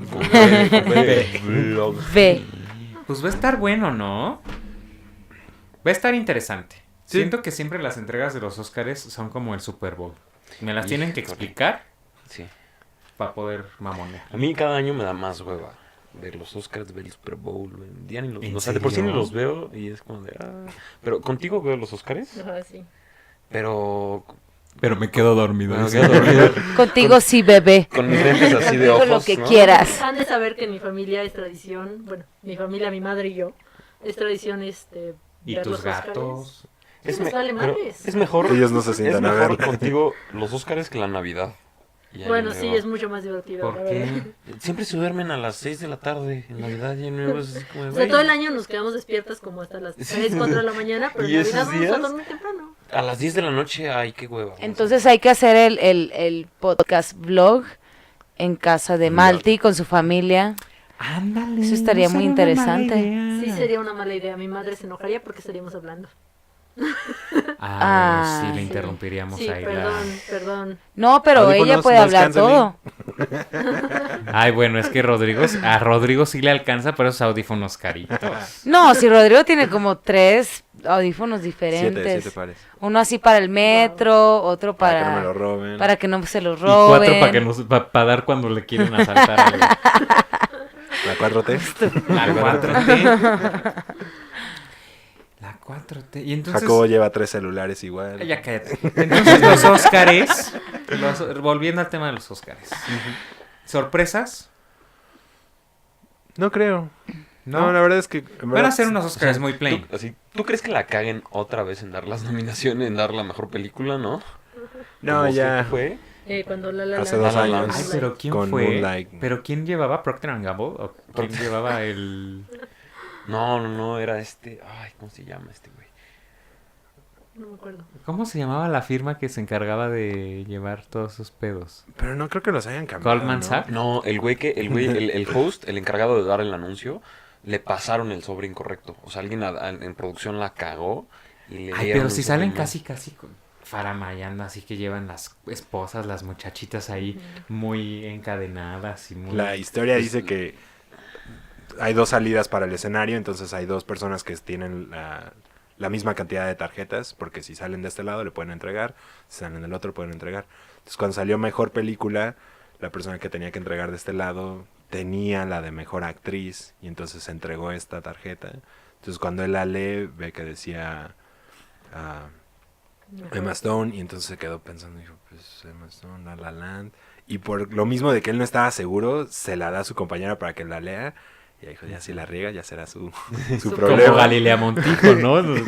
[SPEAKER 3] B.
[SPEAKER 2] Pues va a estar bueno, ¿no? Va a estar interesante.
[SPEAKER 6] Sí.
[SPEAKER 2] Siento que siempre las entregas de los Oscars son como el Super Bowl. Me las tienen que
[SPEAKER 7] Híjole.
[SPEAKER 2] explicar
[SPEAKER 7] Sí.
[SPEAKER 2] para poder mamonear.
[SPEAKER 7] A mí cada año me da más hueva ver los Oscars, ver el Super Bowl, güey. Ya ni los-
[SPEAKER 2] ¿En
[SPEAKER 7] o sea, de por sí ni
[SPEAKER 2] serio?
[SPEAKER 7] los veo y es como de... ah. Pero contigo veo los Oscars,
[SPEAKER 1] Ajá, sí.
[SPEAKER 7] pero...
[SPEAKER 2] Pero me quedo dormido.
[SPEAKER 7] me quedo
[SPEAKER 2] (laughs)
[SPEAKER 7] dormido
[SPEAKER 3] Contigo sí, bebé.
[SPEAKER 7] con mis lentes así de
[SPEAKER 3] Contigo
[SPEAKER 7] ojos,
[SPEAKER 3] lo que
[SPEAKER 7] ¿no?
[SPEAKER 3] quieras.
[SPEAKER 1] Han de saber que en mi familia es tradición, bueno, mi familia, mi madre y yo, es tradición este.
[SPEAKER 2] Y
[SPEAKER 1] ver
[SPEAKER 2] tus
[SPEAKER 1] los Óscares.
[SPEAKER 2] gatos.
[SPEAKER 7] Es,
[SPEAKER 1] Nos
[SPEAKER 7] me-
[SPEAKER 1] vale
[SPEAKER 7] pero
[SPEAKER 1] madres.
[SPEAKER 7] es mejor,
[SPEAKER 6] Ellos no se
[SPEAKER 7] es
[SPEAKER 6] sientan a
[SPEAKER 7] mejor
[SPEAKER 6] ver.
[SPEAKER 7] contigo los Oscars que la Navidad. Y Año
[SPEAKER 1] Bueno, sí,
[SPEAKER 7] Nuevo.
[SPEAKER 1] es mucho más divertido.
[SPEAKER 2] ¿Por
[SPEAKER 1] la verdad.
[SPEAKER 2] qué?
[SPEAKER 7] Siempre se duermen a las 6 de la tarde en Navidad y Año Nuevo. Es así como de,
[SPEAKER 1] O sea, todo
[SPEAKER 7] Pues güey,
[SPEAKER 1] el año nos quedamos despiertas como hasta las
[SPEAKER 7] Sí.
[SPEAKER 1] 3, 4 de la mañana, pero
[SPEAKER 7] (laughs) ¿Y
[SPEAKER 1] en Navidad
[SPEAKER 7] esos
[SPEAKER 1] vamos a
[SPEAKER 7] días?
[SPEAKER 1] dormir temprano.
[SPEAKER 7] A las 10 de la noche, ay, qué hueva.
[SPEAKER 3] Entonces hay que hacer el, el, el podcast vlog en casa de Malti con su familia.
[SPEAKER 2] Ándale.
[SPEAKER 3] Eso estaría
[SPEAKER 2] no
[SPEAKER 3] muy
[SPEAKER 2] sería una mala
[SPEAKER 3] interesante.
[SPEAKER 2] idea.
[SPEAKER 1] Sí, sería una mala idea. Mi madre se enojaría porque estaríamos hablando.
[SPEAKER 2] Ah,
[SPEAKER 3] Ah,
[SPEAKER 2] sí, le
[SPEAKER 1] sí.
[SPEAKER 2] interrumpiríamos
[SPEAKER 1] Sí,
[SPEAKER 2] ahí. la-
[SPEAKER 1] perdón, perdón.
[SPEAKER 3] No, pero
[SPEAKER 6] Audífonos,
[SPEAKER 3] ella puede
[SPEAKER 6] no
[SPEAKER 3] hablar
[SPEAKER 6] descansan
[SPEAKER 3] todo.
[SPEAKER 2] Ay, bueno, es que Rodrigo, a Rodrigo sí le alcanza para esos audífonos caritos.
[SPEAKER 3] No, si Rodrigo tiene como tres audífonos diferentes.
[SPEAKER 6] Siete, siete pares.
[SPEAKER 3] Uno así para el metro, otro
[SPEAKER 6] Para,
[SPEAKER 3] para,
[SPEAKER 6] que no me lo roben.
[SPEAKER 3] para que no se lo
[SPEAKER 2] Y cuatro para que
[SPEAKER 3] roben.
[SPEAKER 2] nos, pa- pa dar cuando le quieren asaltar algo.
[SPEAKER 6] La
[SPEAKER 3] (laughs)
[SPEAKER 6] (laughs) 4T.
[SPEAKER 2] La 4T. (laughs) La 4T. Y entonces.
[SPEAKER 6] Jacobo lleva tres celulares igual.
[SPEAKER 2] Ay, Ya cállate. Entonces, los Óscares. los- Volviendo al tema de los Óscares. ¿Sorpresas?
[SPEAKER 6] No creo. No,
[SPEAKER 2] No.
[SPEAKER 6] la verdad es que. en
[SPEAKER 2] Van
[SPEAKER 6] verdad,
[SPEAKER 2] a ser unos Óscares muy plain.
[SPEAKER 7] ¿Tú, así, ¿Tú crees que la caguen otra vez en dar las (laughs) nominaciones, en dar la mejor película, no?
[SPEAKER 6] No,
[SPEAKER 7] Como
[SPEAKER 6] ya.
[SPEAKER 7] que Fue?
[SPEAKER 1] Eh, cuando la, la, la-
[SPEAKER 6] Hace dos
[SPEAKER 1] la-
[SPEAKER 6] años.
[SPEAKER 2] Ay, pero ¿quién
[SPEAKER 6] Con
[SPEAKER 2] fue?
[SPEAKER 6] Moonlight.
[SPEAKER 2] ¿Pero quién llevaba Procter and Gamble? ¿O ¿Quién llevaba el.
[SPEAKER 7] No, no, no, era este. Ay, ¿cómo se llama este güey?
[SPEAKER 1] No me acuerdo.
[SPEAKER 2] ¿Cómo se llamaba la firma que se encargaba de llevar todos sus pedos?
[SPEAKER 6] Pero no creo que los hayan cambiado.
[SPEAKER 2] Goldman
[SPEAKER 6] ¿no?
[SPEAKER 2] Sachs.
[SPEAKER 7] No, el güey que, el güey, el,
[SPEAKER 6] (laughs)
[SPEAKER 7] el host, el encargado de dar el anuncio, le pasaron el sobre incorrecto. O sea, alguien a- a- en producción la cagó y le
[SPEAKER 2] Ay,
[SPEAKER 7] dieron
[SPEAKER 2] pero
[SPEAKER 7] un
[SPEAKER 2] si
[SPEAKER 7] sobre
[SPEAKER 2] salen
[SPEAKER 7] mal.
[SPEAKER 2] casi, casi con faramayando, así que llevan las esposas, las muchachitas ahí muy encadenadas y muy... pues,
[SPEAKER 6] La historia dice que hay dos salidas para el escenario, entonces hay dos personas que tienen la, la misma cantidad de tarjetas, porque si salen de este lado le pueden entregar, si salen del otro pueden entregar. Entonces cuando salió mejor película, la persona que tenía que entregar de este lado tenía la de mejor actriz y entonces entregó esta tarjeta. Entonces cuando él la lee ve que decía ah, Emma Stone y entonces se quedó pensando, dijo, pues Emma Stone, La La Land. Y por lo mismo de que él no estaba seguro, se la da a su compañera para que la lea. Y ahí dijo, ya si la riega, ya será su, su
[SPEAKER 1] Como
[SPEAKER 2] Como
[SPEAKER 6] problema.
[SPEAKER 2] Galilea Montijo, ¿no? No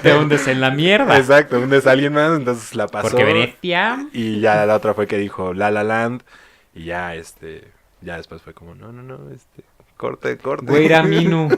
[SPEAKER 2] te hundes en la mierda.
[SPEAKER 6] Exacto, un es alguien más, entonces la pasó.
[SPEAKER 2] Porque Venecia.
[SPEAKER 6] Y ya la otra fue que dijo La La Land. Y ya, este, ya después fue como, no, no, no, este, corte, corte. (laughs)
[SPEAKER 2] Güera Minu.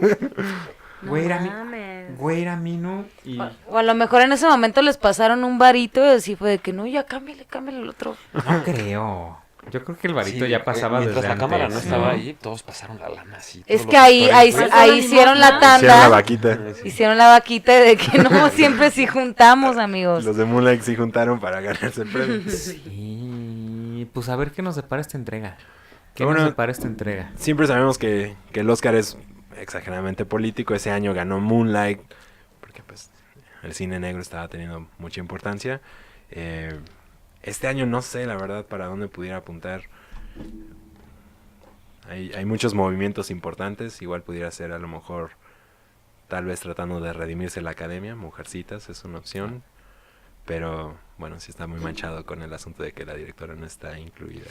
[SPEAKER 2] Güera Minu.
[SPEAKER 3] mames.
[SPEAKER 2] Güera Minu. Y...
[SPEAKER 3] O- O a lo mejor en ese momento les pasaron un varito y así fue de que no, ya cámbiale, cámbiale el otro.
[SPEAKER 2] No creo. Yo creo que el varito
[SPEAKER 7] Sí,
[SPEAKER 2] ya pasaba
[SPEAKER 7] eh, mientras
[SPEAKER 2] desde
[SPEAKER 7] la
[SPEAKER 2] antes.
[SPEAKER 7] cámara no estaba
[SPEAKER 2] ¿no?
[SPEAKER 7] ahí, todos pasaron la lana así.
[SPEAKER 3] Es
[SPEAKER 7] todos
[SPEAKER 3] que
[SPEAKER 7] los
[SPEAKER 3] ahí, ahí, ah,
[SPEAKER 7] actores,
[SPEAKER 1] ahí
[SPEAKER 3] ahí hicieron la
[SPEAKER 1] animaron,
[SPEAKER 6] Hicieron la
[SPEAKER 3] tanda,
[SPEAKER 6] vaquita.
[SPEAKER 3] hicieron la vaquita de que no, (laughs) siempre sí juntamos, amigos.
[SPEAKER 6] Los de Moonlight sí juntaron para ganarse el premio.
[SPEAKER 2] Sí. Pues a ver qué nos depara esta entrega. ¿Qué
[SPEAKER 6] Bueno.
[SPEAKER 2] nos depara esta entrega?
[SPEAKER 6] Siempre sabemos que, que el Oscar es exageradamente político. Ese año ganó Moonlight, porque pues el cine negro estaba teniendo mucha importancia. Eh, este año no sé, la verdad, para dónde pudiera apuntar. Hay, hay muchos movimientos importantes. Igual pudiera ser a lo mejor, tal vez tratando de redimirse la academia. Mujercitas es una opción. Pero bueno, sí está muy manchado con el asunto de que la directora no está incluida.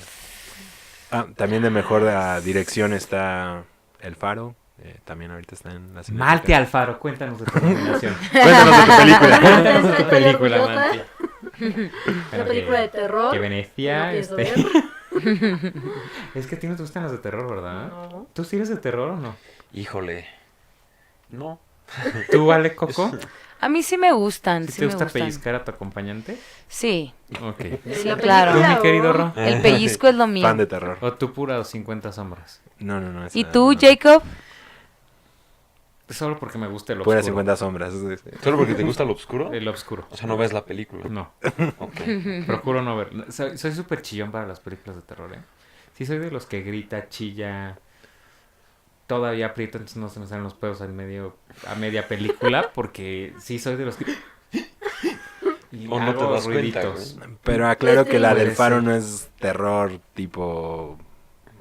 [SPEAKER 6] Ah, también de mejor ah, dirección está El Faro. eh, también ahorita está en la Cineteca.
[SPEAKER 2] Malte Alfaro, cuéntanos de tu nominación.
[SPEAKER 6] (laughs) Cuéntanos de tu película.
[SPEAKER 2] cuéntanos de tu
[SPEAKER 1] Estoy
[SPEAKER 2] película,
[SPEAKER 1] orgullosa.
[SPEAKER 2] Malte.
[SPEAKER 1] Una
[SPEAKER 2] (laughs) Bueno,
[SPEAKER 1] película
[SPEAKER 2] que-
[SPEAKER 1] de terror.
[SPEAKER 2] Que
[SPEAKER 1] No
[SPEAKER 2] Venecia.
[SPEAKER 1] pienso
[SPEAKER 2] este- (laughs) es que a ti no te gustan las de terror, ¿verdad?
[SPEAKER 1] No.
[SPEAKER 2] ¿Tú sí eres de terror o no?
[SPEAKER 7] Híjole. No.
[SPEAKER 2] ¿Tú,
[SPEAKER 7] (laughs)
[SPEAKER 2] Ale Coco?
[SPEAKER 3] A mí sí me gustan,
[SPEAKER 2] ¿Sí
[SPEAKER 3] sí,
[SPEAKER 2] te
[SPEAKER 3] me
[SPEAKER 2] gusta
[SPEAKER 3] gustan.
[SPEAKER 2] pellizcar a tu acompañante?
[SPEAKER 3] Sí,
[SPEAKER 2] Ok.
[SPEAKER 1] Sí,
[SPEAKER 3] la claro.
[SPEAKER 2] ¿Tú, mi
[SPEAKER 1] película,
[SPEAKER 2] querido
[SPEAKER 1] o-
[SPEAKER 2] Ro?
[SPEAKER 3] el pellizco es lo (laughs) mío.
[SPEAKER 6] Fan de terror.
[SPEAKER 2] ¿O tú pura o 50 sombras?
[SPEAKER 6] No, no, no. esa
[SPEAKER 3] ¿Y tú,
[SPEAKER 6] no.
[SPEAKER 3] Jacob?
[SPEAKER 2] Solo porque me gusta el
[SPEAKER 6] Pura
[SPEAKER 2] oscuro.
[SPEAKER 6] 50 sombras. (laughs) es- es-
[SPEAKER 7] ¿Solo porque te gusta lo oscuro?
[SPEAKER 2] (laughs) El oscuro.
[SPEAKER 7] O sea, no ves la película.
[SPEAKER 2] No,
[SPEAKER 7] Ok.
[SPEAKER 2] procuro no ver. No, Soy soy súper chillón para las películas de terror, ¿eh? Sí, soy de los que grita, chilla, todavía aprieta, entonces no se me salen los pedos al medio, a media película, porque sí soy de los que... Y
[SPEAKER 7] (laughs) O no te
[SPEAKER 2] hago
[SPEAKER 7] das cuenta,
[SPEAKER 6] Pero aclaro que la
[SPEAKER 2] Puede
[SPEAKER 6] del Faro
[SPEAKER 2] ser.
[SPEAKER 6] no es terror tipo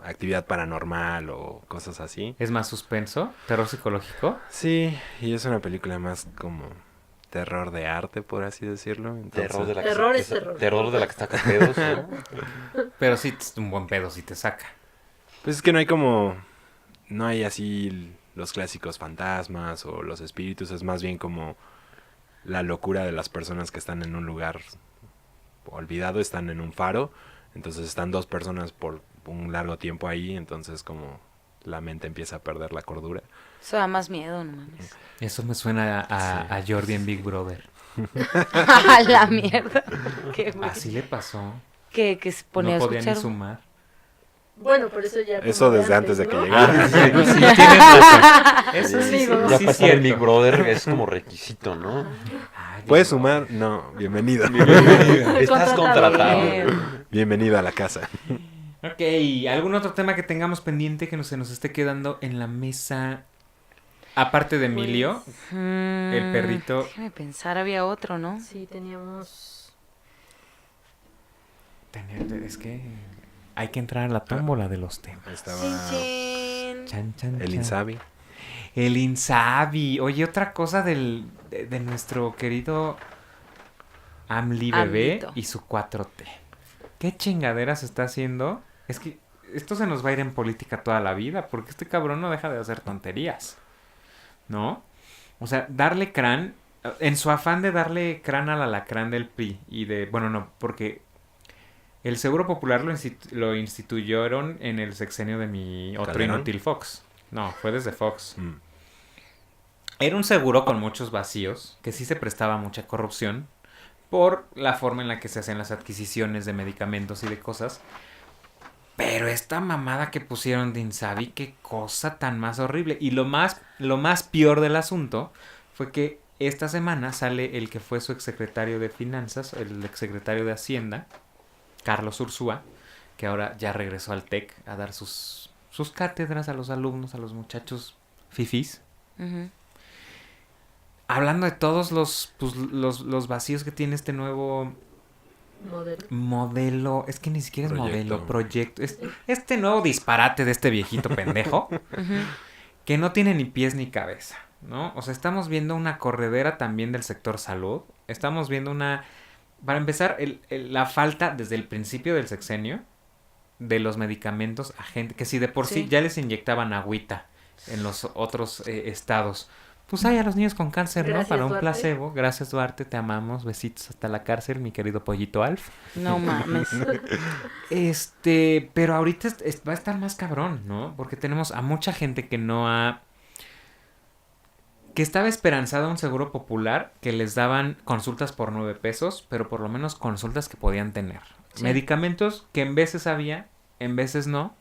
[SPEAKER 6] actividad paranormal o cosas así.
[SPEAKER 2] Es más suspenso, terror psicológico.
[SPEAKER 6] Sí, y es una película más como terror de arte, por así decirlo. entonces-
[SPEAKER 7] Terror de la
[SPEAKER 1] Terror
[SPEAKER 7] que
[SPEAKER 1] es terror.
[SPEAKER 7] Terror de la que está con pedos, ¿no?
[SPEAKER 2] (laughs) Pero sí, es un buen pedo si te saca.
[SPEAKER 6] Pues es que no hay como. No hay así l- los clásicos fantasmas o los espíritus. Es más bien como la locura de las personas que están en un lugar olvidado, están en un faro. Entonces están dos personas por un largo tiempo ahí. Entonces, como la mente empieza a perder la cordura.
[SPEAKER 3] Eso da más miedo, no mames. (laughs)
[SPEAKER 2] Eso me suena a, a- a Jordi en Big Brother.
[SPEAKER 3] A la mierda. Qué güey.
[SPEAKER 2] Así le pasó.
[SPEAKER 3] que, que se ponía
[SPEAKER 2] no
[SPEAKER 3] a
[SPEAKER 2] podía
[SPEAKER 3] escuchar.
[SPEAKER 2] ni sumar.
[SPEAKER 1] Bueno, por eso ya.
[SPEAKER 6] Eso
[SPEAKER 1] como
[SPEAKER 6] desde antes de que
[SPEAKER 1] ¿no?
[SPEAKER 6] llegara.
[SPEAKER 2] sí, tienes
[SPEAKER 3] Ah,
[SPEAKER 2] razón. Eso
[SPEAKER 1] Sí,
[SPEAKER 2] sí,
[SPEAKER 1] digo.
[SPEAKER 7] Ya
[SPEAKER 2] sí,
[SPEAKER 7] pasar el Big
[SPEAKER 2] cierto.
[SPEAKER 7] Brother es como requisito, ¿no?
[SPEAKER 2] Ay, Big
[SPEAKER 6] (laughs) ¿Puedes
[SPEAKER 2] Brother.
[SPEAKER 6] sumar? No, bienvenido. (laughs)
[SPEAKER 2] (laughs)
[SPEAKER 7] Estás contratado.
[SPEAKER 6] bienvenido a la casa.
[SPEAKER 2] Ok, ¿algún otro tema que tengamos pendiente que no se nos esté quedando en la mesa? Aparte
[SPEAKER 1] Pues,
[SPEAKER 2] de Emilio,
[SPEAKER 3] Pues. El
[SPEAKER 2] perrito.
[SPEAKER 3] Mm, Déjame pensar, había otro, ¿no?
[SPEAKER 1] Sí, teníamos.
[SPEAKER 2] tener- es que hay que entrar a la tómbola de los temas.
[SPEAKER 6] Estaba
[SPEAKER 2] Chan, chan,
[SPEAKER 6] el
[SPEAKER 2] chan.
[SPEAKER 6] Insabi.
[SPEAKER 2] El Insabi. Oye, otra cosa del, de, de nuestro querido Amli Bebé
[SPEAKER 3] Amlito.
[SPEAKER 2] y su 4T. ¿Qué chingaderas está haciendo? Es que esto se nos va a ir en política toda la vida, porque este cabrón no deja de hacer tonterías. ¿No? O sea, darle crán. En su afán de darle crán al alacrán del PRI y de. Bueno, no, porque. El Seguro Popular lo, institu- lo instituyeron en el sexenio de mi otro
[SPEAKER 6] ¿Calderón?
[SPEAKER 2] inútil Fox. No, fue desde Fox.
[SPEAKER 6] Mm.
[SPEAKER 2] Era un seguro con muchos vacíos, que sí se prestaba a mucha corrupción por la forma en la que se hacían las adquisiciones de medicamentos y de cosas. Pero esta mamada que pusieron de Insabi, qué cosa tan más horrible. Y lo más, lo más peor del asunto fue que esta semana sale el que fue su exsecretario de Finanzas, el exsecretario de Hacienda, Carlos Ursúa, que ahora ya regresó al TEC a dar sus, sus cátedras a los alumnos, a los muchachos fifís
[SPEAKER 3] Ujú.
[SPEAKER 2] hablando de todos los, pues, los, los vacíos que tiene este nuevo
[SPEAKER 1] Modelo.
[SPEAKER 2] modelo, es que ni siquiera es modelo,
[SPEAKER 6] Proyecto.
[SPEAKER 2] proyecto, es, este nuevo disparate de este viejito pendejo
[SPEAKER 3] Ujú.
[SPEAKER 2] que no tiene ni pies ni cabeza, ¿no? O sea, estamos viendo una corredera también del sector salud, estamos viendo una, para empezar, el- el- la falta desde el principio del sexenio de los medicamentos a gente, que si de por sí,
[SPEAKER 3] Sí.
[SPEAKER 2] ya les inyectaban agüita en los otros eh, estados. Pues hay a los niños con cáncer,
[SPEAKER 1] Gracias,
[SPEAKER 2] ¿no? Para un
[SPEAKER 1] Duarte.
[SPEAKER 2] placebo. Gracias, Duarte, te amamos. Besitos hasta la cárcel, mi querido pollito Alf. (laughs)
[SPEAKER 3] No mames.
[SPEAKER 2] Este, pero ahorita es- es- va a estar más cabrón, ¿no? Porque tenemos a mucha gente que no ha... que estaba esperanzada a un seguro popular, que les daban consultas por nueve pesos, pero por lo menos consultas que podían tener.
[SPEAKER 3] Sí.
[SPEAKER 2] Medicamentos que en veces había, en veces no.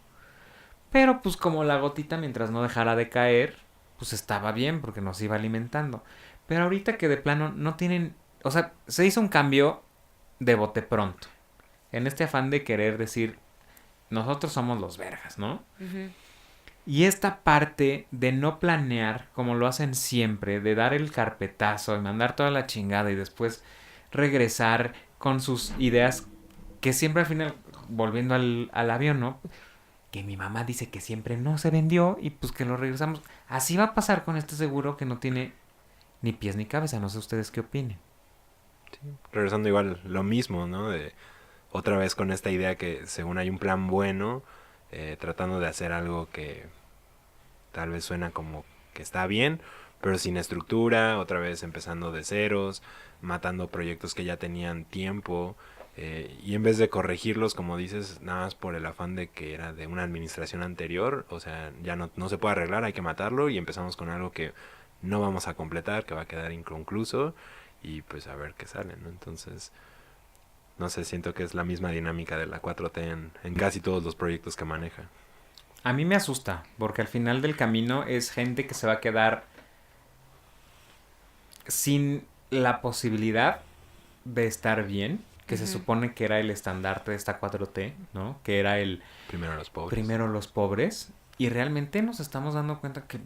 [SPEAKER 2] Pero pues como la gotita mientras no dejara de caer, pues estaba bien porque nos iba alimentando. Pero ahorita que de plano no tienen... O sea, se hizo un cambio de bote pronto. En este afán de querer decir, nosotros somos los vergas, ¿no?
[SPEAKER 3] Ujú.
[SPEAKER 2] Y esta parte de no planear, como lo hacen siempre, de dar el carpetazo y mandar toda la chingada y después regresar con sus ideas, que siempre al final, volviendo al, al avión, ¿no? Que mi mamá dice que siempre no se vendió y pues que lo regresamos. Así va a pasar con este seguro que no tiene ni pies ni cabeza. No sé ustedes qué opinen.
[SPEAKER 6] regresando igual lo mismo, ¿no? De, otra vez con esta idea que según hay un plan bueno, eh, tratando de hacer algo que tal vez suena como que está bien, pero sin estructura, otra vez empezando de ceros, matando proyectos que ya tenían tiempo, eh, y en vez de corregirlos, como dices, nada más por el afán de que era de una administración anterior, o sea, ya no, no se puede arreglar, hay que matarlo, y empezamos con algo que no vamos a completar, que va a quedar inconcluso, y pues a ver qué sale, ¿no? Entonces, no sé, siento que es la misma dinámica de la 4T en, en casi todos los proyectos que maneja.
[SPEAKER 2] A mí me asusta, porque al final del camino es gente que se va a quedar sin la posibilidad de estar bien, que se
[SPEAKER 3] Ujú.
[SPEAKER 2] supone que era el estandarte de esta 4T, ¿no? Que era el
[SPEAKER 6] Primero los pobres.
[SPEAKER 2] primero los pobres. Y realmente nos estamos dando cuenta que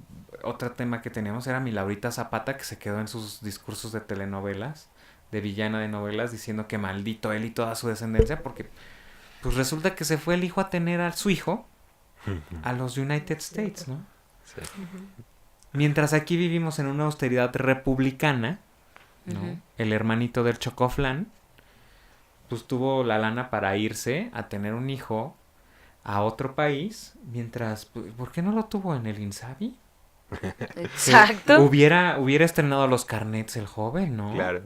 [SPEAKER 2] otro tema que teníamos era mi Laurita Zapata, que se quedó en sus discursos de telenovelas, de villana de novelas, diciendo que maldito él y toda su descendencia, porque pues resulta que se fue el hijo a tener a su hijo a los United States, ¿no?
[SPEAKER 6] Sí.
[SPEAKER 2] Mientras aquí vivimos en una austeridad republicana, ¿no?
[SPEAKER 3] Ujú.
[SPEAKER 2] El hermanito del Chocoflan, pues tuvo la lana para irse a tener un hijo a otro país, mientras, pu- ¿por qué no lo tuvo en el Insabi? Que
[SPEAKER 3] Exacto.
[SPEAKER 2] Hubiera, hubiera estrenado los carnets el joven, ¿no?
[SPEAKER 6] Claro.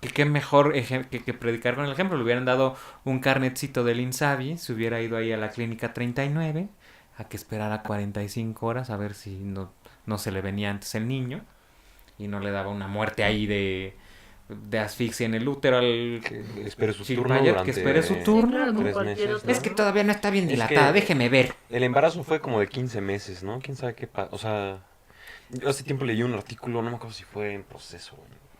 [SPEAKER 2] Que qué mejor ejem- que, que predicar con el ejemplo. Le hubieran dado un carnetcito del Insabi, se hubiera ido ahí a la clínica 39, a que esperara 45 horas a ver si no, no se le venía antes el niño y no le daba una muerte ahí de, de asfixia en el útero al
[SPEAKER 7] Que espere su turno
[SPEAKER 2] Chilpayat,
[SPEAKER 7] durante-
[SPEAKER 2] que espere su turno.
[SPEAKER 1] claro, como
[SPEAKER 7] Tres
[SPEAKER 1] cualquier
[SPEAKER 7] meses,
[SPEAKER 1] otro.
[SPEAKER 7] ¿no?
[SPEAKER 2] Es que todavía no está bien
[SPEAKER 7] Es
[SPEAKER 2] dilatada,
[SPEAKER 7] que-
[SPEAKER 2] déjeme ver.
[SPEAKER 7] El embarazo fue como de 15 meses, ¿no? ¿Quién sabe qué pa- O sea, yo hace tiempo leí un artículo, no me acuerdo si fue en proceso,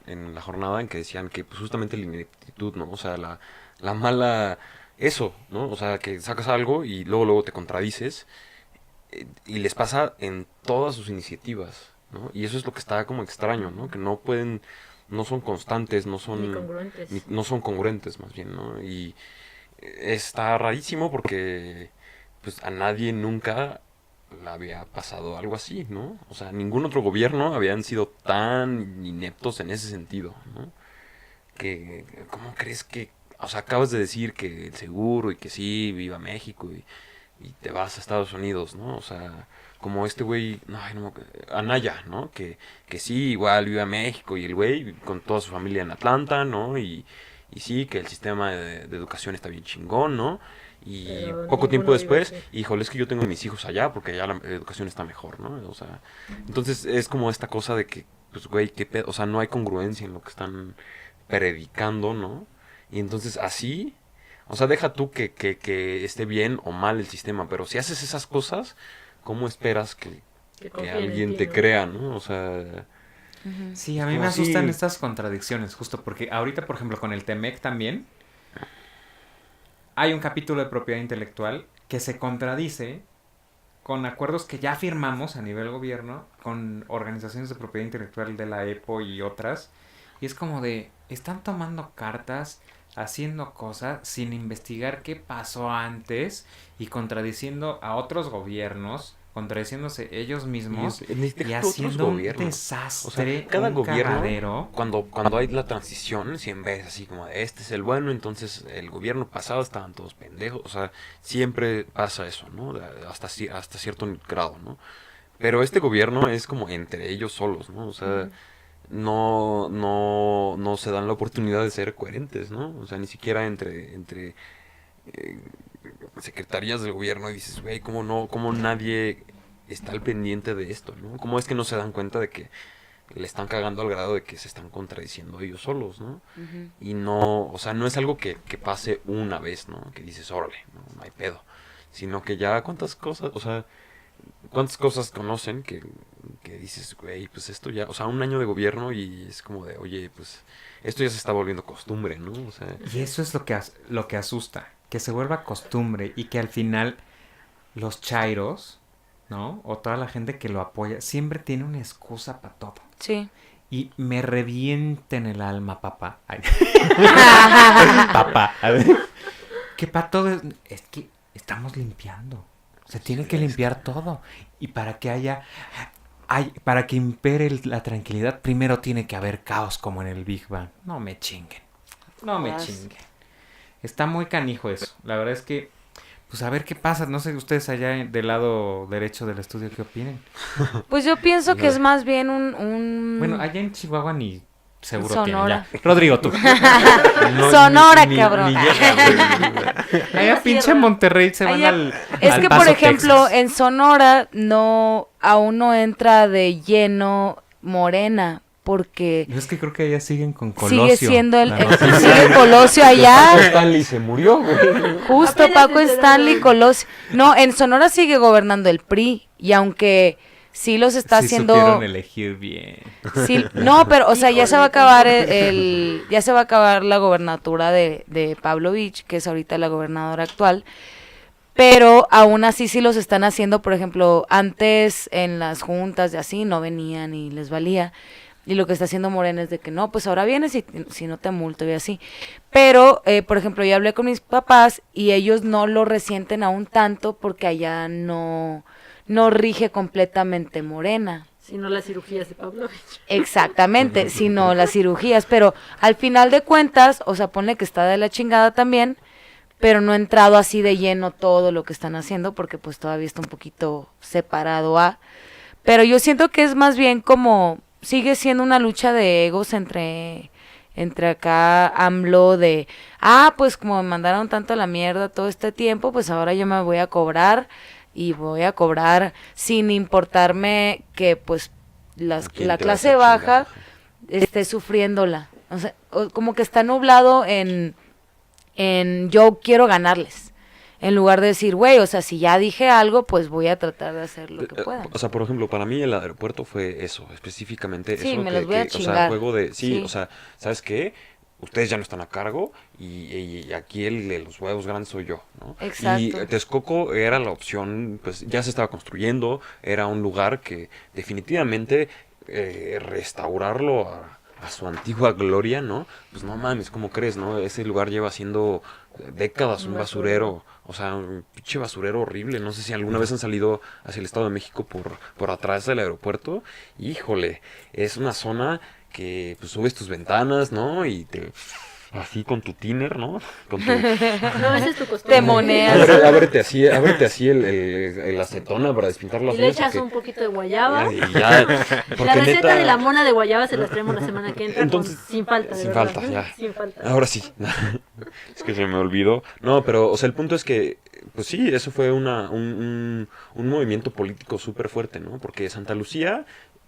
[SPEAKER 7] en la jornada, en que decían que pues, justamente la ineptitud, ¿no? O sea, la, la mala... Eso, ¿no? O sea, que sacas algo y luego, luego te contradices. eh, Y les pasa en todas sus iniciativas, ¿no? Y eso es lo que está como extraño, ¿no? Que no pueden... No son constantes, no son
[SPEAKER 1] Ni congruentes.
[SPEAKER 7] Mm, ni- no son congruentes más bien, ¿no? Y eh, está rarísimo porque pues a nadie nunca le había pasado algo así, ¿no? O sea, ningún otro gobierno habían sido tan ineptos en ese sentido, ¿no? Que, ¿cómo crees que, o sea, acabas de decir que el seguro y que sí, viva México y, y te vas a Estados Unidos, ¿no? O sea, como este güey, no, ay, no me acu- Anaya, ¿no? Que, que sí, igual viva México y el güey con toda su familia en Atlanta, ¿no? Y, y sí, que el sistema de, de educación está bien chingón, ¿no? Y
[SPEAKER 1] Pero
[SPEAKER 7] poco tiempo
[SPEAKER 1] ninguno vive
[SPEAKER 7] después,
[SPEAKER 1] aquí.
[SPEAKER 7] híjole, es que yo tengo a mis hijos allá porque allá la educación está mejor, ¿no? O sea, entonces es como esta cosa de que, pues, güey, qué pedo, o sea, no hay congruencia en lo que están predicando, ¿no? Y entonces así, o sea, deja tú que, que, que esté bien o mal el sistema, pero si haces esas cosas, ¿cómo esperas que,
[SPEAKER 1] Que
[SPEAKER 7] que
[SPEAKER 1] confíen en
[SPEAKER 7] alguien
[SPEAKER 1] ti,
[SPEAKER 7] te
[SPEAKER 1] ¿no?
[SPEAKER 7] crea, ¿no? O sea,
[SPEAKER 3] Ujú.
[SPEAKER 2] Sí, a mí
[SPEAKER 7] como
[SPEAKER 2] me
[SPEAKER 7] así.
[SPEAKER 2] asustan estas contradicciones, justo porque ahorita, por ejemplo, con el Temec también, hay un capítulo de propiedad intelectual que se contradice con acuerdos que ya firmamos a nivel gobierno con organizaciones de propiedad intelectual de la EPO y otras. Y es como de, están tomando cartas, haciendo cosas sin investigar qué pasó antes y contradiciendo a otros gobiernos, contradiciéndose ellos mismos y haciendo un desastre,
[SPEAKER 7] O sea, cada
[SPEAKER 2] un
[SPEAKER 7] gobierno-
[SPEAKER 2] cagadero.
[SPEAKER 7] Cuando, cuando hay la transición, siempre es así como, de, este es el bueno, entonces el gobierno pasado estaban todos pendejos, o sea, siempre pasa eso, ¿no? De- Hasta, ci- hasta cierto grado, ¿no? Pero este gobierno es como entre ellos solos, ¿no? O sea, no, no, no se dan la oportunidad de ser coherentes, ¿no? O sea, ni siquiera entre, entre eh, secretarías del gobierno y dices, güey, ¿cómo, no, ¿cómo nadie está al pendiente de esto, ¿no? ¿Cómo es que no se dan cuenta de que le están cagando al grado de que se están contradiciendo ellos solos, ¿no?
[SPEAKER 3] Ujú.
[SPEAKER 7] Y no, o sea, no es algo que, que pase una vez, ¿no? Que dices, órale, no, no hay pedo. Sino que ya cuántas cosas, o sea, cuántas cosas conocen que, que dices, güey, pues esto ya, o sea, un año de gobierno y es como de, oye, pues esto ya se está volviendo costumbre, ¿no? O sea,
[SPEAKER 2] Y eso es lo que, as- lo que asusta, que se vuelva costumbre y que al final los chairos, ¿no? O toda la gente que lo apoya, siempre tiene una excusa para todo. (laughs)
[SPEAKER 3] Sí.
[SPEAKER 2] Y me revienta en el alma, papá. Ay. papá. A ver. Que para todo es, es que estamos limpiando. Se tiene que limpiar todo. Y para que haya... ay, para que impere el- la tranquilidad, primero tiene que haber caos como en el Big Bang. No me chinguen. No me
[SPEAKER 3] Vas.
[SPEAKER 2] chinguen. Está muy canijo eso. La verdad es que... Pues a ver qué pasa. No sé ustedes allá en- del lado derecho del estudio qué opinen.
[SPEAKER 3] Pues yo pienso que es más bien un... un-
[SPEAKER 2] Bueno,
[SPEAKER 3] (laughs)
[SPEAKER 2] allá en Chihuahua ni seguro
[SPEAKER 3] Mm. Sonora.
[SPEAKER 2] tienen. ya. Rodrigo,
[SPEAKER 3] (laughs)
[SPEAKER 2] tú.
[SPEAKER 7] no,
[SPEAKER 3] Sonora,
[SPEAKER 7] ni- ni-
[SPEAKER 3] cabrón.
[SPEAKER 7] ni
[SPEAKER 3] (laughs)
[SPEAKER 7] llega, güey.
[SPEAKER 2] Allá
[SPEAKER 3] Una
[SPEAKER 2] pinche
[SPEAKER 3] sierra.
[SPEAKER 2] Monterrey se van
[SPEAKER 3] Allá-
[SPEAKER 2] al.
[SPEAKER 3] Es
[SPEAKER 2] al
[SPEAKER 3] que, por
[SPEAKER 2] Paso,
[SPEAKER 3] ejemplo,
[SPEAKER 2] Texas.
[SPEAKER 3] en Sonora no, aún no entra de lleno morena, porque
[SPEAKER 2] Es que creo que allá siguen con Colosio.
[SPEAKER 3] sigue siendo el,
[SPEAKER 2] la
[SPEAKER 3] el-
[SPEAKER 2] nota.
[SPEAKER 3] sigue Colosio
[SPEAKER 7] (laughs)
[SPEAKER 3] allá.
[SPEAKER 7] Stanley se murió, güey.
[SPEAKER 3] Justo
[SPEAKER 1] Apenas
[SPEAKER 3] Paco
[SPEAKER 1] se enteraron.
[SPEAKER 3] Stanley Colosio. No, en Sonora sigue gobernando el PRI, y aunque sí los está
[SPEAKER 2] Sí
[SPEAKER 3] haciendo...
[SPEAKER 2] supieron elegir bien.
[SPEAKER 3] sí- no, pero, o sea, ya se va a acabar el, el- ya se va a acabar la gobernatura de, de Pablo Vich, que es ahorita la gobernadora actual. Pero aún así sí los están haciendo, por ejemplo, antes en las juntas y así no venían y les valía. Y lo que está haciendo Morena es de que no, pues ahora vienes y si no te multo y así. Pero, eh, por ejemplo, yo hablé con mis papás y ellos no lo resienten aún tanto porque allá no, no rige completamente Morena.
[SPEAKER 1] Si no las cirugías de
[SPEAKER 2] (laughs)
[SPEAKER 1] Pavlovich.
[SPEAKER 3] Exactamente, sino las cirugías, pero al final de cuentas, o sea, ponle que está de la chingada también, pero no ha entrado así de lleno todo lo que están haciendo porque pues todavía está un poquito separado a, pero yo siento que es más bien como sigue siendo una lucha de egos entre entre acá AMLO de, ah, pues como me mandaron tanto a la mierda todo este tiempo, pues ahora yo me voy a cobrar y voy a cobrar sin importarme que pues las-
[SPEAKER 7] ¿Quién
[SPEAKER 3] la
[SPEAKER 7] te va a
[SPEAKER 3] clase
[SPEAKER 7] estar
[SPEAKER 3] baja
[SPEAKER 7] chingando?
[SPEAKER 3] esté sufriéndola. O sea, o- como que está nublado en, en yo quiero ganarles. En lugar de decir, güey, o sea, si ya dije algo, pues voy a tratar de hacer lo que
[SPEAKER 7] Eh,
[SPEAKER 3] pueda.
[SPEAKER 7] O sea, por ejemplo, para mí el aeropuerto fue eso, específicamente
[SPEAKER 3] Sí,
[SPEAKER 7] eso.
[SPEAKER 3] me
[SPEAKER 7] que-
[SPEAKER 3] los voy a
[SPEAKER 7] que- O sea,
[SPEAKER 3] chingar.
[SPEAKER 7] juego de, sí,
[SPEAKER 3] Sí.
[SPEAKER 7] o sea, ¿sabes qué? Ustedes ya no están a cargo y, y aquí el de los huevos grandes soy yo, ¿no? Y
[SPEAKER 3] Exacto.
[SPEAKER 7] Texcoco era la opción, pues ya se estaba construyendo, era un lugar que definitivamente eh, restaurarlo a, a su antigua gloria, ¿no? Pues no mames, ¿cómo crees, no? Ese lugar lleva siendo eh, décadas un basurero, o sea, un pinche basurero horrible. No sé si alguna vez han salido hacia el Estado de México por, por atrás del aeropuerto. Híjole, es una zona que pues, subes tus ventanas, ¿no? Y te... Así con tu tiner, ¿no? (laughs) Con tu,
[SPEAKER 1] No, esa es tu costumbre.
[SPEAKER 3] Te moneas.
[SPEAKER 7] Ábrete, ábrete así, ábrete así el, el- el acetona para despintar la
[SPEAKER 1] Y le
[SPEAKER 7] flores
[SPEAKER 1] echas un
[SPEAKER 7] porque-
[SPEAKER 1] poquito de guayaba.
[SPEAKER 7] Y ya, porque
[SPEAKER 1] La receta
[SPEAKER 7] neta-
[SPEAKER 1] de la mona de guayaba se las traemos la semana que entra. con-
[SPEAKER 7] Entonces,
[SPEAKER 1] sin falta, de
[SPEAKER 7] sin
[SPEAKER 1] verdad.
[SPEAKER 7] falta, ya.
[SPEAKER 1] Sin falta.
[SPEAKER 7] Ahora sí. (laughs) es que se me olvidó. No, pero, o sea, el punto es que, pues sí, eso fue una, un, un- un movimiento político súper fuerte, ¿no? Porque Santa Lucía,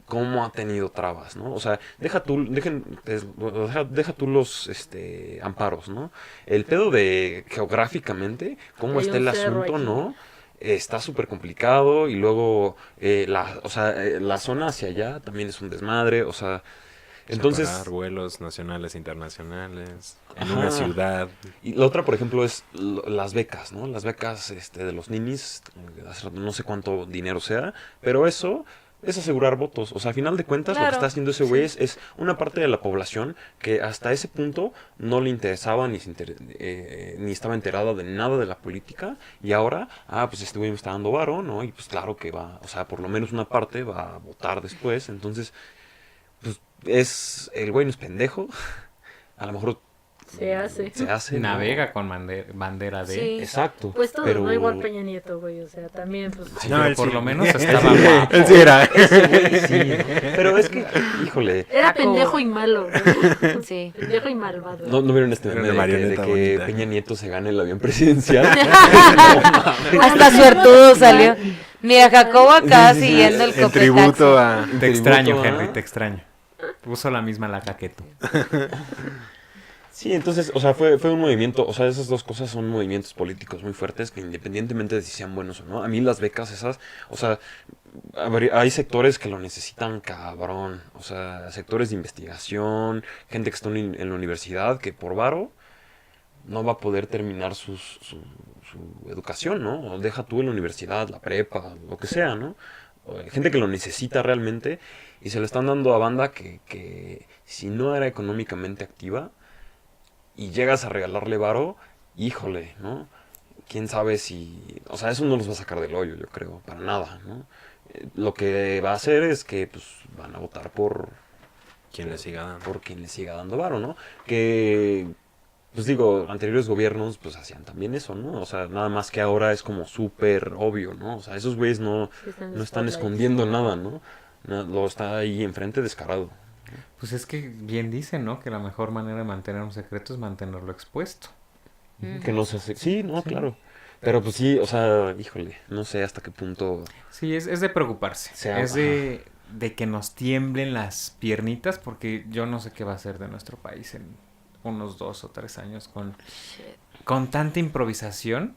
[SPEAKER 7] ¿cómo ha tenido trabas, no? O sea, deja tú, dejen, es- deja, deja tú los este, amparos, ¿no? El pedo de geográficamente, ¿cómo
[SPEAKER 1] Hay
[SPEAKER 7] está
[SPEAKER 1] un
[SPEAKER 7] el
[SPEAKER 1] cerro
[SPEAKER 7] asunto,
[SPEAKER 1] aquí.
[SPEAKER 7] no? Está súper complicado y luego, eh, la, o sea, eh, la zona hacia allá también es un desmadre, o sea, entonces...
[SPEAKER 6] Separar vuelos nacionales e internacionales en
[SPEAKER 7] Ajá.
[SPEAKER 6] una ciudad.
[SPEAKER 7] Y la otra, por ejemplo, es lo- las becas, ¿no? Las becas este, de los ninis, eh, hace rato no sé cuánto dinero sea, pero eso es asegurar votos. O sea, a final de cuentas, lo que
[SPEAKER 3] Claro,
[SPEAKER 7] está haciendo ese güey es, es una parte de la población que hasta ese punto no le interesaba ni, se inter- eh, ni estaba enterada de nada de la política y ahora, ah, pues este güey me está dando varo, ¿no? Y pues claro que va, o sea, por lo menos una parte va a votar después, entonces, pues es, el güey no es pendejo, (laughs) a lo mejor
[SPEAKER 1] Se hace.
[SPEAKER 7] Se hace. ¿no?
[SPEAKER 2] Navega con mande- bandera de...
[SPEAKER 1] Sí.
[SPEAKER 7] Exacto.
[SPEAKER 1] Pues todo,
[SPEAKER 7] pero...
[SPEAKER 1] no igual Peña Nieto, güey. O sea, también, pues.
[SPEAKER 2] Sí,
[SPEAKER 6] No,
[SPEAKER 2] pero
[SPEAKER 6] él
[SPEAKER 2] por
[SPEAKER 6] sí.
[SPEAKER 2] lo menos
[SPEAKER 6] Él
[SPEAKER 2] estaba
[SPEAKER 6] sí-
[SPEAKER 2] guapo.
[SPEAKER 6] (laughs) él
[SPEAKER 2] (laughs)
[SPEAKER 6] sí era.
[SPEAKER 7] Ese güey (laughs) sí, ¿no? Pero es que, híjole.
[SPEAKER 1] Era
[SPEAKER 3] Taco.
[SPEAKER 1] pendejo y malo,
[SPEAKER 7] (laughs)
[SPEAKER 1] güey.
[SPEAKER 3] Sí.
[SPEAKER 1] Pendejo y malvado.
[SPEAKER 7] No, no vieron este
[SPEAKER 6] Era
[SPEAKER 7] meme de
[SPEAKER 6] una
[SPEAKER 7] que, de
[SPEAKER 6] marioneta
[SPEAKER 7] que
[SPEAKER 6] bonita.
[SPEAKER 7] Peña Nieto se gana el
[SPEAKER 1] (laughs)
[SPEAKER 7] avión presidencial.
[SPEAKER 3] Hasta suertudo salió. Mira, Jacobo acá siguiendo el
[SPEAKER 6] En
[SPEAKER 3] copetazo.
[SPEAKER 6] tributo a.
[SPEAKER 2] Te extraño,
[SPEAKER 7] tributo, ¿ah?
[SPEAKER 2] Henry, te extraño. Puso la misma laca que tú.
[SPEAKER 7] Sí, entonces, o sea, fue, fue un movimiento, o sea, esas dos cosas son movimientos políticos muy fuertes que independientemente de si sean buenos o no, a mí las becas esas, o sea, habrí- hay sectores que lo necesitan cabrón, o sea, sectores de investigación, gente que está en en la universidad que por varo no va a poder terminar sus, su, su educación, ¿no? O deja tú en la universidad, la prepa, lo que sea, ¿no? O hay Gente que lo necesita realmente y se lo están dando a banda que, que si no era económicamente activa, y llegas a regalarle varo, híjole, ¿no? Quién sabe si. O sea, eso no los va a sacar del hoyo, yo creo, para nada, ¿no? Eh, Lo que va a hacer es que pues, van a votar por,
[SPEAKER 6] Quien le siga dando.
[SPEAKER 7] por quien le siga dando varo, ¿no? Que, pues digo, anteriores gobiernos pues hacían también eso, ¿no? O sea, nada más que ahora es como súper obvio, ¿no? O sea, esos güeyes no, no están escondiendo nada, ¿no? Na- Lo está ahí enfrente descarado.
[SPEAKER 2] Pues es que bien dicen, ¿no? Que la mejor manera de mantener un secreto es mantenerlo expuesto.
[SPEAKER 7] Que no se hace. Sí, no, claro. Pero pues sí, o sea, híjole, no sé hasta qué punto.
[SPEAKER 2] Sí, es, es de preocuparse.
[SPEAKER 7] O sea,
[SPEAKER 2] es de, de que nos tiemblen las piernitas porque yo no sé qué va a ser de nuestro país en unos dos o tres años con, con tanta improvisación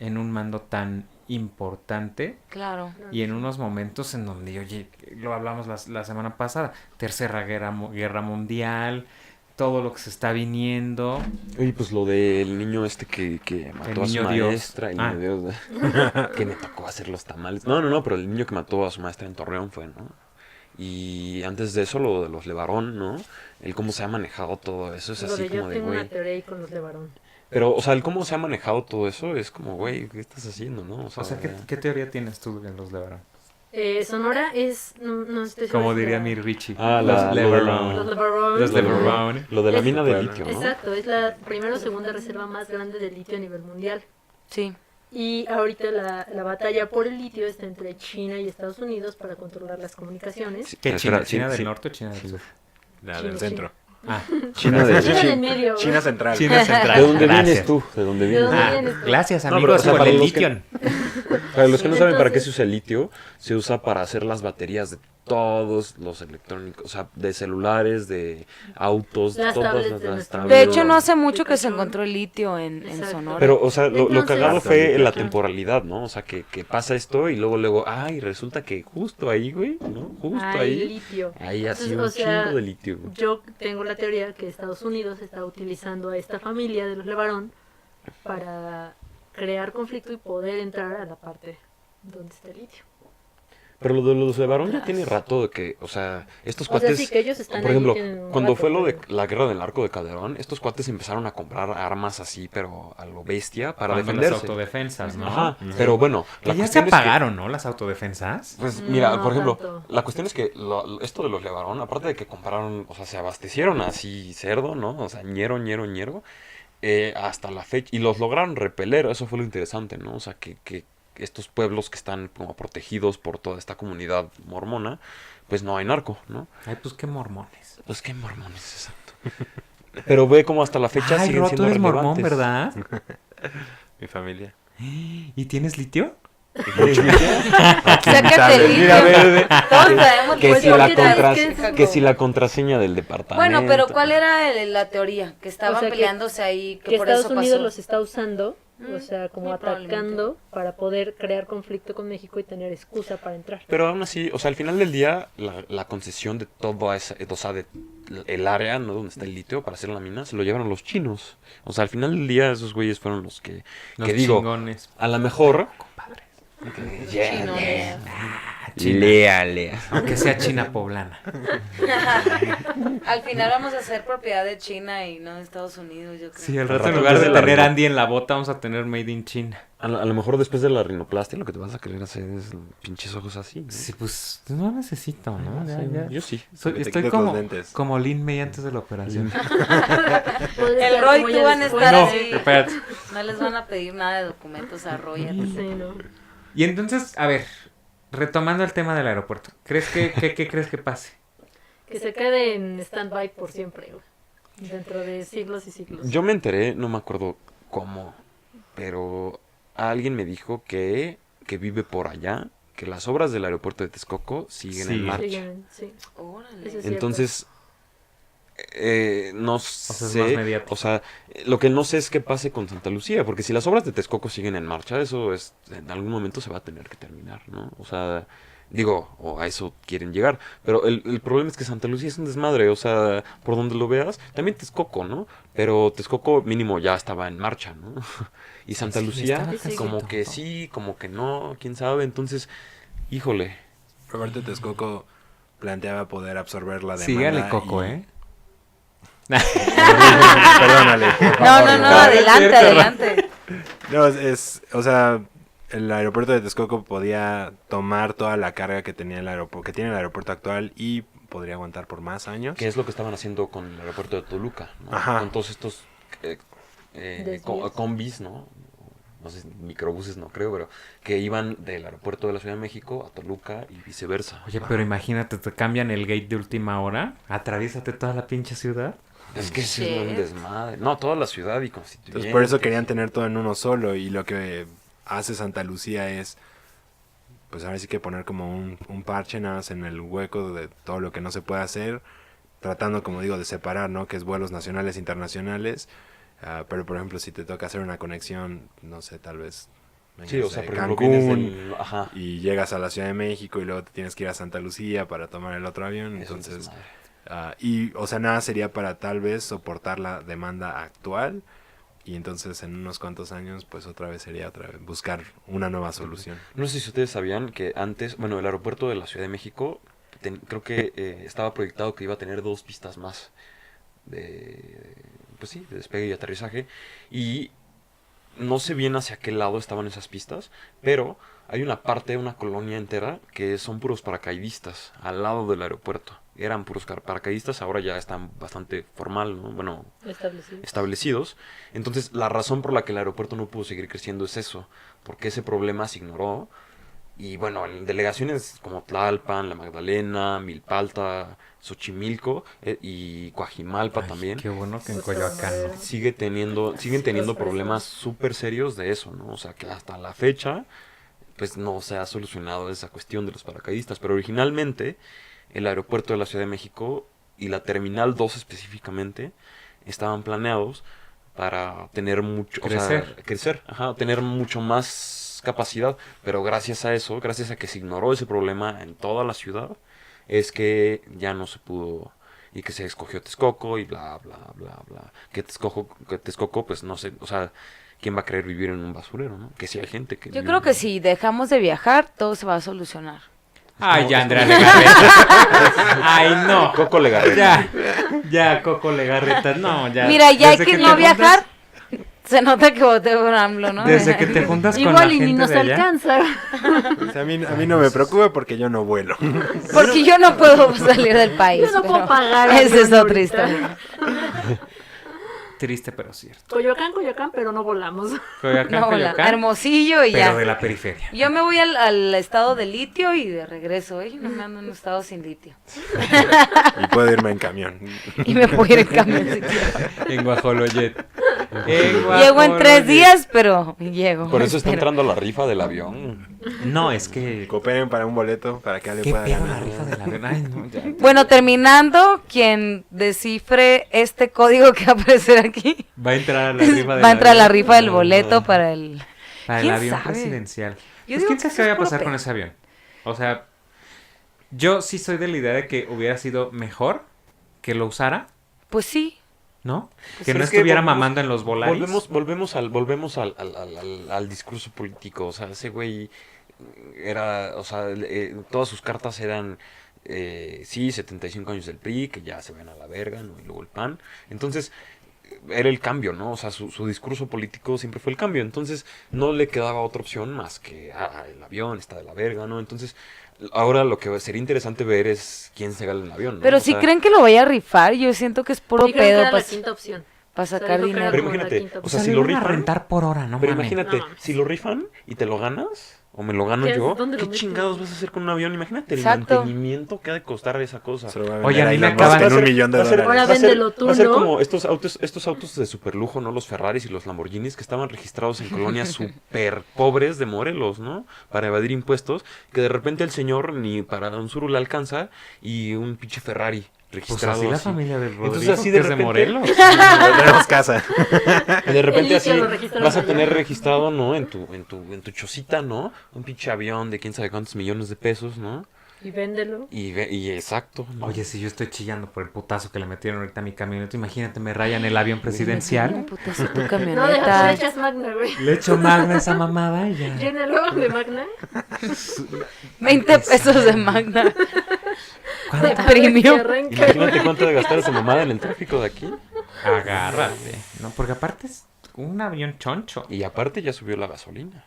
[SPEAKER 2] en un mando tan importante
[SPEAKER 3] Claro.
[SPEAKER 2] y en unos momentos en donde, oye, lo hablamos la, la semana pasada, tercera guerra, mu- guerra mundial, todo lo que se está viniendo,
[SPEAKER 7] Oye, pues lo del niño este que, que mató a su
[SPEAKER 2] niño Dios.
[SPEAKER 7] maestra, el
[SPEAKER 2] Ah.
[SPEAKER 7] niño Dios,
[SPEAKER 2] (laughs)
[SPEAKER 7] que me tocó hacer los tamales. No, no, no, pero el niño que mató a su maestra en Torreón fue, ¿no? Y antes de eso, lo de los Levarón, ¿no? El cómo se ha manejado todo eso es
[SPEAKER 1] Lo de
[SPEAKER 7] así
[SPEAKER 1] yo
[SPEAKER 7] como de,
[SPEAKER 1] tengo una
[SPEAKER 7] güey.
[SPEAKER 1] teoría ahí con los de varón.
[SPEAKER 7] Pero, o sea, el cómo se ha manejado todo eso es como, güey, ¿qué estás haciendo, no?
[SPEAKER 2] O sea, ¿qué, qué teoría tienes tú de los Levarón?
[SPEAKER 1] Eh, Sonora es. No, no estoy segura
[SPEAKER 2] Como
[SPEAKER 1] si
[SPEAKER 2] diría
[SPEAKER 1] era-
[SPEAKER 2] mi Richie.
[SPEAKER 7] Ah, la-
[SPEAKER 2] los
[SPEAKER 7] lo de
[SPEAKER 1] Los
[SPEAKER 2] Levarón.
[SPEAKER 7] la-
[SPEAKER 1] LeBarons.
[SPEAKER 2] Los
[SPEAKER 7] Lo de la-
[SPEAKER 2] Levarón.
[SPEAKER 7] Lo de la
[SPEAKER 1] Es-
[SPEAKER 7] mina de
[SPEAKER 6] Bueno.
[SPEAKER 7] litio, ¿no?
[SPEAKER 1] Exacto, es la primera o segunda reserva más grande de litio a nivel mundial.
[SPEAKER 3] Sí.
[SPEAKER 1] Y ahorita la, la batalla por el litio está entre China y Estados Unidos para controlar las comunicaciones.
[SPEAKER 7] Sí,
[SPEAKER 2] ¿Qué
[SPEAKER 7] espera,
[SPEAKER 2] China?
[SPEAKER 7] sí,
[SPEAKER 2] ¿China del
[SPEAKER 7] sí.
[SPEAKER 2] norte o China del sur?
[SPEAKER 6] La
[SPEAKER 1] China,
[SPEAKER 6] del centro.
[SPEAKER 2] Ah,
[SPEAKER 7] China de
[SPEAKER 1] China
[SPEAKER 7] litio.
[SPEAKER 1] del medio. güey.
[SPEAKER 6] China central.
[SPEAKER 2] China central.
[SPEAKER 7] ¿De dónde
[SPEAKER 2] Gracias.
[SPEAKER 7] vienes tú? ¿De dónde vienes?
[SPEAKER 1] dónde
[SPEAKER 2] Ah,
[SPEAKER 1] vienes tú?
[SPEAKER 2] gracias
[SPEAKER 7] No, pero,
[SPEAKER 2] amigos
[SPEAKER 7] o sea,
[SPEAKER 2] por
[SPEAKER 7] para
[SPEAKER 2] el
[SPEAKER 7] los que-
[SPEAKER 2] litio.
[SPEAKER 7] Para los que no saben para qué se
[SPEAKER 1] Entonces-
[SPEAKER 7] usa el litio, se usa para hacer las baterías de todos los electrónicos, o sea, de celulares, de autos, de
[SPEAKER 1] Las
[SPEAKER 7] todas
[SPEAKER 1] tablets
[SPEAKER 7] las,
[SPEAKER 1] de
[SPEAKER 7] las
[SPEAKER 1] nuestro-
[SPEAKER 7] tablets.
[SPEAKER 3] De hecho, no hace mucho que se
[SPEAKER 1] Ubicación.
[SPEAKER 3] encontró el litio en, en
[SPEAKER 1] Exacto.
[SPEAKER 3] Sonora.
[SPEAKER 7] Pero, o sea, lo, lo
[SPEAKER 1] Entonces-
[SPEAKER 7] cagado fue la temporalidad, ¿no? O sea, que, que pasa esto y luego, luego, ay, resulta que justo ahí, güey, ¿no? Justo
[SPEAKER 1] Hay
[SPEAKER 7] ahí.
[SPEAKER 1] litio.
[SPEAKER 7] Ahí así
[SPEAKER 1] Entonces,
[SPEAKER 7] un
[SPEAKER 1] o sea,
[SPEAKER 7] chingo de litio, güey.
[SPEAKER 1] Yo tengo la teoría que Estados Unidos está utilizando a esta familia de los Levarón para crear conflicto y poder entrar a la parte donde está el litio.
[SPEAKER 7] Pero lo de los de varón ya tiene rato de que, o sea, estos
[SPEAKER 1] O
[SPEAKER 7] cuates...
[SPEAKER 1] sea, sí, que ellos están
[SPEAKER 7] Por
[SPEAKER 1] ahí,
[SPEAKER 7] ejemplo,
[SPEAKER 1] tienen un
[SPEAKER 7] cuando
[SPEAKER 1] rato,
[SPEAKER 7] fue lo de
[SPEAKER 1] pero-
[SPEAKER 7] la guerra del arco de Calderón, estos cuates empezaron a comprar armas así, pero a lo bestia, para
[SPEAKER 2] Cuando
[SPEAKER 7] defenderse.
[SPEAKER 2] Las autodefensas, ¿no?
[SPEAKER 7] Ajá, pero bueno,
[SPEAKER 2] Que ya se
[SPEAKER 7] cuestión es que-
[SPEAKER 2] apagaron, ¿no? Las autodefensas.
[SPEAKER 7] pues
[SPEAKER 1] No,
[SPEAKER 7] mira,
[SPEAKER 1] no
[SPEAKER 7] por ejemplo,
[SPEAKER 1] tanto.
[SPEAKER 7] la cuestión es que lo- lo- esto de los Levarón, aparte de que compraron, o sea, se abastecieron así cerdo, ¿no? O sea, ñero, ñero, ñero, eh, hasta la fecha, y los lograron repeler, eso fue lo interesante, ¿no? O sea, que, que estos pueblos que están como protegidos por toda esta comunidad mormona, pues no hay narco, ¿no?
[SPEAKER 2] Ay, pues qué mormones.
[SPEAKER 7] Pues qué mormones, exacto. (laughs) Pero ve como hasta la fecha
[SPEAKER 2] Ay,
[SPEAKER 7] siguen
[SPEAKER 2] Ro, tú
[SPEAKER 7] siendo
[SPEAKER 2] eres mormón,
[SPEAKER 7] relevantes.
[SPEAKER 2] ¿verdad?
[SPEAKER 6] Mi familia.
[SPEAKER 2] ¿Y tienes litio?
[SPEAKER 3] Sácate
[SPEAKER 6] Dale,
[SPEAKER 3] el litio.
[SPEAKER 6] mira, verde.
[SPEAKER 3] Todos sabemos
[SPEAKER 7] Que
[SPEAKER 3] pues,
[SPEAKER 7] si,
[SPEAKER 3] ¿por
[SPEAKER 7] la
[SPEAKER 3] qué tal vez
[SPEAKER 7] contrase-
[SPEAKER 3] que es
[SPEAKER 7] que
[SPEAKER 3] como-
[SPEAKER 7] si la contraseña del departamento.
[SPEAKER 3] Bueno, pero ¿cuál era el- la teoría? Que estaban
[SPEAKER 1] O sea, que-
[SPEAKER 3] peleándose ahí, que,
[SPEAKER 1] Que
[SPEAKER 3] por
[SPEAKER 1] Estados
[SPEAKER 3] eso
[SPEAKER 1] Unidos
[SPEAKER 3] pasó.
[SPEAKER 1] los está usando, o
[SPEAKER 3] Mm,
[SPEAKER 1] sea, como
[SPEAKER 3] muy
[SPEAKER 1] atacando para poder crear conflicto con México y tener excusa para entrar.
[SPEAKER 7] Pero aún así, o sea, al final del día, la, la concesión de todo esa, o sea, de el área ¿no? donde está el litio para hacer la mina, se lo llevaron los chinos. O sea, al final del día, esos güeyes fueron los que,
[SPEAKER 2] Los
[SPEAKER 7] que digo,
[SPEAKER 2] chingones.
[SPEAKER 7] a lo mejor,
[SPEAKER 2] Compadres.
[SPEAKER 7] Yeah,
[SPEAKER 3] Chino,
[SPEAKER 7] yeah.
[SPEAKER 3] ¿no?
[SPEAKER 2] china.
[SPEAKER 8] Lea, lea.
[SPEAKER 2] (laughs) Aunque sea china poblana.
[SPEAKER 3] (laughs) Al final vamos a ser propiedad de China y no de Estados Unidos, yo creo.
[SPEAKER 2] Sí, al
[SPEAKER 7] rato
[SPEAKER 2] rato en
[SPEAKER 7] en
[SPEAKER 2] lugar
[SPEAKER 7] vez
[SPEAKER 2] de
[SPEAKER 7] de la
[SPEAKER 2] tener
[SPEAKER 7] rima.
[SPEAKER 2] Andy en la bota, vamos a tener Made in China.
[SPEAKER 7] A, lo- a lo mejor después de la rinoplastia lo que te vas a querer hacer es pinches ojos así. ¿no?
[SPEAKER 2] Sí, pues no necesito, ¿no? Ya,
[SPEAKER 7] Sí,
[SPEAKER 2] ya.
[SPEAKER 7] Yo sí.
[SPEAKER 2] Soy-
[SPEAKER 6] que te
[SPEAKER 2] estoy
[SPEAKER 6] quites los
[SPEAKER 2] como,
[SPEAKER 6] lentes.
[SPEAKER 2] como Lin May antes de la operación.
[SPEAKER 1] Podría
[SPEAKER 3] El
[SPEAKER 1] estar
[SPEAKER 3] Roy,
[SPEAKER 1] como
[SPEAKER 3] tú
[SPEAKER 1] ella
[SPEAKER 3] van a
[SPEAKER 1] después.
[SPEAKER 3] estar
[SPEAKER 2] No,
[SPEAKER 3] así.
[SPEAKER 2] espérate.
[SPEAKER 3] No les van a pedir nada de documentos a Roger.
[SPEAKER 1] Sí, no.
[SPEAKER 2] Y entonces, a ver, retomando el tema del aeropuerto, ¿crees que, qué, qué crees que pase?
[SPEAKER 1] Que se quede en stand-by por siempre, güey. Dentro de siglos y siglos.
[SPEAKER 7] Yo me enteré, no me acuerdo cómo, pero alguien me dijo que, que vive por allá, que las obras del aeropuerto de Texcoco siguen
[SPEAKER 2] Sí.
[SPEAKER 7] en marcha.
[SPEAKER 1] Siguen, sí.
[SPEAKER 3] Órale.
[SPEAKER 1] Eso es cierto.
[SPEAKER 7] Entonces, eh, no
[SPEAKER 2] sea, es más
[SPEAKER 7] sé,
[SPEAKER 2] mediático.
[SPEAKER 7] o sea, eh, lo que no sé es qué pase con Santa Lucía, porque si las obras de Texcoco siguen en marcha, eso es, en algún momento se va a tener que terminar, ¿no? O sea, digo, o a eso quieren llegar, pero el, el problema es que Santa Lucía es un desmadre, o sea, por donde lo veas, también Texcoco, ¿no? Pero Texcoco mínimo ya estaba en marcha, ¿no? (laughs) Y Santa
[SPEAKER 2] Sí,
[SPEAKER 7] Lucía
[SPEAKER 2] estaba
[SPEAKER 1] casi
[SPEAKER 7] como que
[SPEAKER 2] todo.
[SPEAKER 7] sí, como que no, quién sabe, entonces, híjole.
[SPEAKER 6] Roberto Texcoco planteaba poder absorber la demanda.
[SPEAKER 2] Sígale,
[SPEAKER 6] y-
[SPEAKER 2] Coco, ¿eh?
[SPEAKER 6] Perdónale. por
[SPEAKER 3] No,
[SPEAKER 6] favor,
[SPEAKER 3] no, no,
[SPEAKER 2] no,
[SPEAKER 3] adelante,
[SPEAKER 2] es cierto.
[SPEAKER 3] adelante.
[SPEAKER 6] No, es, es- o sea, el aeropuerto de Texcoco podía tomar toda la carga que tenía el aeropuerto, que tiene el aeropuerto actual y podría aguantar por más años.
[SPEAKER 7] que es lo que estaban haciendo con el aeropuerto de Toluca, ¿no?
[SPEAKER 6] Ajá.
[SPEAKER 7] con todos estos eh, eh,
[SPEAKER 1] Desvíos.
[SPEAKER 7] co- combis, ¿no? No sé, microbuses no creo, pero que iban del aeropuerto de la Ciudad de México a Toluca y viceversa.
[SPEAKER 2] Oye, pero imagínate, te cambian el gate de última hora, atraviésate toda la pinche ciudad.
[SPEAKER 7] es que sí es un
[SPEAKER 3] Shit.
[SPEAKER 7] desmadre. No, toda la ciudad y
[SPEAKER 6] Entonces,
[SPEAKER 7] constituyente.
[SPEAKER 6] por eso querían tener todo en uno solo y lo que hace Santa Lucía es, pues ahora sí que poner como un, un parche nada más en el hueco de todo lo que no se puede hacer, tratando, como digo, de separar, ¿no? Que es vuelos nacionales e internacionales, ah, pero por ejemplo, si te toca hacer una conexión, no sé, tal vez...
[SPEAKER 7] Sí, o
[SPEAKER 6] vengas
[SPEAKER 7] sea,
[SPEAKER 6] de
[SPEAKER 7] por ejemplo,
[SPEAKER 6] Cancún,
[SPEAKER 7] vienes del- Ajá.
[SPEAKER 6] y llegas a la Ciudad de México y luego te tienes que ir a Santa Lucía para tomar el otro avión.
[SPEAKER 7] es un
[SPEAKER 6] Entonces,
[SPEAKER 7] desmadre.
[SPEAKER 6] ah, y, o sea, nada sería para tal vez soportar la demanda actual. Y entonces en unos cuantos años, pues otra vez sería otra vez buscar una nueva (laughs) solución.
[SPEAKER 7] No sé si ustedes sabían que antes, bueno, el aeropuerto de la Ciudad de México, ten- creo que eh, estaba proyectado que iba a tener dos pistas más de, pues sí, de despegue y aterrizaje. Y no sé bien hacia qué lado estaban esas pistas, pero hay una parte, una colonia entera, que son puros paracaidistas al lado del aeropuerto. Eran puros car- paracaidistas, ahora ya están bastante formal, ¿no? Bueno,
[SPEAKER 1] Establecido.
[SPEAKER 7] establecidos. Entonces, la razón por la que el aeropuerto no pudo seguir creciendo es eso, porque ese problema se ignoró. Y bueno, en delegaciones como Tlalpan, La Magdalena, Milpalta, Xochimilco eh, y Coajimalpa
[SPEAKER 2] Ay,
[SPEAKER 7] también,
[SPEAKER 2] Qué bueno que en
[SPEAKER 1] Puta
[SPEAKER 2] Coyoacán. ¿no?
[SPEAKER 1] madre.
[SPEAKER 7] sigue teniendo, siguen
[SPEAKER 1] Sí,
[SPEAKER 7] teniendo
[SPEAKER 1] los presos.
[SPEAKER 7] problemas súper serios de eso, ¿no? O sea, que hasta la fecha, pues no se ha solucionado esa cuestión de los paracaidistas. Pero originalmente, el aeropuerto de la Ciudad de México y la Terminal 2 específicamente estaban planeados para tener mucho... o sea,
[SPEAKER 2] Crecer.
[SPEAKER 7] crecer, ajá, tener mucho más capacidad. Pero gracias a eso, gracias a que se ignoró ese problema en toda la ciudad, es que ya no se pudo y que se escogió Texcoco y bla, bla, bla, bla. Que Texcoco, que Texcoco pues no sé, o sea, ¿quién va a querer vivir en un basurero, no? Que si hay gente que...
[SPEAKER 3] Yo
[SPEAKER 7] vive
[SPEAKER 3] creo
[SPEAKER 7] en-
[SPEAKER 3] que si dejamos de viajar, todo se va a solucionar.
[SPEAKER 2] Ay, ya, Andrea (laughs) Legarreta. Ay, no. (laughs)
[SPEAKER 7] Coco Legarreta.
[SPEAKER 2] Ya, ya, Coco Legarreta. No, ya.
[SPEAKER 3] Mira, ya
[SPEAKER 2] Desde
[SPEAKER 3] hay que
[SPEAKER 2] te
[SPEAKER 3] no
[SPEAKER 2] juntas-
[SPEAKER 3] viajar. Se nota que voté por AMLO, ¿no?
[SPEAKER 2] Desde que te juntas con la
[SPEAKER 1] Igual y ni
[SPEAKER 2] gente
[SPEAKER 1] nos
[SPEAKER 2] de allá.
[SPEAKER 1] alcanza.
[SPEAKER 6] O sea, a, mí, a mí no me preocupa porque yo no vuelo.
[SPEAKER 3] (laughs) Porque yo no puedo salir del país.
[SPEAKER 1] Yo no puedo
[SPEAKER 3] pero
[SPEAKER 1] pagar.
[SPEAKER 3] (laughs) Esa es
[SPEAKER 1] avión
[SPEAKER 3] otra
[SPEAKER 1] ahorita.
[SPEAKER 3] historia.
[SPEAKER 2] Triste, pero cierto.
[SPEAKER 1] Coyoacán, Coyoacán, pero no volamos.
[SPEAKER 2] Coyoacán,
[SPEAKER 3] No, hola.
[SPEAKER 2] Coyoacán,
[SPEAKER 3] Hermosillo y ya.
[SPEAKER 2] pero de la
[SPEAKER 3] (laughs)
[SPEAKER 2] periferia.
[SPEAKER 3] Yo me voy al, al estado de litio y de regreso. ¿eh? Yo no me ando en un estado sin litio.
[SPEAKER 6] Y puedo irme en (laughs) camión.
[SPEAKER 3] Y me puedo ir en camión si quiero.
[SPEAKER 2] En Guajoloyet.
[SPEAKER 3] Llego en tres días, pero llego.
[SPEAKER 7] Por eso está
[SPEAKER 3] Pero-
[SPEAKER 7] entrando la rifa
[SPEAKER 2] (laughs)
[SPEAKER 7] del avión.
[SPEAKER 2] No, es que.
[SPEAKER 6] Cooperen para un boleto para que Ale
[SPEAKER 2] ¿Qué
[SPEAKER 6] pueda
[SPEAKER 2] pedo la
[SPEAKER 6] ganar.
[SPEAKER 2] rifa (laughs) de la Ay, no, ya.
[SPEAKER 3] Bueno, terminando, quien descifre este código que va a aparecer aquí
[SPEAKER 2] (laughs) Va a entrar a
[SPEAKER 3] (laughs)
[SPEAKER 2] la rifa del
[SPEAKER 3] va a entrar a la
[SPEAKER 2] avión.
[SPEAKER 3] rifa del boleto para el.
[SPEAKER 2] Para el
[SPEAKER 3] ¿Quién
[SPEAKER 2] avión
[SPEAKER 3] sabe?
[SPEAKER 2] presidencial.
[SPEAKER 3] Yo
[SPEAKER 2] Pues,
[SPEAKER 3] digo
[SPEAKER 2] ¿Quién sabe
[SPEAKER 3] que
[SPEAKER 2] qué
[SPEAKER 3] eso es
[SPEAKER 2] vaya a
[SPEAKER 3] puro
[SPEAKER 2] pasar con
[SPEAKER 3] pedo.
[SPEAKER 2] ese avión? O sea, yo sí soy de la idea de que hubiera sido mejor que lo usara,
[SPEAKER 3] Pues sí.
[SPEAKER 2] ¿no?
[SPEAKER 7] Pues
[SPEAKER 2] que
[SPEAKER 7] es
[SPEAKER 2] no
[SPEAKER 7] que
[SPEAKER 2] estuviera
[SPEAKER 7] volvemos-
[SPEAKER 2] mamando en los volaris.
[SPEAKER 7] Volvemos, volvemos al, volvemos al, al, al- al- al discurso político. O sea, ese güey era, o sea, eh, todas sus cartas eran, eh, sí, 75 años del PRI, que ya se ven a la verga, ¿no? Y luego el PAN. Entonces, era el cambio, ¿no? O sea, su, su discurso político siempre fue el cambio. Entonces, no le quedaba otra opción más que, ah, el avión está de la verga, ¿no? Entonces, ahora lo que sería interesante ver es quién se gana el avión, ¿no?
[SPEAKER 3] Pero
[SPEAKER 7] O
[SPEAKER 3] si
[SPEAKER 7] sea,
[SPEAKER 3] creen que lo vaya a rifar, yo siento que es puro
[SPEAKER 1] Dijeron que
[SPEAKER 3] pedo
[SPEAKER 1] era la
[SPEAKER 3] para
[SPEAKER 1] quinta opción.
[SPEAKER 3] sacar
[SPEAKER 1] dijo que era
[SPEAKER 3] dinero.
[SPEAKER 7] Pero
[SPEAKER 1] como la
[SPEAKER 7] imagínate,
[SPEAKER 1] quinta
[SPEAKER 7] o sea,
[SPEAKER 1] opción.
[SPEAKER 7] si lo
[SPEAKER 2] iban pues a
[SPEAKER 7] rifan...
[SPEAKER 2] rentar por hora, ¿no?
[SPEAKER 7] Pero
[SPEAKER 2] mames.
[SPEAKER 7] imagínate,
[SPEAKER 1] No mames.
[SPEAKER 7] si lo rifan y te lo ganas, o me lo gano
[SPEAKER 1] ¿Qué-
[SPEAKER 7] yo,
[SPEAKER 1] dónde lo
[SPEAKER 7] ¿qué
[SPEAKER 1] metes?
[SPEAKER 7] chingados vas a hacer con un avión? Imagínate el
[SPEAKER 3] Exacto.
[SPEAKER 7] mantenimiento que ha de costar esa cosa.
[SPEAKER 6] Se lo va a
[SPEAKER 2] Oye,
[SPEAKER 6] vender
[SPEAKER 2] a mí
[SPEAKER 6] Elon
[SPEAKER 2] me
[SPEAKER 6] Musk
[SPEAKER 2] acaban-
[SPEAKER 6] en un millón de
[SPEAKER 7] Va a ser-
[SPEAKER 6] dólares.
[SPEAKER 1] Ahora
[SPEAKER 7] va a ser-
[SPEAKER 1] véndelo tú,
[SPEAKER 7] va a ser
[SPEAKER 1] ¿no?
[SPEAKER 7] como estos autos, estos autos de super lujo, ¿no? Los Ferraris y los Lamborghinis que estaban registrados
[SPEAKER 1] (laughs)
[SPEAKER 7] en colonias super pobres de Morelos, ¿no? Para evadir impuestos, que de repente el señor ni para un suru le alcanza y un pinche Ferrari
[SPEAKER 2] Pues
[SPEAKER 7] registrado
[SPEAKER 2] así la
[SPEAKER 7] así.
[SPEAKER 2] familia del Rodrigo,
[SPEAKER 7] Entonces, así de
[SPEAKER 2] que es de (laughs)
[SPEAKER 7] repente-
[SPEAKER 2] Morelos.
[SPEAKER 6] No tenemos casa.
[SPEAKER 7] Y de repente
[SPEAKER 1] Él
[SPEAKER 7] así
[SPEAKER 1] ya lo registró
[SPEAKER 7] vas a
[SPEAKER 1] allá.
[SPEAKER 7] tener registrado, ¿no? En tu, en tu, en tu chocita, ¿no? Un pinche avión de quién sabe cuántos millones de pesos, ¿no?
[SPEAKER 1] Y véndelo.
[SPEAKER 7] Y, ve- y exacto. ¿no?
[SPEAKER 2] Oye, si yo estoy chillando por el putazo que le metieron ahorita a mi camioneta, imagínate, me rayan el avión presidencial.
[SPEAKER 3] Putazo, tu
[SPEAKER 1] No, deja
[SPEAKER 3] camioneta.
[SPEAKER 1] tú le echas magna, güey.
[SPEAKER 2] Le echo magna esa mamada y ya.
[SPEAKER 1] Llénalo de magna.
[SPEAKER 3] 20 pesos de Magna.
[SPEAKER 1] De
[SPEAKER 2] ¿Cuánta?
[SPEAKER 3] premium.
[SPEAKER 7] Imagínate cuánto de gastar esa mamada en el tráfico de aquí.
[SPEAKER 2] Agárrate. No, porque aparte es un avión choncho.
[SPEAKER 7] Y aparte ya subió la gasolina.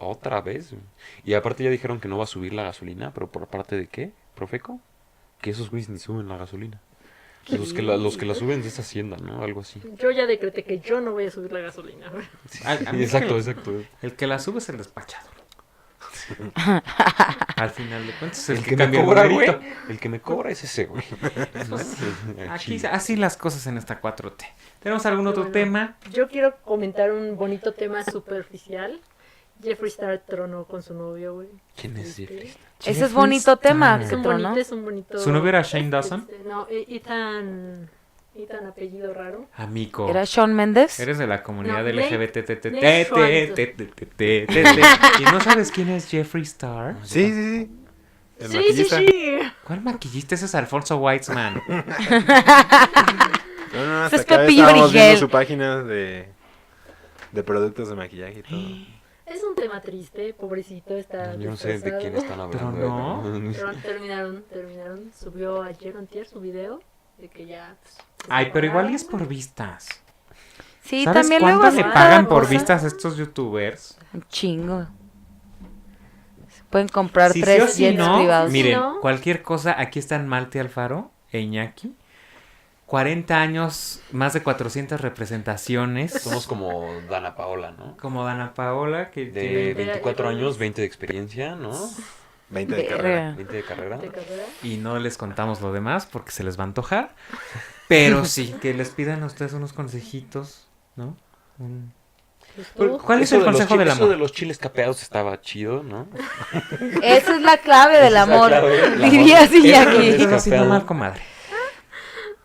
[SPEAKER 7] Otra vez. güey. Y aparte ya dijeron que no va a subir la gasolina, pero por parte de qué, Profeco? Que esos güeyes ni suben la gasolina. Los que la, los que la suben es Hacienda, ¿no? Algo así.
[SPEAKER 1] Yo ya decreté que yo no voy a subir la gasolina. güey.
[SPEAKER 2] A- a mí
[SPEAKER 7] exacto,
[SPEAKER 2] que-
[SPEAKER 7] exacto.
[SPEAKER 2] El que la sube es el despachador. Al final de cuentas,
[SPEAKER 7] El que me cobra,
[SPEAKER 2] el numerito.
[SPEAKER 7] güey. El que me cobra es ese, güey. (laughs)
[SPEAKER 2] Aquí, así las cosas en esta 4T. ¿Tenemos algún otro
[SPEAKER 1] Bueno.
[SPEAKER 2] tema?
[SPEAKER 1] Yo quiero comentar un bonito tema superficial. Jeffree Star tronó con su novio, güey.
[SPEAKER 7] ¿Quién es
[SPEAKER 1] Este,
[SPEAKER 7] Jeffree Star?
[SPEAKER 3] Ese es bonito tema,
[SPEAKER 1] Es
[SPEAKER 3] que
[SPEAKER 1] un
[SPEAKER 3] tronó.
[SPEAKER 1] bonito, es un bonito.
[SPEAKER 2] ¿Su novio era Shane Dawson?
[SPEAKER 1] Este, no, e- Ethan, Ethan apellido raro.
[SPEAKER 2] Amigo.
[SPEAKER 3] ¿Era Sean Méndez?
[SPEAKER 2] Eres de la comunidad
[SPEAKER 1] No, Blake- Blake Swanson.
[SPEAKER 2] LGBTTTTTTTTTTTTTTTTTTTTTTTTTTTTT. ¿Y no sabes quién es Jeffree Star?
[SPEAKER 6] (laughs) Sí, sí, sí. El
[SPEAKER 1] Sí, sí,
[SPEAKER 6] maquillista.
[SPEAKER 1] sí.
[SPEAKER 2] ¿Cuál maquillista? Ese es Alfonso Weitzman.
[SPEAKER 6] No, no,
[SPEAKER 3] Ese
[SPEAKER 6] hasta
[SPEAKER 3] es
[SPEAKER 6] acá
[SPEAKER 3] Pepillo
[SPEAKER 6] estábamos viendo
[SPEAKER 3] Origel.
[SPEAKER 6] su página de, de productos de maquillaje y todo.
[SPEAKER 1] Es un tema triste, pobrecito.
[SPEAKER 2] Ah,
[SPEAKER 1] Está
[SPEAKER 7] Yo no sé de quién
[SPEAKER 1] destrozado.
[SPEAKER 7] están hablando. eh,
[SPEAKER 2] Pero no.
[SPEAKER 1] (laughs)
[SPEAKER 7] güey.
[SPEAKER 1] Pero terminaron, terminaron. Subió ayer o antier su video de que ya. pues, se
[SPEAKER 2] Ay, pero igual y es por
[SPEAKER 1] separaron.
[SPEAKER 2] vistas.
[SPEAKER 3] (laughs) Sí,
[SPEAKER 2] ¿Sabes
[SPEAKER 3] también luego
[SPEAKER 2] cuánto le
[SPEAKER 3] hacen
[SPEAKER 2] pagan
[SPEAKER 3] cada
[SPEAKER 2] por
[SPEAKER 3] cosa.
[SPEAKER 2] vistas a estos youtubers?
[SPEAKER 3] Un chingo. Se pueden comprar
[SPEAKER 2] Si sí o
[SPEAKER 3] tres
[SPEAKER 2] si
[SPEAKER 3] jets
[SPEAKER 2] no,
[SPEAKER 3] privados.
[SPEAKER 1] mi-
[SPEAKER 2] Miren,
[SPEAKER 1] Si no-
[SPEAKER 2] cualquier cosa, aquí están Malte Alfaro e Iñaki. 40 años, más de 400 representaciones.
[SPEAKER 7] (laughs) Somos como Dana Paola, ¿no?
[SPEAKER 2] Como Dana Paola, que
[SPEAKER 7] De
[SPEAKER 2] tiene-
[SPEAKER 7] 24 años, 20 de experiencia, ¿no?
[SPEAKER 6] 20 de
[SPEAKER 3] Verga.
[SPEAKER 6] carrera.
[SPEAKER 7] 20 de carrera.
[SPEAKER 1] De carrera.
[SPEAKER 2] Y no les contamos lo demás porque se les va a antojar. Pero
[SPEAKER 3] (laughs)
[SPEAKER 2] sí, que les pidan a ustedes unos consejitos, ¿no? Un-
[SPEAKER 1] Pues tú,
[SPEAKER 2] ¿Cuál es
[SPEAKER 7] Eso
[SPEAKER 2] el
[SPEAKER 7] de los
[SPEAKER 2] consejo
[SPEAKER 7] chi-
[SPEAKER 2] del
[SPEAKER 7] eso de
[SPEAKER 2] amor?
[SPEAKER 7] los chiles capeados estaba chido, ¿no?
[SPEAKER 3] Esa es la clave del
[SPEAKER 7] Esa es la
[SPEAKER 3] amor.
[SPEAKER 7] clave del amor.
[SPEAKER 3] Diría así
[SPEAKER 7] Eso es lo
[SPEAKER 3] aquí.
[SPEAKER 7] de-
[SPEAKER 2] Estás haciendo
[SPEAKER 7] Escapeado.
[SPEAKER 2] mal, comadre.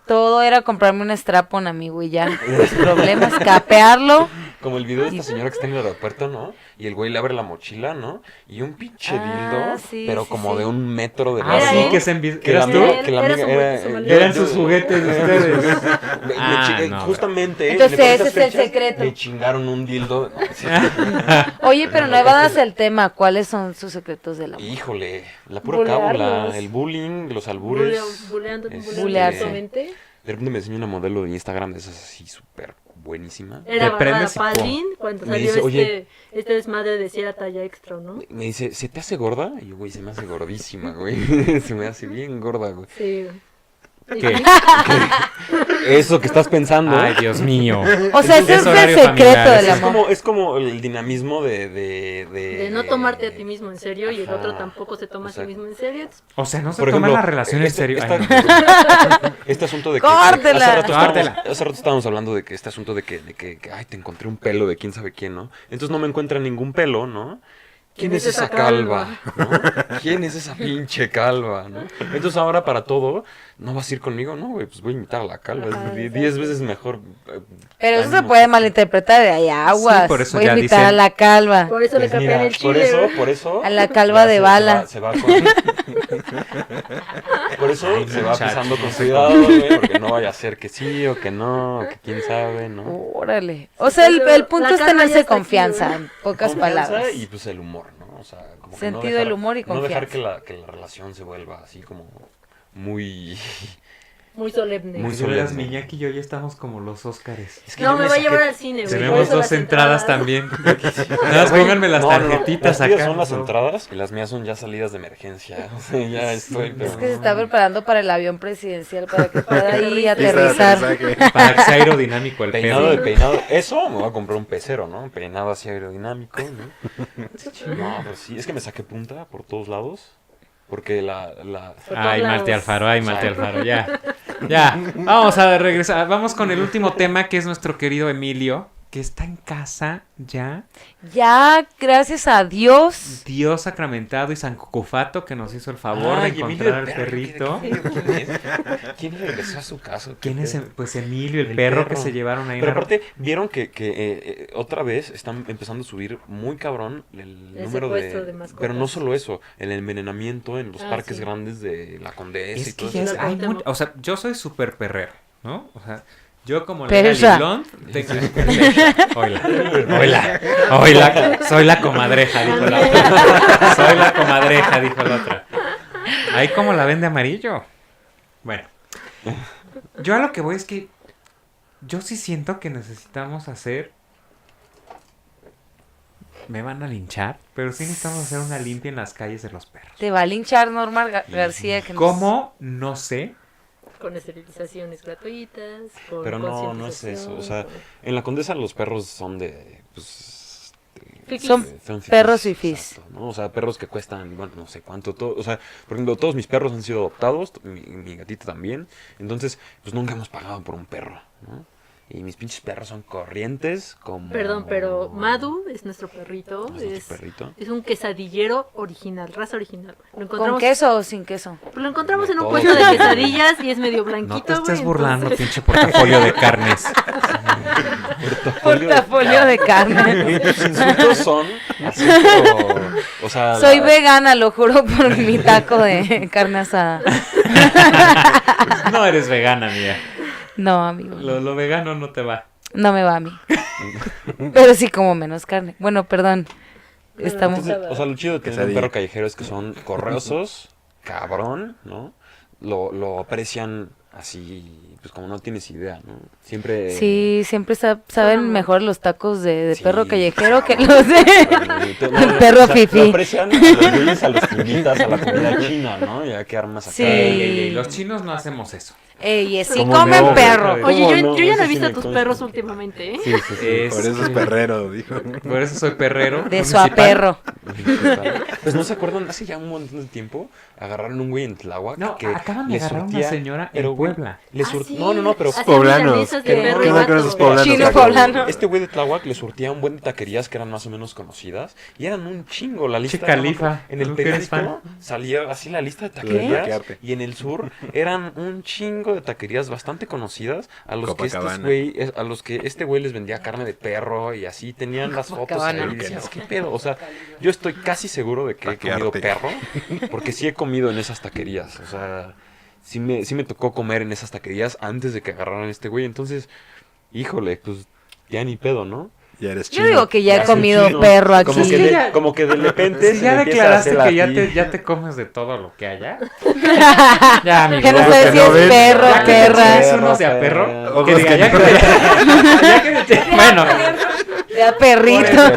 [SPEAKER 3] Todo era comprarme un strapon, amigo,
[SPEAKER 2] (laughs)
[SPEAKER 3] y ya. Los problemas, capearlo.
[SPEAKER 7] Como el video de esta señora que está en el aeropuerto, ¿no? Y el güey le abre la mochila, ¿no? Y un pinche
[SPEAKER 3] Ah,
[SPEAKER 7] dildo,
[SPEAKER 3] sí,
[SPEAKER 7] pero
[SPEAKER 3] sí,
[SPEAKER 7] como
[SPEAKER 3] sí.
[SPEAKER 7] de un metro de
[SPEAKER 2] Ah,
[SPEAKER 1] Era
[SPEAKER 2] sí,
[SPEAKER 1] él.
[SPEAKER 2] que se envi-
[SPEAKER 7] Pues, Que la
[SPEAKER 2] ¿Eras tú?
[SPEAKER 7] amiga, que la
[SPEAKER 1] Era su
[SPEAKER 7] amiga
[SPEAKER 1] juguete,
[SPEAKER 7] era,
[SPEAKER 1] su maldito.
[SPEAKER 2] Eran sus
[SPEAKER 7] (laughs)
[SPEAKER 2] juguetes de ustedes.
[SPEAKER 7] Me- me
[SPEAKER 2] Ah,
[SPEAKER 7] chingué-
[SPEAKER 2] no,
[SPEAKER 7] justamente.
[SPEAKER 3] Entonces,
[SPEAKER 7] en estas
[SPEAKER 3] ese es el
[SPEAKER 7] fechas,
[SPEAKER 3] secreto.
[SPEAKER 7] Me chingaron
[SPEAKER 2] (laughs)
[SPEAKER 7] un dildo.
[SPEAKER 3] Oye, pero no evadas el tema. ¿Cuáles son sus secretos del amor?
[SPEAKER 7] Híjole, la pura
[SPEAKER 1] Bulearlos.
[SPEAKER 7] cábula, el bullying, los albures.
[SPEAKER 1] bulea- buleando,
[SPEAKER 7] este,
[SPEAKER 1] buleando
[SPEAKER 3] Bulearse.
[SPEAKER 1] tu mente.
[SPEAKER 7] De repente me enseñó una modelo de Instagram de esas así súper buenísima.
[SPEAKER 1] Era Bárbara
[SPEAKER 2] prendes y pum.
[SPEAKER 1] Palin cuando
[SPEAKER 7] Me
[SPEAKER 1] salió
[SPEAKER 7] dice,
[SPEAKER 1] este,
[SPEAKER 7] "Oye".
[SPEAKER 1] este desmadre de si era talla extra, ¿no?
[SPEAKER 7] Me dice, ¿se te hace gorda? Y yo, güey, se me hace gordísima, güey. (laughs) se me hace bien gorda, güey.
[SPEAKER 1] Sí. Y-
[SPEAKER 2] ¿Qué?
[SPEAKER 7] Eso que estás pensando.
[SPEAKER 2] Ay, Dios mío.
[SPEAKER 3] O sea, ese
[SPEAKER 2] Es
[SPEAKER 3] es el
[SPEAKER 2] horario
[SPEAKER 3] secreto
[SPEAKER 2] familiar,
[SPEAKER 3] del
[SPEAKER 2] ese
[SPEAKER 7] es,
[SPEAKER 3] amor.
[SPEAKER 7] como, es como el dinamismo de... De, de-
[SPEAKER 1] De no tomarte a ti mismo en serio y el
[SPEAKER 7] Ajá.
[SPEAKER 1] otro tampoco se toma a sí
[SPEAKER 7] Exacto.
[SPEAKER 1] mismo en serio.
[SPEAKER 2] O sea, no se
[SPEAKER 7] Por
[SPEAKER 2] toman
[SPEAKER 7] ejemplo,
[SPEAKER 2] la relación en
[SPEAKER 7] este-
[SPEAKER 2] serio. Ay,
[SPEAKER 7] (laughs) esta-
[SPEAKER 2] no.
[SPEAKER 7] (laughs) Este asunto de que...
[SPEAKER 3] ¡Córtela!
[SPEAKER 7] Hace rato,
[SPEAKER 2] ¡Córtela!
[SPEAKER 7] estábamos, hace rato estábamos hablando de que este asunto de que, de que, que, ay, te encontré un pelo de quién sabe quién, ¿no? Entonces no me encuentra ningún pelo, ¿no? ¿Quién es esa calva? ¿no? ¿Quién es esa pinche calva? ¿no? Entonces ahora para todo, no vas a ir conmigo, no, güey, pues voy a imitar a la calva.
[SPEAKER 1] Ajá,
[SPEAKER 7] es die-
[SPEAKER 1] exacto.
[SPEAKER 7] diez veces mejor. eh,
[SPEAKER 3] Pero
[SPEAKER 7] al
[SPEAKER 3] eso se
[SPEAKER 7] mismo
[SPEAKER 3] puede
[SPEAKER 7] tiempo.
[SPEAKER 3] malinterpretar de ahí aguas.
[SPEAKER 2] Sí, por eso
[SPEAKER 3] Voy a
[SPEAKER 2] ya
[SPEAKER 3] invitar
[SPEAKER 2] dicen-
[SPEAKER 3] a la calva.
[SPEAKER 1] Por eso le
[SPEAKER 7] Pues
[SPEAKER 1] cambiaron
[SPEAKER 7] mira,
[SPEAKER 1] el chile. ¿eh?
[SPEAKER 7] Por eso,
[SPEAKER 1] güey.
[SPEAKER 7] por e- eso.
[SPEAKER 3] A la calva
[SPEAKER 7] ya
[SPEAKER 3] de
[SPEAKER 7] se-
[SPEAKER 3] bala. (laughs)
[SPEAKER 7] Se va, se va con- por eso
[SPEAKER 2] Ay,
[SPEAKER 7] se va
[SPEAKER 2] muchacho,
[SPEAKER 7] pisando
[SPEAKER 2] no
[SPEAKER 7] con
[SPEAKER 2] sé
[SPEAKER 7] cuidado, güey, porque no vaya a ser que sí o que no, o que quién sabe, ¿no?
[SPEAKER 3] Órale. O sea, el,
[SPEAKER 1] pero
[SPEAKER 3] el punto
[SPEAKER 1] la
[SPEAKER 3] es
[SPEAKER 1] calva ya
[SPEAKER 3] tenerse
[SPEAKER 1] está aquí,
[SPEAKER 3] confianza,
[SPEAKER 1] ¿verdad?
[SPEAKER 3] en pocas
[SPEAKER 7] Confianza
[SPEAKER 3] palabras.
[SPEAKER 7] Y pues el humor, ¿no? O O sea, como que no
[SPEAKER 3] Sentido
[SPEAKER 7] dejar-
[SPEAKER 3] del humor y
[SPEAKER 7] No dejar
[SPEAKER 3] confianza.
[SPEAKER 7] que la, que la relación se vuelva así como
[SPEAKER 3] (laughs)
[SPEAKER 7] muy...
[SPEAKER 1] Muy solemne.
[SPEAKER 7] Muy
[SPEAKER 2] Si veas,
[SPEAKER 7] solemne.
[SPEAKER 2] Miñaki y yo ya estamos como los Óscares.
[SPEAKER 7] Es que
[SPEAKER 1] No,
[SPEAKER 7] yo
[SPEAKER 1] me va a
[SPEAKER 7] saqué-
[SPEAKER 1] llevar al cine, güey. por
[SPEAKER 2] Tenemos
[SPEAKER 1] eso
[SPEAKER 2] dos
[SPEAKER 1] las (laughs)
[SPEAKER 2] entradas también. Nada más
[SPEAKER 7] Güey,
[SPEAKER 2] pónganme las
[SPEAKER 7] no, no, no.
[SPEAKER 2] tarjetitas
[SPEAKER 7] Las tuyas
[SPEAKER 2] acá.
[SPEAKER 7] son las
[SPEAKER 2] ¿no?
[SPEAKER 7] entradas y las mías son ya salidas de emergencia. (laughs) O sea, ya estoy... pero-
[SPEAKER 3] Es que se está preparando para el avión presidencial para
[SPEAKER 2] (laughs)
[SPEAKER 3] que pueda ahí
[SPEAKER 6] Lista de
[SPEAKER 3] aterrizar.
[SPEAKER 6] aterrizaje.
[SPEAKER 2] Para que sea aerodinámico el
[SPEAKER 7] Peinado
[SPEAKER 2] pedo.
[SPEAKER 7] de peinado. Eso me voy a comprar un pecero, ¿no? Un Peinado así aerodinámico, ¿no? (laughs) No, pues sí, es que me saqué punta por todos lados. Porque la. la...
[SPEAKER 1] Por todos
[SPEAKER 2] Ay,
[SPEAKER 1] lados.
[SPEAKER 2] Malte Alfaro, ay, Malte
[SPEAKER 7] Ay.
[SPEAKER 2] Alfaro, ya. Ya, vamos a regresar. Vamos con el último tema que es nuestro querido Emilio, que está en casa ya.
[SPEAKER 3] Ya, gracias a Dios.
[SPEAKER 2] Dios sacramentado y San Cucufato que nos hizo el favor
[SPEAKER 7] Ay,
[SPEAKER 2] de
[SPEAKER 7] Emilio
[SPEAKER 2] encontrar al
[SPEAKER 7] el perro,
[SPEAKER 2] perrito.
[SPEAKER 7] ¿qué- qué- ¿Quién es? ¿Quién regresó a su casa? ¿Qué
[SPEAKER 2] ¿Quién es?
[SPEAKER 7] pedo?
[SPEAKER 2] em- Pues Emilio, el,
[SPEAKER 7] El
[SPEAKER 2] perro, que
[SPEAKER 7] perro.
[SPEAKER 2] se llevaron ahí. en
[SPEAKER 7] Pero
[SPEAKER 2] la-
[SPEAKER 7] aparte, vieron que, que, eh, eh, otra vez están empezando a subir muy cabrón el,
[SPEAKER 1] El
[SPEAKER 7] número
[SPEAKER 1] secuestro
[SPEAKER 7] de...
[SPEAKER 1] de mascotas.
[SPEAKER 7] pero no solo eso, el envenenamiento en los
[SPEAKER 1] Ah,
[SPEAKER 7] parques
[SPEAKER 1] sí.
[SPEAKER 7] grandes de la condesa y
[SPEAKER 2] Es que
[SPEAKER 7] todo
[SPEAKER 2] ya
[SPEAKER 7] eso.
[SPEAKER 2] es,
[SPEAKER 1] eso.
[SPEAKER 2] hay
[SPEAKER 1] Cuauhtémoc.
[SPEAKER 2] mucho- o sea, yo soy súper perrero, ¿no? O sea, yo como la
[SPEAKER 3] Perra.
[SPEAKER 2] Blond, tengo... Oila, oila, oila, soy la comadreja, dijo la otra. Soy la comadreja, dijo la otra. Ahí como la vende amarillo. Bueno, yo a lo que voy es que yo sí siento que necesitamos hacer... Me van a linchar, pero sí necesitamos hacer una limpia en las calles de los perros.
[SPEAKER 3] Te va a linchar Norma Gar- García. Que nos-
[SPEAKER 2] ¿Cómo? No sé.
[SPEAKER 1] Con esterilizaciones gratuitas. con
[SPEAKER 7] Pero no, no es eso, o sea,
[SPEAKER 1] concientización,
[SPEAKER 7] En la condesa los perros son de... Pues, de-
[SPEAKER 1] Son
[SPEAKER 7] de- fifís,
[SPEAKER 3] perros fifís.
[SPEAKER 7] exacto, ¿no? O sea, perros que cuestan, bueno, no sé cuánto. Todo, o sea, por ejemplo, todos mis perros han sido adoptados, mi, mi gatita también. Entonces, pues nunca hemos pagado por un perro, ¿no? Y mis pinches perros son corrientes como...
[SPEAKER 1] Perdón, pero Madu es nuestro perrito.
[SPEAKER 7] ¿No es nuestro
[SPEAKER 1] Es,
[SPEAKER 7] perrito? (laughs)
[SPEAKER 1] es un quesadillero original, raza original. güey. Lo
[SPEAKER 3] ¿Con
[SPEAKER 1] encontramos,
[SPEAKER 3] queso o sin queso?
[SPEAKER 1] lo encontramos en un
[SPEAKER 7] Todo.
[SPEAKER 1] puesto de quesadillas y es medio blanquito.
[SPEAKER 2] No te estás
[SPEAKER 1] güey,
[SPEAKER 2] burlando,
[SPEAKER 1] entonces-
[SPEAKER 2] pinche portafolio de carnes.
[SPEAKER 3] Portafolio de
[SPEAKER 7] (laughs)
[SPEAKER 3] carne.
[SPEAKER 7] Tus insultos son así, pero, o sea,
[SPEAKER 3] Soy
[SPEAKER 7] la-
[SPEAKER 3] vegana, lo juro por mi taco de carne asada.
[SPEAKER 2] No eres vegana, mía.
[SPEAKER 3] No, amigo.
[SPEAKER 2] Lo, lo vegano no te va.
[SPEAKER 3] No me va a mí. Pero sí como menos carne. Bueno, perdón.
[SPEAKER 1] Bueno,
[SPEAKER 3] Estamos...
[SPEAKER 1] entonces-
[SPEAKER 7] O sea, lo chido de tener un
[SPEAKER 6] Quesadilla.
[SPEAKER 7] perro callejero es
[SPEAKER 2] (laughs)
[SPEAKER 7] que son correosos, cabrón, ¿no? Lo, lo aprecian así, pues como no tienes idea, ¿no? Siempre... (laughs)
[SPEAKER 3] Sí, siempre sa- saben
[SPEAKER 1] Ajá.
[SPEAKER 3] mejor los tacos de, de
[SPEAKER 7] Sí,
[SPEAKER 3] perro callejero que
[SPEAKER 7] cabrón.
[SPEAKER 3] los
[SPEAKER 7] (laughs)
[SPEAKER 3] de...
[SPEAKER 7] Te-
[SPEAKER 3] Perro
[SPEAKER 7] o sea,
[SPEAKER 3] fifí.
[SPEAKER 7] Lo aprecian a los niños, a los tiritas, a
[SPEAKER 1] (laughs)
[SPEAKER 7] la comida china, ¿no? Ya que armas acá.
[SPEAKER 3] Sí.
[SPEAKER 2] Ey, ey, ey, los chinos no hacemos eso.
[SPEAKER 3] Ey, sí
[SPEAKER 7] Como
[SPEAKER 3] comen
[SPEAKER 7] no,
[SPEAKER 3] perro.
[SPEAKER 7] güey.
[SPEAKER 1] Oye,
[SPEAKER 7] ¿Cómo
[SPEAKER 1] yo,
[SPEAKER 7] no?
[SPEAKER 1] yo ya no
[SPEAKER 7] Eso
[SPEAKER 1] he
[SPEAKER 7] sí
[SPEAKER 1] visto
[SPEAKER 7] me
[SPEAKER 1] a tus
[SPEAKER 7] consta.
[SPEAKER 1] perros últimamente, ¿eh?
[SPEAKER 7] Sí, sí, sí.
[SPEAKER 2] Es
[SPEAKER 6] Por eso es
[SPEAKER 2] que-
[SPEAKER 6] perrero, dijo.
[SPEAKER 2] (laughs) Por eso soy perrero.
[SPEAKER 3] De su a
[SPEAKER 2] municipal.
[SPEAKER 3] perro.
[SPEAKER 7] Pues no se acuerdan, hace ya un montón de tiempo agarraron un güey en Tláhuac
[SPEAKER 2] No,
[SPEAKER 7] que
[SPEAKER 2] acaban de
[SPEAKER 7] le
[SPEAKER 2] agarrar a una
[SPEAKER 7] surtía-
[SPEAKER 2] señora
[SPEAKER 7] pero,
[SPEAKER 2] en
[SPEAKER 7] güey,
[SPEAKER 2] Puebla.
[SPEAKER 7] le
[SPEAKER 1] Ah,
[SPEAKER 7] sur-
[SPEAKER 1] sí,
[SPEAKER 7] No, no, no, pero
[SPEAKER 1] hacen
[SPEAKER 6] Poblanos,
[SPEAKER 1] milanesas de
[SPEAKER 7] que no-
[SPEAKER 1] perro y
[SPEAKER 7] ¿qué onda
[SPEAKER 6] con
[SPEAKER 1] gato,
[SPEAKER 6] esos
[SPEAKER 1] güey.
[SPEAKER 6] poblanos?
[SPEAKER 3] Chino
[SPEAKER 6] Caco.
[SPEAKER 3] poblano.
[SPEAKER 7] Este güey de Tláhuac le surtía un buen de taquerías que eran más o menos conocidas y eran un chingo la lista.
[SPEAKER 2] Che, Califa,
[SPEAKER 7] no me acuerdo, En el
[SPEAKER 2] ¿tú que eres
[SPEAKER 7] periódico salía así la lista de
[SPEAKER 6] de
[SPEAKER 7] taquerías
[SPEAKER 6] taquearte.
[SPEAKER 7] y en el sur eran un chingo de taquerías bastante conocidas a los
[SPEAKER 6] Copacabana.
[SPEAKER 7] que este güey, a los que este güey les vendía carne de perro y así tenían las fotos ahí,
[SPEAKER 3] Copacabana.
[SPEAKER 7] y decías, ¿qué pedo? O sea, yo estoy casi seguro de que he comido
[SPEAKER 6] Taquearte.
[SPEAKER 7] perro porque sí he comido en esas taquerías, o sea, sí me, sí me tocó comer en esas taquerías antes de que agarraran a este güey, entonces, híjole, pues ya ni pedo, ¿no?
[SPEAKER 6] Ya eres
[SPEAKER 3] Yo
[SPEAKER 6] chino.
[SPEAKER 3] digo que ya he
[SPEAKER 7] Ya soy
[SPEAKER 3] comido
[SPEAKER 7] chino.
[SPEAKER 3] perro aquí.
[SPEAKER 7] Como que,
[SPEAKER 2] Sí,
[SPEAKER 7] de,
[SPEAKER 2] ya-
[SPEAKER 7] como que de repente
[SPEAKER 2] Si
[SPEAKER 7] se
[SPEAKER 2] ya
[SPEAKER 7] me empieza a
[SPEAKER 2] declaraste
[SPEAKER 7] hacer
[SPEAKER 2] que ya
[SPEAKER 7] latir.
[SPEAKER 2] te, ya te comes de todo lo que haya. Ya, amigo.
[SPEAKER 3] Que no sabes si
[SPEAKER 6] no
[SPEAKER 3] es
[SPEAKER 6] ven.
[SPEAKER 3] perro,
[SPEAKER 2] Ya que te
[SPEAKER 3] perra.
[SPEAKER 2] chingues unos de a perro.
[SPEAKER 6] Ojos
[SPEAKER 2] Que diga,
[SPEAKER 6] que
[SPEAKER 2] ya
[SPEAKER 6] no
[SPEAKER 2] que te- (laughs) ya que te- Bueno,
[SPEAKER 3] De a perrito.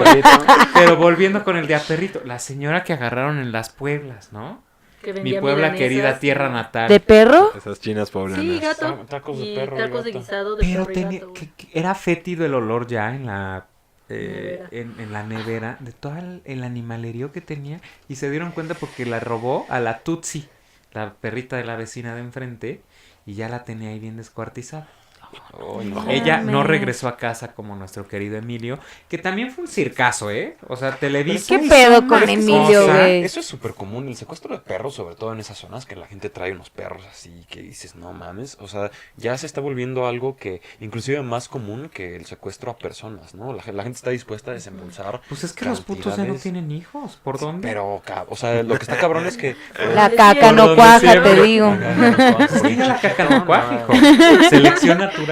[SPEAKER 2] pero volviendo con el de a perrito. La señora que agarraron en las Pueblas, ¿no?
[SPEAKER 1] Que
[SPEAKER 2] Mi
[SPEAKER 1] vendía
[SPEAKER 2] Puebla
[SPEAKER 1] milanesas.
[SPEAKER 2] querida, tierra natal.
[SPEAKER 3] ¿De perro?
[SPEAKER 6] Esas chinas
[SPEAKER 1] Sí,
[SPEAKER 6] poblanas.
[SPEAKER 1] gato.
[SPEAKER 7] Ah, tacos de
[SPEAKER 1] y
[SPEAKER 7] perro y
[SPEAKER 1] tacos de
[SPEAKER 7] gato.
[SPEAKER 1] guisado de
[SPEAKER 2] Pero
[SPEAKER 1] perro y
[SPEAKER 2] tenía-
[SPEAKER 1] gato, güey.
[SPEAKER 2] que- que era fétido el olor ya en la eh,
[SPEAKER 1] Nevera.
[SPEAKER 2] en, en la nevera de todo el, el animalerío que tenía y se dieron cuenta porque la robó a la Tutsi, la perrita de la vecina de enfrente y ya la tenía ahí bien descuartizada.
[SPEAKER 7] Ay,
[SPEAKER 3] Oh,
[SPEAKER 7] no.
[SPEAKER 2] Ella no
[SPEAKER 3] mames.
[SPEAKER 2] regresó a casa como nuestro querido Emilio, que también fue un circazo, ¿eh? O sea, Televisa
[SPEAKER 3] ¿Qué
[SPEAKER 2] hizo
[SPEAKER 3] pedo
[SPEAKER 2] una
[SPEAKER 3] con Emilio,
[SPEAKER 2] cosa.
[SPEAKER 3] güey?
[SPEAKER 7] Eso es súper común, el secuestro de perros, sobre todo en esas zonas que la gente trae unos perros así que dices, no mames, o sea, ya se está volviendo algo que inclusive más común que el secuestro a personas, ¿no? La, gen- la gente está dispuesta a desembolsar.
[SPEAKER 2] Pues es que los putos ya no
[SPEAKER 7] cantidades.
[SPEAKER 2] tienen hijos, ¿por
[SPEAKER 7] Sí,
[SPEAKER 2] dónde?
[SPEAKER 7] Pero, ca- o sea, lo que está cabrón
[SPEAKER 2] (laughs)
[SPEAKER 7] es que... pues,
[SPEAKER 3] La
[SPEAKER 1] Por
[SPEAKER 3] caca no
[SPEAKER 2] donde
[SPEAKER 7] (laughs)
[SPEAKER 3] cuaja,
[SPEAKER 2] siempre. (laughs)
[SPEAKER 3] te digo.
[SPEAKER 2] Es que ya la caca no cuaja, hijo. Selecciona natural.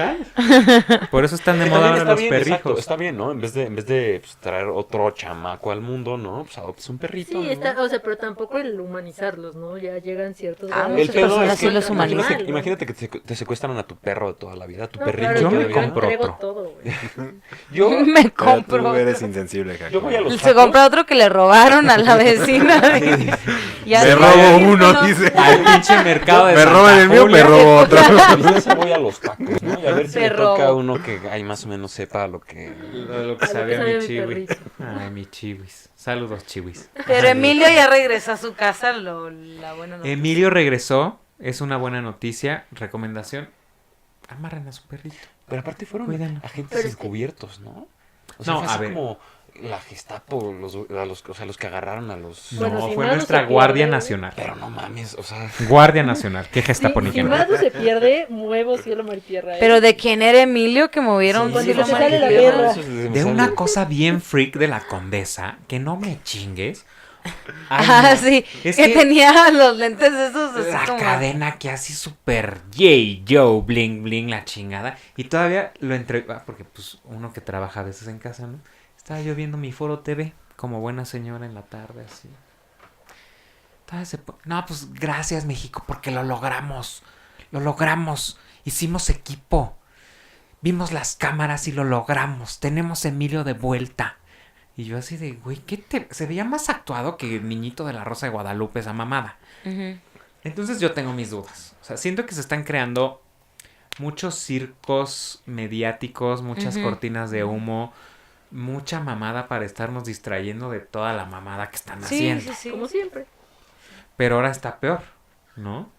[SPEAKER 2] Por eso están de moda ahora los perrijos.
[SPEAKER 7] está bien, ¿no? En vez de, en vez de pues, traer otro chamaco al mundo, ¿no? Pues adoptas un perrito.
[SPEAKER 1] Sí,
[SPEAKER 7] ¿no?
[SPEAKER 1] está, o sea, pero tampoco el humanizarlos, ¿no? Ya llegan ciertos
[SPEAKER 3] Ah,
[SPEAKER 1] grados
[SPEAKER 3] el
[SPEAKER 1] de
[SPEAKER 3] pedo
[SPEAKER 1] maltrato
[SPEAKER 3] es que- los
[SPEAKER 1] animal,
[SPEAKER 3] humanizan.
[SPEAKER 7] imagínate,
[SPEAKER 1] ¿no?
[SPEAKER 7] imagínate que te, secu- te secuestran a tu perro de toda la vida, a tu
[SPEAKER 1] No,
[SPEAKER 7] perrito.
[SPEAKER 1] claro,
[SPEAKER 2] yo
[SPEAKER 1] yo
[SPEAKER 7] de
[SPEAKER 2] me
[SPEAKER 1] le
[SPEAKER 7] la vida.
[SPEAKER 2] compro
[SPEAKER 1] entrego
[SPEAKER 2] otro.
[SPEAKER 1] todo, güey.
[SPEAKER 7] Yo,
[SPEAKER 3] (laughs)
[SPEAKER 1] (laughs)
[SPEAKER 3] Me
[SPEAKER 6] Pero
[SPEAKER 3] compro.
[SPEAKER 6] tú eres
[SPEAKER 3] otro.
[SPEAKER 6] insensible, Jaco.
[SPEAKER 7] yo voy a los
[SPEAKER 3] Se
[SPEAKER 7] tacos.
[SPEAKER 3] compra otro que le robaron a la vecina. dice. Y así-
[SPEAKER 6] Me robo uno, dice.
[SPEAKER 2] Al pinche mercado de
[SPEAKER 6] Me
[SPEAKER 2] Santa
[SPEAKER 6] roban el mío, me
[SPEAKER 2] Julia.
[SPEAKER 6] robo otro. (laughs)
[SPEAKER 7] Yo sí voy a los tacos, ¿no? Y a ver si
[SPEAKER 3] Te
[SPEAKER 7] le toca a
[SPEAKER 3] robo.
[SPEAKER 7] uno que ahí más o menos sepa lo que...
[SPEAKER 2] Lo, lo que
[SPEAKER 1] A lo
[SPEAKER 2] sabía
[SPEAKER 1] que sabía
[SPEAKER 2] mi
[SPEAKER 1] mi
[SPEAKER 2] chiwi.
[SPEAKER 1] perrito.
[SPEAKER 2] Ay, mi chiwis. Saludos, chiwis.
[SPEAKER 3] Pero Emilio ya regresa a su casa. Lo, la buena noticia.
[SPEAKER 2] Emilio regresó. Es una buena noticia. Recomendación. Amarren a su perrito.
[SPEAKER 7] Pero aparte fueron
[SPEAKER 2] Cuídenlo.
[SPEAKER 7] agentes
[SPEAKER 1] Pero es que-
[SPEAKER 7] encubiertos, ¿no? O
[SPEAKER 2] No,
[SPEAKER 7] fue
[SPEAKER 2] a
[SPEAKER 7] así
[SPEAKER 2] ver.
[SPEAKER 7] como la Gestapo, los, a los, o sea, los que agarraron a los...
[SPEAKER 1] Bueno,
[SPEAKER 2] no,
[SPEAKER 1] si
[SPEAKER 2] fue
[SPEAKER 1] Manu
[SPEAKER 2] nuestra
[SPEAKER 1] se pierde,
[SPEAKER 2] Guardia
[SPEAKER 1] güey.
[SPEAKER 2] Nacional.
[SPEAKER 7] Pero no mames, o sea...
[SPEAKER 2] Guardia Nacional. ¿Qué
[SPEAKER 1] Si,
[SPEAKER 2] gestapo ni
[SPEAKER 1] si
[SPEAKER 2] qué no?
[SPEAKER 1] Madu se pierde, muevo cielo, mar y tierra. ¿eh?
[SPEAKER 3] Pero de quién era Emilio que movieron.
[SPEAKER 1] Cuando se
[SPEAKER 3] cielo,
[SPEAKER 1] te
[SPEAKER 3] mar y
[SPEAKER 1] sale la
[SPEAKER 3] tierra?
[SPEAKER 1] mierda.
[SPEAKER 7] Eso es-
[SPEAKER 2] De
[SPEAKER 7] me
[SPEAKER 2] una
[SPEAKER 7] sale-
[SPEAKER 2] cosa bien freak de la condesa, que no me chingues. Ay,
[SPEAKER 3] Ah,
[SPEAKER 2] no.
[SPEAKER 3] sí.
[SPEAKER 2] Es
[SPEAKER 3] que,
[SPEAKER 2] que-
[SPEAKER 3] tenía los lentes esos así
[SPEAKER 2] La
[SPEAKER 3] como.
[SPEAKER 2] cadena que así super yay, yo, bling, bling, la chingada. Y todavía lo entre... ah, porque pues uno que trabaja a veces en casa, ¿no? Estaba yo viendo mi foro TV como buena señora en la tarde, así. Todavía se po- No, pues gracias México, porque lo logramos. Lo logramos. Hicimos equipo. Vimos las cámaras y lo logramos. Tenemos a Emilio de vuelta. Y yo así de, güey, ¿qué te...? Se veía más actuado que el niñito de la Rosa de Guadalupe, esa mamada.
[SPEAKER 3] Ujú.
[SPEAKER 2] Entonces yo tengo mis dudas. O sea, siento que se están creando muchos circos mediáticos, muchas
[SPEAKER 3] Ujú.
[SPEAKER 2] cortinas de humo, mucha mamada para estarnos distrayendo de toda la mamada que están
[SPEAKER 3] Sí,
[SPEAKER 2] haciendo.
[SPEAKER 3] sí, sí.
[SPEAKER 1] Como siempre.
[SPEAKER 2] Pero ahora está peor, ¿no?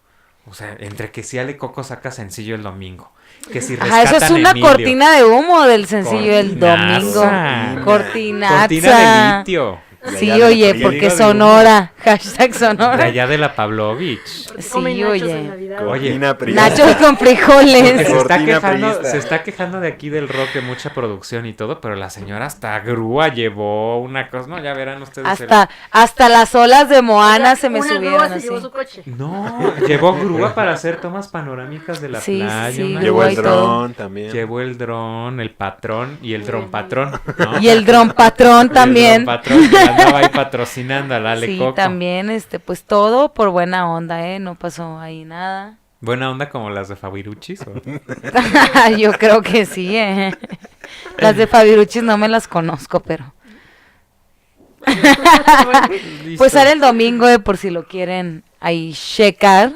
[SPEAKER 2] O sea, entre que si Ale Coco saca sencillo el domingo, que si rescatan
[SPEAKER 3] Ajá, eso es una
[SPEAKER 2] Emilio,
[SPEAKER 3] cortina de humo del sencillo el domingo.
[SPEAKER 2] Cortinaza.
[SPEAKER 3] Cortinaza.
[SPEAKER 2] cortina de litio,
[SPEAKER 3] Sí,
[SPEAKER 6] allá de-
[SPEAKER 3] oye,
[SPEAKER 6] de
[SPEAKER 3] porque
[SPEAKER 6] allá de-
[SPEAKER 3] Sonora. (laughs) Hashtag
[SPEAKER 2] de
[SPEAKER 3] Sonora.
[SPEAKER 2] allá de la Pavlovich.
[SPEAKER 1] Porque
[SPEAKER 3] Sí,
[SPEAKER 1] comen nachos
[SPEAKER 3] oye.
[SPEAKER 1] en Navidad.
[SPEAKER 2] Oye,
[SPEAKER 6] Cortina prieta.
[SPEAKER 3] Nachos con (laughs)
[SPEAKER 2] Que (laughs)
[SPEAKER 3] frijoles.
[SPEAKER 2] se, está
[SPEAKER 6] Cortina
[SPEAKER 2] quejando,
[SPEAKER 6] priista.
[SPEAKER 2] se está quejando de aquí del rock, de mucha producción y todo, pero la señora hasta grúa llevó una cosa. No, ya verán ustedes. el-
[SPEAKER 3] Hasta, hasta las olas de
[SPEAKER 1] Una-
[SPEAKER 3] Moana se me
[SPEAKER 1] una grúa
[SPEAKER 3] subieron
[SPEAKER 1] se
[SPEAKER 2] (laughs)
[SPEAKER 3] así.
[SPEAKER 1] llevó su coche.
[SPEAKER 2] No, llevó grúa para hacer tomas panorámicas de la
[SPEAKER 3] Sí, sí,
[SPEAKER 2] playa.
[SPEAKER 3] sí,
[SPEAKER 2] una-
[SPEAKER 6] Llevó
[SPEAKER 3] Guay
[SPEAKER 6] el
[SPEAKER 3] todo.
[SPEAKER 6] dron también.
[SPEAKER 2] Llevó el dron, el patrón y el dron patrón. ¿no?
[SPEAKER 3] (laughs) Y el dron patrón
[SPEAKER 2] El dron
[SPEAKER 3] también.
[SPEAKER 2] patrón que andaba ahí patrocinando al Ale
[SPEAKER 3] Sí,
[SPEAKER 2] Coco.
[SPEAKER 3] también, este, pues todo por buena onda, ¿eh? No pasó ahí nada. (laughs)
[SPEAKER 2] Buena onda como las de Fabiruchis. ¿o?
[SPEAKER 3] Yo creo que sí, ¿eh? Las de Fabiruchis no me las conozco, pero.
[SPEAKER 2] Listo.
[SPEAKER 3] Pues sale el domingo, eh, por si lo quieren ahí checar.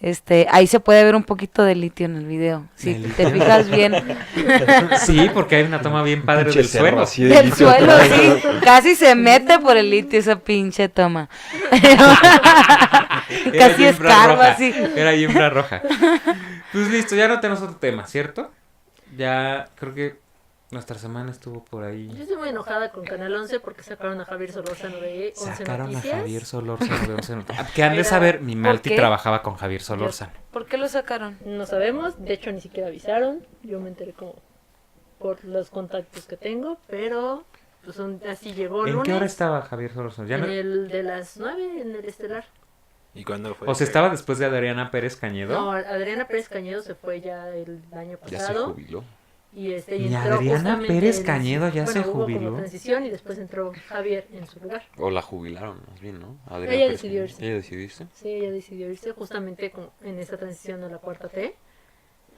[SPEAKER 3] Este, ahí se puede ver un poquito de litio en el video. Si
[SPEAKER 2] De
[SPEAKER 3] te
[SPEAKER 2] litio.
[SPEAKER 3] fijas bien,
[SPEAKER 2] (laughs) Sí, porque hay una toma bien padre
[SPEAKER 7] Pinche
[SPEAKER 2] del
[SPEAKER 7] cerro
[SPEAKER 2] suelo.
[SPEAKER 7] así de
[SPEAKER 3] del
[SPEAKER 7] litio
[SPEAKER 3] suelo,
[SPEAKER 7] atrás.
[SPEAKER 3] sí. Casi se mete por el litio esa pinche toma.
[SPEAKER 2] Era
[SPEAKER 3] Casi
[SPEAKER 2] yo
[SPEAKER 3] escarba
[SPEAKER 2] infrarroja,
[SPEAKER 3] así.
[SPEAKER 2] Era yo infrarroja. Pues listo, ya no tenemos otro tema, ¿cierto? Ya creo que nuestra semana estuvo por
[SPEAKER 1] Yo
[SPEAKER 2] ahí.
[SPEAKER 1] estoy muy enojada con Canal 11 porque sacaron a Javier Solórzano de 11
[SPEAKER 2] Sacaron a
[SPEAKER 1] Noticias.
[SPEAKER 2] Javier Solórzano de 11 Noticias.
[SPEAKER 1] (laughs)
[SPEAKER 2] Que han de
[SPEAKER 3] Era-
[SPEAKER 2] saber, mi Malti
[SPEAKER 3] qué?
[SPEAKER 2] trabajaba con Javier Solórzano.
[SPEAKER 3] (laughs) ¿Por qué lo sacaron?
[SPEAKER 1] No sabemos, de hecho ni siquiera avisaron. Yo me enteré como por los contactos que tengo, pero pues un- así llegó el
[SPEAKER 2] ¿En qué hora
[SPEAKER 1] lunes. Eh,
[SPEAKER 2] estaba Javier Solórzano? Ya
[SPEAKER 1] en
[SPEAKER 2] no-
[SPEAKER 1] el de las 9 en el estelar.
[SPEAKER 6] ¿Y cuándo fue?
[SPEAKER 2] O sea, estaba después de Adriana Pérez Cañedo.
[SPEAKER 1] pues, No, Adriana Pérez Cañedo se fue ya el año
[SPEAKER 7] Ya se
[SPEAKER 1] pasado.
[SPEAKER 7] jubiló.
[SPEAKER 1] Y, este,
[SPEAKER 2] Ni
[SPEAKER 1] entró
[SPEAKER 2] Adriana
[SPEAKER 1] justamente
[SPEAKER 2] Pérez
[SPEAKER 1] en-
[SPEAKER 2] Cañedo ya
[SPEAKER 1] bueno,
[SPEAKER 2] se
[SPEAKER 1] hubo como
[SPEAKER 2] jubiló.
[SPEAKER 1] transición y después entró Javier en su lugar.
[SPEAKER 7] O la jubilaron, más bien, ¿no? Adriana
[SPEAKER 1] Ella
[SPEAKER 7] Pérez
[SPEAKER 1] decidió
[SPEAKER 7] Cañedo.
[SPEAKER 1] irse.
[SPEAKER 7] Ella decidió irse.
[SPEAKER 1] Sí, ella decidió irse justamente como en esta transición a la cuarta T.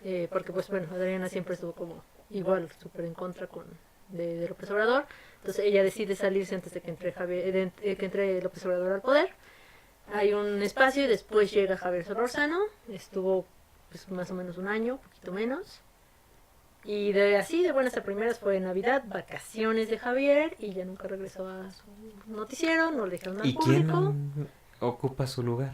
[SPEAKER 1] eh, porque, pues bueno, Adriana siempre estuvo como igual, súper en contra con, de, de López Obrador. Entonces ella decide salirse antes de que entre, Javier, eh, de- eh, que entre López Obrador al poder. Hay un espacio y después llega Javier Solórzano. Estuvo pues, más o menos un año, poquito menos. Y de así, de buenas a primeras, fue Navidad, vacaciones de Javier y ya nunca regresó a su noticiero, no le dijeron al
[SPEAKER 2] ¿Y quién
[SPEAKER 1] público
[SPEAKER 2] ocupa su lugar?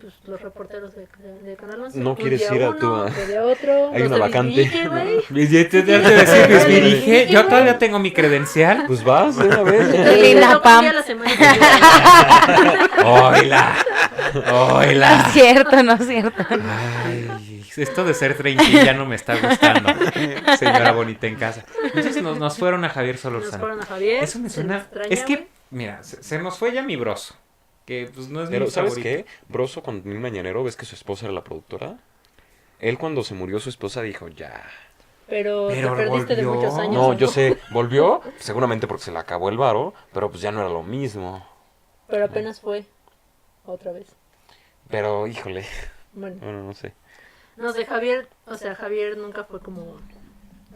[SPEAKER 1] pues, los reporteros de, de Canal 11.
[SPEAKER 7] No
[SPEAKER 1] un
[SPEAKER 7] quieres
[SPEAKER 1] día
[SPEAKER 7] ir a
[SPEAKER 1] uno,
[SPEAKER 7] tu-
[SPEAKER 1] otro día otro.
[SPEAKER 7] (laughs) Hay
[SPEAKER 1] los
[SPEAKER 7] una
[SPEAKER 1] de
[SPEAKER 7] vacante.
[SPEAKER 1] Vizquique,
[SPEAKER 7] (laughs)
[SPEAKER 1] güey.
[SPEAKER 2] (laughs) Pues me dije, yo todavía tengo mi credencial.
[SPEAKER 7] Pues vas de una vez.
[SPEAKER 1] (laughs)
[SPEAKER 7] (laughs)
[SPEAKER 1] Entonces,
[SPEAKER 3] Lina
[SPEAKER 1] le toca
[SPEAKER 3] Pam.
[SPEAKER 1] un día a la semana que llega.
[SPEAKER 2] ¡Oila!
[SPEAKER 3] No
[SPEAKER 2] ¡Oila!
[SPEAKER 3] es cierto, no es cierto.
[SPEAKER 2] Ay, esto de ser treinta ya no me está gustando, señora bonita en casa. Entonces nos, nos fueron a Javier
[SPEAKER 1] Nos
[SPEAKER 2] Solorzano.
[SPEAKER 1] fueron a Javier.
[SPEAKER 2] Eso me
[SPEAKER 1] se nos
[SPEAKER 2] suena.
[SPEAKER 1] extraña,
[SPEAKER 2] Es que,
[SPEAKER 1] güey.
[SPEAKER 2] mira, se, se nos fue ya mi broso. Que pues no es mi
[SPEAKER 7] Pero, ¿sabes
[SPEAKER 2] favorito.
[SPEAKER 7] qué? Broso, cuando mi mañanero, ¿ves que su esposa era la productora? Él cuando se murió su esposa dijo, ya.
[SPEAKER 1] Pero,
[SPEAKER 7] Pero
[SPEAKER 1] te perdiste de
[SPEAKER 7] volvió.
[SPEAKER 1] muchos años.
[SPEAKER 7] no,
[SPEAKER 1] ¿no?
[SPEAKER 7] yo sé, volvió, seguramente porque se le acabó el varo, pero pues ya no era lo mismo.
[SPEAKER 1] Pero apenas fue. Otra vez.
[SPEAKER 7] Pero, híjole,
[SPEAKER 1] Bueno.
[SPEAKER 7] bueno, no sé.
[SPEAKER 1] No sé, Javier, o sea, Javier nunca fue como,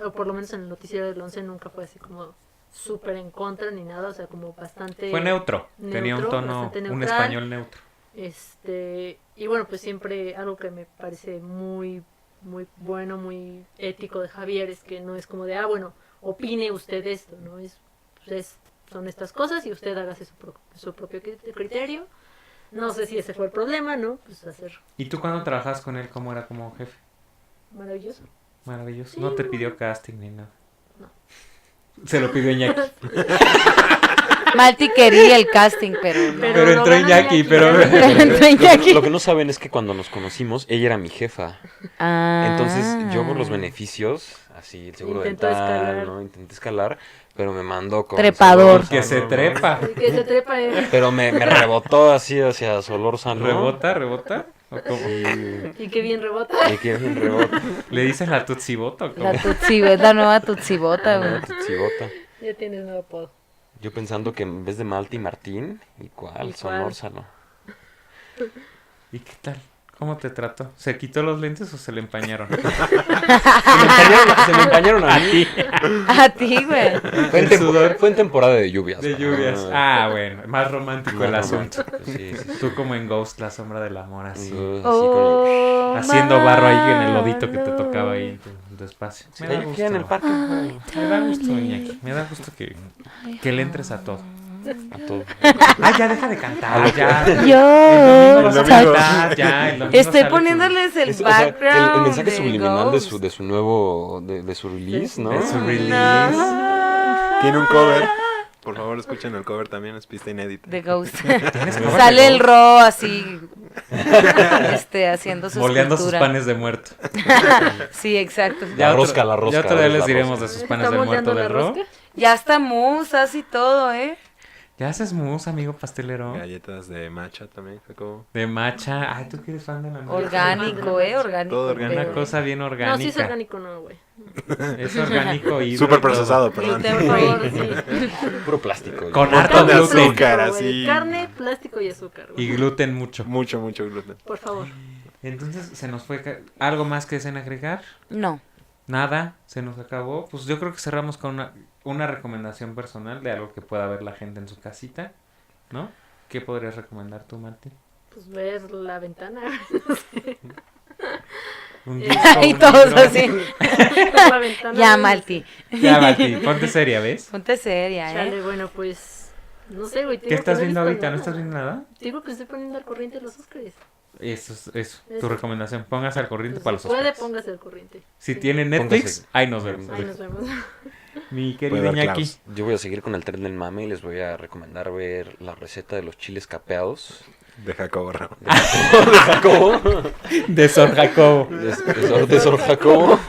[SPEAKER 1] o por lo menos en el noticiero del 11 nunca fue así como súper en contra ni nada, o sea, como bastante...
[SPEAKER 2] Fue neutro. Tenía un
[SPEAKER 1] neutro,
[SPEAKER 2] tono,
[SPEAKER 1] bastante
[SPEAKER 2] un
[SPEAKER 1] neutral.
[SPEAKER 2] español neutro.
[SPEAKER 1] Este, y bueno, pues siempre algo que me parece muy, muy bueno, muy ético de Javier es que no es como de, ah, bueno, opine usted esto, ¿no? Es, pues es- son estas cosas y usted hágase su, pro- su propio cri- criterio. No sé si ese fue el problema, ¿no? Pues hacer
[SPEAKER 2] ¿Y tú cuando trabajas con él, cómo era como jefe?
[SPEAKER 1] maravilloso.
[SPEAKER 2] Maravilloso.
[SPEAKER 1] Sí,
[SPEAKER 2] no te
[SPEAKER 1] bueno.
[SPEAKER 2] pidió casting ni nada.
[SPEAKER 1] No.
[SPEAKER 2] Se lo pidió
[SPEAKER 1] (laughs)
[SPEAKER 2] Iñaki.
[SPEAKER 3] Malti quería el casting, pero no.
[SPEAKER 2] Pero
[SPEAKER 1] lo
[SPEAKER 2] entró
[SPEAKER 1] ganó
[SPEAKER 2] Iñaki, pero-
[SPEAKER 1] ¿no? (laughs)
[SPEAKER 7] Lo que, lo que no saben es que cuando nos conocimos, ella era mi jefa.
[SPEAKER 3] Ah.
[SPEAKER 7] Entonces yo por los beneficios, así el seguro
[SPEAKER 1] Intentó
[SPEAKER 7] dental,
[SPEAKER 1] escalar.
[SPEAKER 7] ¿no? Intenté escalar, pero me mandó con
[SPEAKER 3] Trepador.
[SPEAKER 7] Solórzano,
[SPEAKER 2] Que se
[SPEAKER 7] ¿no?
[SPEAKER 2] trepa.
[SPEAKER 1] El que se trepa eh,
[SPEAKER 7] Pero me, me rebotó así hacia Solórzano.
[SPEAKER 2] ¿Rebota, rebota? ¿O cómo?
[SPEAKER 1] y que bien rebota.
[SPEAKER 7] Y que un rebote.
[SPEAKER 2] ¿Le dices la tutsibota o cómo?
[SPEAKER 3] La tutsibota, la nueva tutsibota, güey.
[SPEAKER 7] una tutsibota.
[SPEAKER 1] Ya tienes nuevo apodo.
[SPEAKER 7] Yo pensando que en vez de Malti Martín, ¿y
[SPEAKER 1] ¿Y
[SPEAKER 7] cuál?
[SPEAKER 1] cuál?
[SPEAKER 7] Solórzano.
[SPEAKER 2] ¿Y qué tal? ¿Cómo te trató? ¿Se quitó los lentes o se le empañaron? se, me empañaron
[SPEAKER 7] Se me empañaron (laughs) a ti.
[SPEAKER 3] A ti, güey.
[SPEAKER 7] Fue en,
[SPEAKER 2] El sudor.
[SPEAKER 7] tempo- fue en temporada de lluvias.
[SPEAKER 2] de
[SPEAKER 7] ¿no?
[SPEAKER 2] lluvias. Ah, bueno, más romántico el
[SPEAKER 7] Más
[SPEAKER 2] asunto.
[SPEAKER 7] romántico, Sí, sí, sí.
[SPEAKER 2] Tú como en Ghost, la sombra del amor, así.
[SPEAKER 7] Así con el-
[SPEAKER 3] Oh,
[SPEAKER 2] Haciendo barro ahí en el lodito que te
[SPEAKER 3] malo.
[SPEAKER 2] tocaba ahí en tu- tu espacio. Me da
[SPEAKER 7] Ahí, aquí en el
[SPEAKER 2] gusto.
[SPEAKER 7] parque. ay,
[SPEAKER 2] Me da gusto, Iñaki. Me da gusto que, que le entres a todo.
[SPEAKER 7] a todo.
[SPEAKER 2] Ah, ya deja de cantar. Ya. El
[SPEAKER 3] Yo.
[SPEAKER 2] domingo vas a cantar, ya, el domingo
[SPEAKER 3] Estoy
[SPEAKER 2] sale tu-
[SPEAKER 3] poniéndoles el
[SPEAKER 7] Es- o sea, el-
[SPEAKER 3] background.
[SPEAKER 7] el, mensaje
[SPEAKER 3] de
[SPEAKER 7] subliminal de
[SPEAKER 3] Ghost.
[SPEAKER 7] su, de su nuevo, de, de su release, ¿no?
[SPEAKER 2] De su release.
[SPEAKER 3] Ah.
[SPEAKER 6] Tiene un cover. Por favor, escuchen el cover también, es pista inédita.
[SPEAKER 3] De Ghost.
[SPEAKER 2] Tienes que-
[SPEAKER 3] Sale el
[SPEAKER 2] (laughs)
[SPEAKER 3] Ro así. este, haciendo su
[SPEAKER 2] Moleando sus
[SPEAKER 3] escultura.
[SPEAKER 2] panes de muerto.
[SPEAKER 3] Sí, exacto.
[SPEAKER 7] La rosca, la rosca,
[SPEAKER 2] Ya otro día
[SPEAKER 7] es la
[SPEAKER 2] les diremos
[SPEAKER 7] rosca.
[SPEAKER 2] de sus panes
[SPEAKER 1] ¿Estamos
[SPEAKER 2] de muerto
[SPEAKER 1] dando
[SPEAKER 2] del
[SPEAKER 1] la
[SPEAKER 2] Ro.
[SPEAKER 1] rosca?
[SPEAKER 3] Ya está musas y todo, ¿eh?
[SPEAKER 2] Ya haces mousse, amigo pastelero.
[SPEAKER 6] Galletas de matcha también, Jacobo.
[SPEAKER 2] De macha. Ay, tú que eres fan de la macha.
[SPEAKER 3] Orgánico, ¿eh? Orgánico.
[SPEAKER 6] Todo
[SPEAKER 2] Una
[SPEAKER 6] orgánico.
[SPEAKER 3] pero-
[SPEAKER 2] cosa bien orgánica.
[SPEAKER 1] No, sí es orgánico, no,
[SPEAKER 2] (laughs)
[SPEAKER 1] güey.
[SPEAKER 2] Es orgánico
[SPEAKER 6] (laughs)
[SPEAKER 2] y.
[SPEAKER 6] Súper procesado, perdón.
[SPEAKER 1] Gluten, por favor, sí.
[SPEAKER 7] Puro plástico.
[SPEAKER 2] Con
[SPEAKER 7] ya.
[SPEAKER 2] harto
[SPEAKER 6] de
[SPEAKER 1] Carne,
[SPEAKER 2] gluten.
[SPEAKER 6] azúcar.
[SPEAKER 1] plástico, güey.
[SPEAKER 6] así.
[SPEAKER 1] Carne, plástico y azúcar, güey.
[SPEAKER 2] Y gluten mucho.
[SPEAKER 6] Mucho, mucho gluten.
[SPEAKER 1] Por favor.
[SPEAKER 2] Entonces, se nos fue. ca- ¿Algo más que deseen agregar?
[SPEAKER 3] No.
[SPEAKER 2] Nada, se nos acabó. Pues yo creo que cerramos con una, una recomendación personal de algo que pueda ver la gente en su casita, ¿no? ¿Qué podrías recomendar tú, Martín?
[SPEAKER 1] Pues ver la ventana.
[SPEAKER 6] (laughs)
[SPEAKER 2] Un
[SPEAKER 3] (laughs)
[SPEAKER 1] Eh, (laughs)
[SPEAKER 2] disco,
[SPEAKER 3] Y
[SPEAKER 2] un
[SPEAKER 3] todos
[SPEAKER 2] libro.
[SPEAKER 3] así.
[SPEAKER 1] Ver la ventana.
[SPEAKER 3] Ya, Malti.
[SPEAKER 2] Ya, Martín, ponte seria, ¿ves?
[SPEAKER 3] Ponte seria, ¿eh?
[SPEAKER 1] Chale, bueno, pues. No sé, güey. te digo
[SPEAKER 2] ¿Qué
[SPEAKER 1] que
[SPEAKER 2] estás
[SPEAKER 1] no he
[SPEAKER 2] viendo
[SPEAKER 1] visto
[SPEAKER 2] ahorita? ¿No
[SPEAKER 1] nada.
[SPEAKER 2] estás viendo nada?
[SPEAKER 1] Te Digo que estoy poniendo al corriente los Óscares.
[SPEAKER 2] Eso es eso, tu
[SPEAKER 1] Eso.
[SPEAKER 2] recomendación. Póngase al corriente
[SPEAKER 1] Pues,
[SPEAKER 2] para los
[SPEAKER 1] si puede,
[SPEAKER 2] Oscars.
[SPEAKER 1] póngase al corriente.
[SPEAKER 2] Si
[SPEAKER 1] Sí.
[SPEAKER 2] tiene Netflix,
[SPEAKER 7] Póngase.
[SPEAKER 2] ahí nos vemos.
[SPEAKER 1] Ahí nos vemos. (laughs)
[SPEAKER 2] Mi
[SPEAKER 6] Puede
[SPEAKER 2] querido
[SPEAKER 6] ver
[SPEAKER 2] Iñaki.
[SPEAKER 6] Klaus.
[SPEAKER 7] Yo voy a seguir con el tren del mame y les voy a recomendar ver la receta de los chiles capeados.
[SPEAKER 6] De Jacobo Ramos.
[SPEAKER 7] ¿De Jacobo?
[SPEAKER 2] (laughs) De Sor Jacobo.
[SPEAKER 7] De, de Sor- de Sor Jacobo.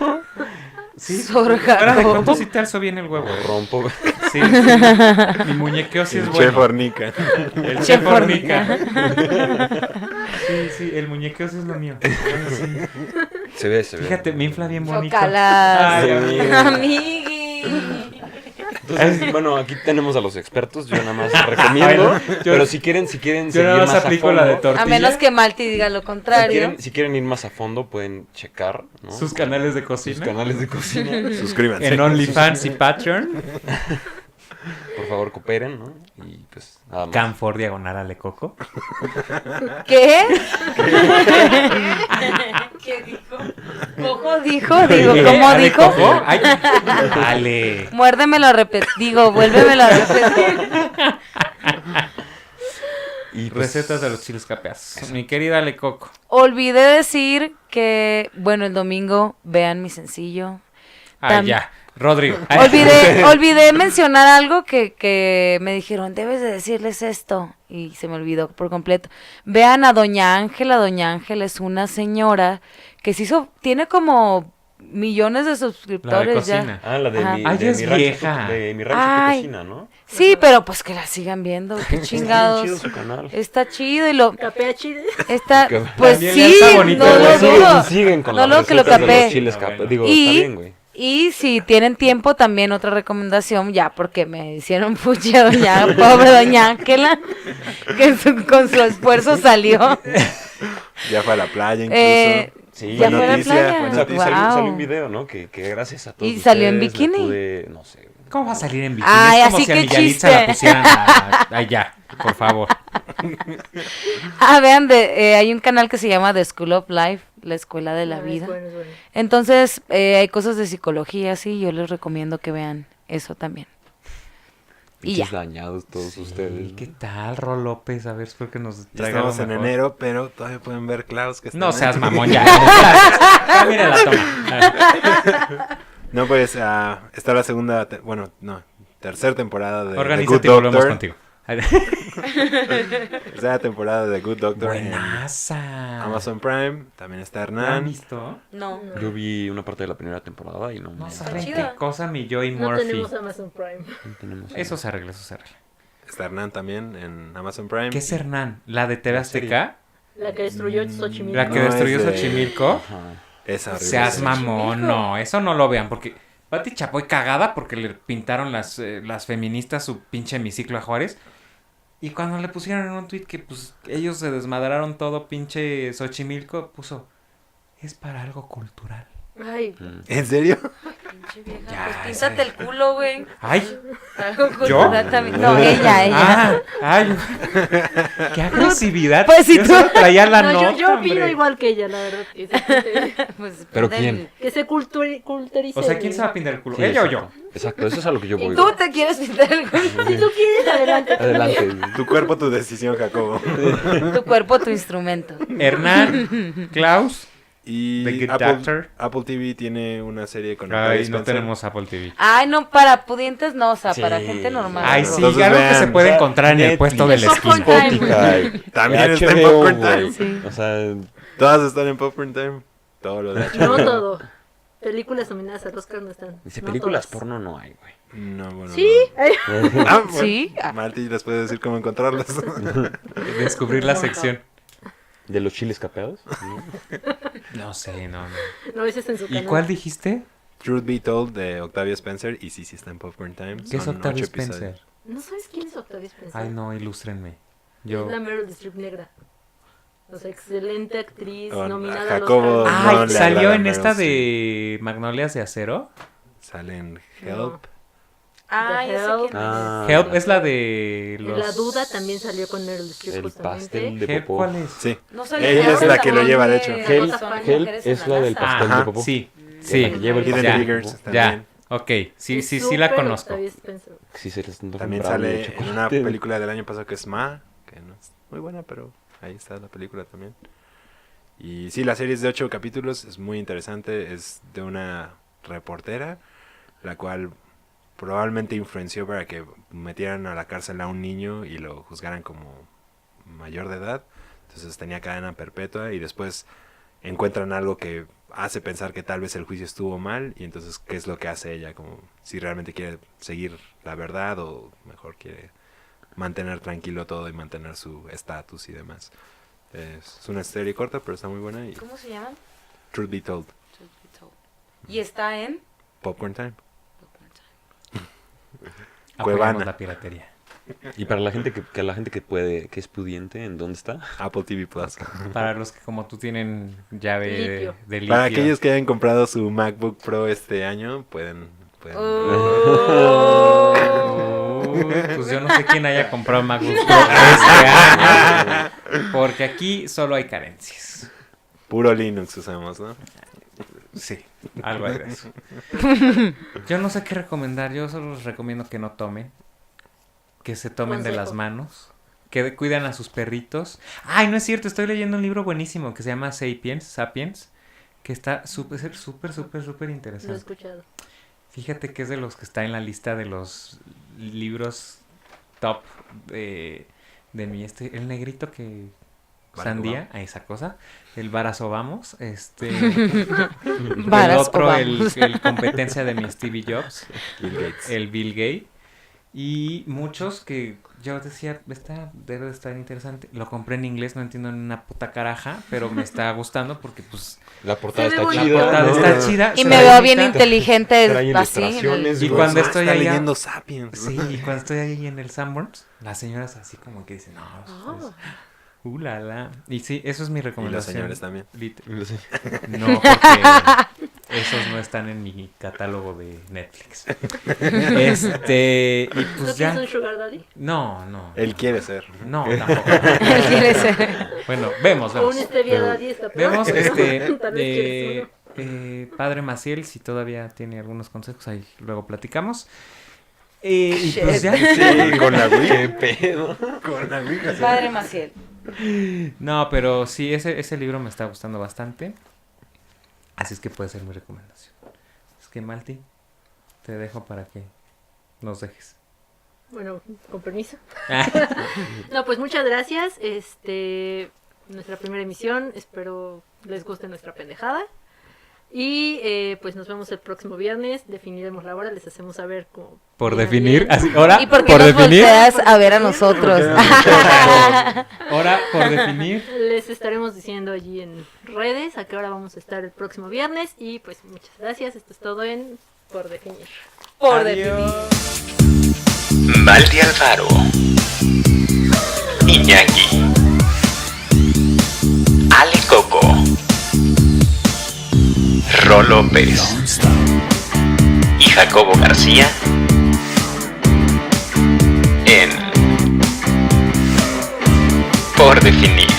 [SPEAKER 2] Sí.
[SPEAKER 3] Sor
[SPEAKER 2] Ahora de
[SPEAKER 3] (laughs) Jacobo.
[SPEAKER 2] cuánto sí te alzó bien el huevo.
[SPEAKER 7] (laughs)
[SPEAKER 2] eh?
[SPEAKER 7] Rompo.
[SPEAKER 2] Sí. Mi muñequeo Ah, sí es
[SPEAKER 6] El
[SPEAKER 2] bueno.
[SPEAKER 6] chef Hornica. (laughs)
[SPEAKER 2] El
[SPEAKER 3] Chef
[SPEAKER 2] chef hornica. (laughs) Sí, sí, el muñequeo sí es lo mío. Ay, sí.
[SPEAKER 7] Se ve, se ve.
[SPEAKER 2] Fíjate, me infla bien bonito.
[SPEAKER 3] Chocala.
[SPEAKER 2] Ay,
[SPEAKER 7] amigo.
[SPEAKER 3] Amigui.
[SPEAKER 2] Eh.
[SPEAKER 7] Entonces, bueno, aquí tenemos a los expertos. Yo nada más
[SPEAKER 2] (laughs)
[SPEAKER 7] recomiendo.
[SPEAKER 2] Bueno, yo-
[SPEAKER 7] pero si quieren, si quieren
[SPEAKER 2] Yo nada
[SPEAKER 7] seguir
[SPEAKER 2] más
[SPEAKER 7] más a
[SPEAKER 2] aplico la de
[SPEAKER 7] fondo,
[SPEAKER 2] tortilla.
[SPEAKER 3] A menos que Malti diga lo
[SPEAKER 7] si
[SPEAKER 3] contrario.
[SPEAKER 7] quieren, si quieren ir más a fondo, pueden checar ¿no?
[SPEAKER 2] Sus canales de
[SPEAKER 7] Sus
[SPEAKER 2] cocina.
[SPEAKER 7] canales de cocina.
[SPEAKER 6] Suscríbanse.
[SPEAKER 2] En OnlyFans y Patreon.
[SPEAKER 7] Por favor, cooperen, ¿no? Y pues nada más.
[SPEAKER 2] Canfor diagonal Ale Coco.
[SPEAKER 3] ¿Qué?
[SPEAKER 2] (laughs)
[SPEAKER 3] ¿Qué dijo? ¿Cojo dijo? Digo, ¿cómo
[SPEAKER 2] Ale
[SPEAKER 3] dijo?
[SPEAKER 2] Coco.
[SPEAKER 3] (laughs)
[SPEAKER 2] Ay, Ale.
[SPEAKER 3] Muérdemelo a repetir. Digo, vuélvemelo a repetir.
[SPEAKER 7] Y pues,
[SPEAKER 2] Recetas de los chiles capeas. Mi querida Ale Coco.
[SPEAKER 3] Olvidé decir que, bueno, el domingo vean mi sencillo.
[SPEAKER 2] Ay, Ah,
[SPEAKER 3] Tam-
[SPEAKER 2] ya. Rodrigo. (laughs) Ay.
[SPEAKER 3] (laughs)
[SPEAKER 2] (laughs)
[SPEAKER 3] Olvidé, olvidé mencionar algo que, que me dijeron, debes de decirles esto. Y se me olvidó por completo. Vean a Doña Ángela. Doña Ángela es una señora que se hizo, tiene como millones de
[SPEAKER 2] La de
[SPEAKER 3] suscriptores ya.
[SPEAKER 2] cocina.
[SPEAKER 7] Ah, la de
[SPEAKER 3] Ajá.
[SPEAKER 7] mi,
[SPEAKER 2] Ay,
[SPEAKER 7] de
[SPEAKER 2] es
[SPEAKER 7] mi rancho,
[SPEAKER 2] vieja.
[SPEAKER 7] De mi rancho que
[SPEAKER 3] Ay.
[SPEAKER 7] cocina, ¿no?
[SPEAKER 3] Sí, pero pues que la sigan viendo,
[SPEAKER 2] (laughs)
[SPEAKER 3] qué
[SPEAKER 7] Está bien chido
[SPEAKER 3] chingados. Eh,
[SPEAKER 7] su canal.
[SPEAKER 3] Está chido y lo
[SPEAKER 1] Capea chile.
[SPEAKER 3] está
[SPEAKER 7] Que-
[SPEAKER 3] pues
[SPEAKER 2] Daniela
[SPEAKER 3] sí,
[SPEAKER 2] está bonita,
[SPEAKER 3] no
[SPEAKER 7] Pero
[SPEAKER 3] lo
[SPEAKER 2] güey.
[SPEAKER 7] siguen-
[SPEAKER 3] dudo.
[SPEAKER 7] siguen con
[SPEAKER 3] no
[SPEAKER 7] las
[SPEAKER 3] lo que lo
[SPEAKER 7] recetas de los
[SPEAKER 3] capé.
[SPEAKER 7] chiles
[SPEAKER 2] Ah,
[SPEAKER 7] capé.
[SPEAKER 2] bueno.
[SPEAKER 7] Digo, está
[SPEAKER 3] Y-
[SPEAKER 7] bien, güey.
[SPEAKER 3] Y si tienen tiempo, también otra recomendación, ya porque me hicieron (laughs) puche a doña, pobre doña Ángela, (laughs) que su- con su esfuerzo salió.
[SPEAKER 6] Ya fue a la playa incluso.
[SPEAKER 3] Eh,
[SPEAKER 7] Sí,
[SPEAKER 3] ya
[SPEAKER 6] buena
[SPEAKER 3] fue a la
[SPEAKER 6] noticia,
[SPEAKER 3] playa.
[SPEAKER 6] buena
[SPEAKER 7] Sa- salió, salió
[SPEAKER 3] Ah, Guau.
[SPEAKER 7] un video, ¿no? Que, que gracias a todos
[SPEAKER 3] Y salió en
[SPEAKER 7] ustedes me
[SPEAKER 3] bikini.
[SPEAKER 7] pude- no sé. güey.
[SPEAKER 2] ¿Cómo va a salir en bikini?
[SPEAKER 3] Ay,
[SPEAKER 2] es como
[SPEAKER 3] así
[SPEAKER 2] si a
[SPEAKER 3] que
[SPEAKER 2] mi Yalitza la
[SPEAKER 3] chiste.
[SPEAKER 2] pusieran a- a- allá, por
[SPEAKER 6] (laughs)
[SPEAKER 2] favor.
[SPEAKER 3] Ah, vean, de, eh, hay un canal que se llama The School of Life, la escuela de la
[SPEAKER 1] Ah, es
[SPEAKER 3] vida.
[SPEAKER 1] bueno, es bueno.
[SPEAKER 3] Entonces, eh, hay cosas de psicología, sí, yo les recomiendo que vean eso también. Y ya.
[SPEAKER 7] Pinches dañados todos
[SPEAKER 2] ¿Y
[SPEAKER 7] ustedes.
[SPEAKER 2] qué tal, Ro López? A ver, espero que nos
[SPEAKER 6] Ya
[SPEAKER 2] traiga algo
[SPEAKER 6] estamos en
[SPEAKER 2] mejor.
[SPEAKER 6] enero, pero todavía pueden ver Klaus que está
[SPEAKER 2] No
[SPEAKER 6] en-
[SPEAKER 2] seas mamón ya. Ah, mira la toma.
[SPEAKER 6] (laughs) No, pues ah, está la segunda, te- bueno, no, tercera temporada de, de
[SPEAKER 2] Organiza
[SPEAKER 6] Good
[SPEAKER 2] y volvemos
[SPEAKER 6] Doctor.
[SPEAKER 2] contigo.
[SPEAKER 6] Tercera temporada de Good Doctor en
[SPEAKER 2] Buenaza.
[SPEAKER 6] Amazon Prime. También está
[SPEAKER 2] ¿La han
[SPEAKER 6] Hernán.
[SPEAKER 2] visto?
[SPEAKER 3] No.
[SPEAKER 7] Yo vi una parte de la primera temporada y no,
[SPEAKER 2] No
[SPEAKER 7] mames,
[SPEAKER 2] saben
[SPEAKER 3] chida.
[SPEAKER 2] qué cosa mi Joey
[SPEAKER 1] No
[SPEAKER 2] Murphy.
[SPEAKER 1] tenemos Amazon Prime.
[SPEAKER 7] no tenemos-
[SPEAKER 2] Eso se arregla, eso se arregla.
[SPEAKER 6] Está Hernán también en Amazon Prime.
[SPEAKER 2] ¿Qué es Hernán? ¿La de TV
[SPEAKER 6] La serie.
[SPEAKER 2] Azteca?
[SPEAKER 1] La que destruyó Xochimilco.
[SPEAKER 2] Mm, ¿La que
[SPEAKER 6] No, es
[SPEAKER 2] destruyó
[SPEAKER 6] de-
[SPEAKER 2] Xochimilco?
[SPEAKER 7] Ajá.
[SPEAKER 6] Es horrible.
[SPEAKER 2] Seas
[SPEAKER 6] serie.
[SPEAKER 2] mamón, no, eso no lo vean, porque Pati Chapoy cagada porque le pintaron las, eh, las feministas su pinche hemiciclo a Juárez. Y cuando le pusieron en un tweet que pues ellos se desmadraron todo pinche Xochimilco, puso, es para algo cultural.
[SPEAKER 1] Ay,
[SPEAKER 7] Mm.
[SPEAKER 6] ¿En serio?
[SPEAKER 3] Pinche
[SPEAKER 2] Ya,
[SPEAKER 3] vieja,
[SPEAKER 2] pues,
[SPEAKER 3] pues
[SPEAKER 2] píntate
[SPEAKER 3] píntate
[SPEAKER 2] sí.
[SPEAKER 3] el culo, güey.
[SPEAKER 2] ¡Ay! ¿Yo? cultural
[SPEAKER 7] (laughs)
[SPEAKER 3] No, ella, (laughs) ella.
[SPEAKER 2] ¡Ah! ¡Ay! ¡Qué agresividad!
[SPEAKER 3] Pues, si
[SPEAKER 2] Yo
[SPEAKER 3] tú-
[SPEAKER 2] solo traía la
[SPEAKER 1] no,
[SPEAKER 2] nota,
[SPEAKER 1] yo, yo opino
[SPEAKER 2] hombre.
[SPEAKER 1] igual que ella, la verdad. Que se,
[SPEAKER 3] Pues
[SPEAKER 7] ¿Pero quién?
[SPEAKER 1] que se (laughs) culturi- culturice.
[SPEAKER 2] O sea, ¿quién se va a pintar el culo?
[SPEAKER 7] Sí,
[SPEAKER 2] ¿Ella o yo?
[SPEAKER 7] exacto. Exacto, eso es a lo que yo voy.
[SPEAKER 3] Tú
[SPEAKER 7] güey.
[SPEAKER 3] te quieres pintar el culo.
[SPEAKER 1] (laughs) Si tú quieres, adelante.
[SPEAKER 7] Adelante. güey.
[SPEAKER 6] Tu cuerpo, tu decisión, Jacobo.
[SPEAKER 3] Tu cuerpo, tu instrumento.
[SPEAKER 1] (laughs)
[SPEAKER 2] Hernán, Klaus.
[SPEAKER 6] Y
[SPEAKER 2] The Good
[SPEAKER 6] Apple,
[SPEAKER 2] Doctor.
[SPEAKER 6] Apple TV tiene una serie con Octavia
[SPEAKER 2] Ay, no
[SPEAKER 6] Spencer.
[SPEAKER 2] tenemos Apple TV.
[SPEAKER 3] Ay, no, para pudientes no, o sea,
[SPEAKER 7] Sí.
[SPEAKER 3] para gente normal.
[SPEAKER 2] Ay,
[SPEAKER 3] ¿no?
[SPEAKER 2] sí,
[SPEAKER 6] Entonces
[SPEAKER 2] algo que
[SPEAKER 6] vean,
[SPEAKER 2] se puede
[SPEAKER 7] o sea,
[SPEAKER 2] encontrar en el
[SPEAKER 7] Netflix,
[SPEAKER 2] puesto de la esquina.
[SPEAKER 1] Popcorn Time, güey. (laughs)
[SPEAKER 7] Spotify,
[SPEAKER 6] También está en
[SPEAKER 7] HBO,
[SPEAKER 6] Popcorn
[SPEAKER 7] güey.
[SPEAKER 6] Time.
[SPEAKER 3] Sí.
[SPEAKER 7] O sea,
[SPEAKER 6] Todas están en Popcorn Time. Todo lo de
[SPEAKER 1] No
[SPEAKER 2] (laughs)
[SPEAKER 6] HBO.
[SPEAKER 1] todo. Películas nominadas al Oscar no están.
[SPEAKER 7] dice,
[SPEAKER 1] No pues.
[SPEAKER 7] películas
[SPEAKER 1] todas.
[SPEAKER 7] porno no hay, güey.
[SPEAKER 6] No, bueno.
[SPEAKER 1] Sí, ay,
[SPEAKER 6] (laughs) no. Ah, bueno.
[SPEAKER 3] Sí.
[SPEAKER 6] Marty les puede decir cómo encontrarlas.
[SPEAKER 2] (laughs)
[SPEAKER 1] Ah,
[SPEAKER 2] Descubrir la sección.
[SPEAKER 7] ¿De los chiles capeados? No.
[SPEAKER 2] No sé, no, no.
[SPEAKER 1] no ese está en su
[SPEAKER 2] ¿Y
[SPEAKER 1] canal.
[SPEAKER 2] cuál dijiste?
[SPEAKER 6] Truth Be Told de Octavia Spencer. Y sí, sí está en Popcorn Time.
[SPEAKER 2] ¿Qué es
[SPEAKER 6] Son
[SPEAKER 2] Octavia
[SPEAKER 6] ocho
[SPEAKER 2] Spencer?
[SPEAKER 6] episodios.
[SPEAKER 1] ¿No sabes quién es Octavia Spencer?
[SPEAKER 2] Ay, no, ilústrenme.
[SPEAKER 1] Es
[SPEAKER 2] Yo.
[SPEAKER 1] la Meryl Streep negra. O sea, excelente actriz,
[SPEAKER 6] Con- a
[SPEAKER 1] nominada al
[SPEAKER 6] Jacobo
[SPEAKER 1] Oscar.
[SPEAKER 2] Ay,
[SPEAKER 6] No le
[SPEAKER 2] salió
[SPEAKER 6] agrada
[SPEAKER 2] en
[SPEAKER 6] Meryl
[SPEAKER 2] esta de Magnolias de Acero.
[SPEAKER 6] Salen
[SPEAKER 1] No.
[SPEAKER 6] Help.
[SPEAKER 3] Ah, ya sé quién es.
[SPEAKER 7] Ah.
[SPEAKER 2] Help es la de
[SPEAKER 1] En
[SPEAKER 2] los.
[SPEAKER 1] La duda también salió con Meryl Streep
[SPEAKER 7] El
[SPEAKER 1] justamente.
[SPEAKER 7] pastel de
[SPEAKER 2] Help,
[SPEAKER 7] popó.
[SPEAKER 2] ¿cuál es?
[SPEAKER 6] Sí.
[SPEAKER 3] No
[SPEAKER 6] Ella es la que lo lleva, de hecho.
[SPEAKER 7] Gel- Gel es la del
[SPEAKER 3] pasado.
[SPEAKER 7] pastel
[SPEAKER 2] Ajá,
[SPEAKER 7] de popó.
[SPEAKER 2] sí,
[SPEAKER 7] La que
[SPEAKER 2] sí.
[SPEAKER 7] lleva el
[SPEAKER 2] ya,
[SPEAKER 6] Hidden
[SPEAKER 7] pastel de
[SPEAKER 6] Figures
[SPEAKER 7] popó.
[SPEAKER 2] Ya,
[SPEAKER 6] también.
[SPEAKER 2] ok. Sí,
[SPEAKER 1] Es
[SPEAKER 2] sí, sí la
[SPEAKER 1] súper
[SPEAKER 2] conozco.
[SPEAKER 1] Octavia Spencer.
[SPEAKER 7] Sí, se les está
[SPEAKER 6] También
[SPEAKER 7] nombrando
[SPEAKER 6] sale
[SPEAKER 7] de
[SPEAKER 6] en una
[SPEAKER 7] chocolate.
[SPEAKER 6] película del año pasado que es Ma, que no es muy buena, pero ahí está la película también. Y sí, la serie es de ocho capítulos, es muy interesante, es de una reportera, la cual probablemente influenció para que metieran a la cárcel a un niño y lo juzgaran como mayor de edad. Entonces tenía cadena perpetua y después encuentran algo que hace pensar que tal vez el juicio estuvo mal y entonces qué es lo que hace ella, como si realmente quiere seguir la verdad o mejor quiere mantener tranquilo todo y mantener su estatus y demás. Es una serie corta, pero está muy buena y
[SPEAKER 3] ¿Cómo se llama?
[SPEAKER 6] Truth Be Told,
[SPEAKER 3] Y está en.
[SPEAKER 6] Popcorn Time. Cuevana.
[SPEAKER 2] Apoyamos la piratería.
[SPEAKER 7] Y para la gente que, que la gente que puede, que es pudiente, ¿en dónde está?
[SPEAKER 6] Apple TV Plus.
[SPEAKER 2] (laughs)
[SPEAKER 6] (laughs)
[SPEAKER 2] Para los que como tú tienen llave de,
[SPEAKER 1] Litio.
[SPEAKER 2] de litio.
[SPEAKER 6] Para aquellos que hayan comprado su MacBook Pro este año, pueden...
[SPEAKER 3] Uh.
[SPEAKER 6] pueden-
[SPEAKER 2] Uy, pues yo no sé quién haya comprado MacBook Pro (laughs) este año, porque aquí solo hay carencias.
[SPEAKER 6] (laughs) Puro Linux usamos, ¿no?
[SPEAKER 2] Sí, algo hay de eso. Yo no sé qué recomendar, yo solo les recomiendo que no tomen, que se tomen de
[SPEAKER 1] Consejo.
[SPEAKER 2] las manos, que de- cuidan a sus perritos. Ay, no es cierto, estoy leyendo un libro buenísimo que se llama Sapiens, Sapiens, que está súper, súper, súper, súper
[SPEAKER 1] Lo he
[SPEAKER 2] interesante.
[SPEAKER 1] escuchado.
[SPEAKER 2] Fíjate que es de los que está en la lista de los libros top de, de mi este, el negrito que sandía, a esa cosa. El Barazobamos,
[SPEAKER 3] (laughs)
[SPEAKER 2] este. el
[SPEAKER 3] Varas
[SPEAKER 2] otro, el,
[SPEAKER 3] Obamos.
[SPEAKER 2] el competencia de mi Stevie Jobs,
[SPEAKER 6] Bill Gates.
[SPEAKER 2] el Bill Gates. Y muchos que yo decía, esta debe de estar interesante. Lo compré en inglés, no entiendo ni una puta caraja, pero me está gustando porque, pues,
[SPEAKER 8] La portada
[SPEAKER 1] Se ve
[SPEAKER 8] está
[SPEAKER 1] bonito.
[SPEAKER 2] la
[SPEAKER 8] chida.
[SPEAKER 2] portada
[SPEAKER 8] ¿no?
[SPEAKER 2] está (laughs) chida.
[SPEAKER 3] Y
[SPEAKER 2] se
[SPEAKER 3] me
[SPEAKER 2] ve
[SPEAKER 3] veo
[SPEAKER 2] bonita.
[SPEAKER 3] bien inteligente
[SPEAKER 8] Trae
[SPEAKER 3] así. en el-
[SPEAKER 8] ilustraciones,
[SPEAKER 2] Y
[SPEAKER 8] güey.
[SPEAKER 2] cuando
[SPEAKER 6] Ah,
[SPEAKER 2] estoy
[SPEAKER 6] está
[SPEAKER 2] allá-
[SPEAKER 6] leyendo Sapiens. (laughs)
[SPEAKER 2] Sí, y cuando estoy ahí en el Sanborns, las señoras así como que dicen, no,
[SPEAKER 1] Ah.
[SPEAKER 2] ustedes, uh, la, la. Y sí, eso es mi
[SPEAKER 6] Y los
[SPEAKER 2] recomendación.
[SPEAKER 6] señores también.
[SPEAKER 2] Lit- No, porque esos no están en mi catálogo de Netflix. Este, y
[SPEAKER 1] ¿No
[SPEAKER 2] pues
[SPEAKER 1] tienes
[SPEAKER 2] ya.
[SPEAKER 1] un sugar daddy?
[SPEAKER 2] No, no.
[SPEAKER 6] Él quiere ser. (laughs)
[SPEAKER 2] No, tampoco.
[SPEAKER 3] Él quiere ser.
[SPEAKER 2] Bueno, vemos,
[SPEAKER 1] ¿O un
[SPEAKER 2] vemos.
[SPEAKER 1] stevia daddy está peor? (laughs)
[SPEAKER 2] Vemos este
[SPEAKER 1] Tal vez quieres
[SPEAKER 2] eh,
[SPEAKER 1] uno.
[SPEAKER 2] eh, Padre Maciel, si todavía tiene algunos consejos, ahí luego platicamos. Eh, y pues
[SPEAKER 3] Shit.
[SPEAKER 2] ya.
[SPEAKER 8] Sí, con la Wii. Qué pedo.
[SPEAKER 6] Con la
[SPEAKER 3] Padre Maciel.
[SPEAKER 2] No, pero sí, ese, ese libro me está gustando bastante. Así es que puede ser mi recomendación. Es que Malti, te dejo para que nos dejes.
[SPEAKER 1] Bueno, con
[SPEAKER 2] (laughs)
[SPEAKER 1] permiso. (laughs) No, pues muchas gracias. Este, nuestra primera emisión. Espero les guste nuestra pendejada. Y eh, pues nos vemos el próximo viernes. Definiremos la hora. Les hacemos saber cómo.
[SPEAKER 2] Por
[SPEAKER 1] bien,
[SPEAKER 2] definir,
[SPEAKER 1] bien.
[SPEAKER 2] así, ahora,
[SPEAKER 3] ¿Y por qué
[SPEAKER 2] por
[SPEAKER 3] nos
[SPEAKER 2] definir,
[SPEAKER 3] volteas a ver a nosotros?
[SPEAKER 2] ahora, por definir.
[SPEAKER 1] Les estaremos diciendo allí en redes a qué hora vamos a estar el próximo viernes. Y pues muchas gracias. Esto es todo en Por Definir.
[SPEAKER 3] (laughs) Por definir.
[SPEAKER 5] Maldi Alfaro. Iñaki. Ale Coco. Rolo López. Y Jacobo García. En. Por definir.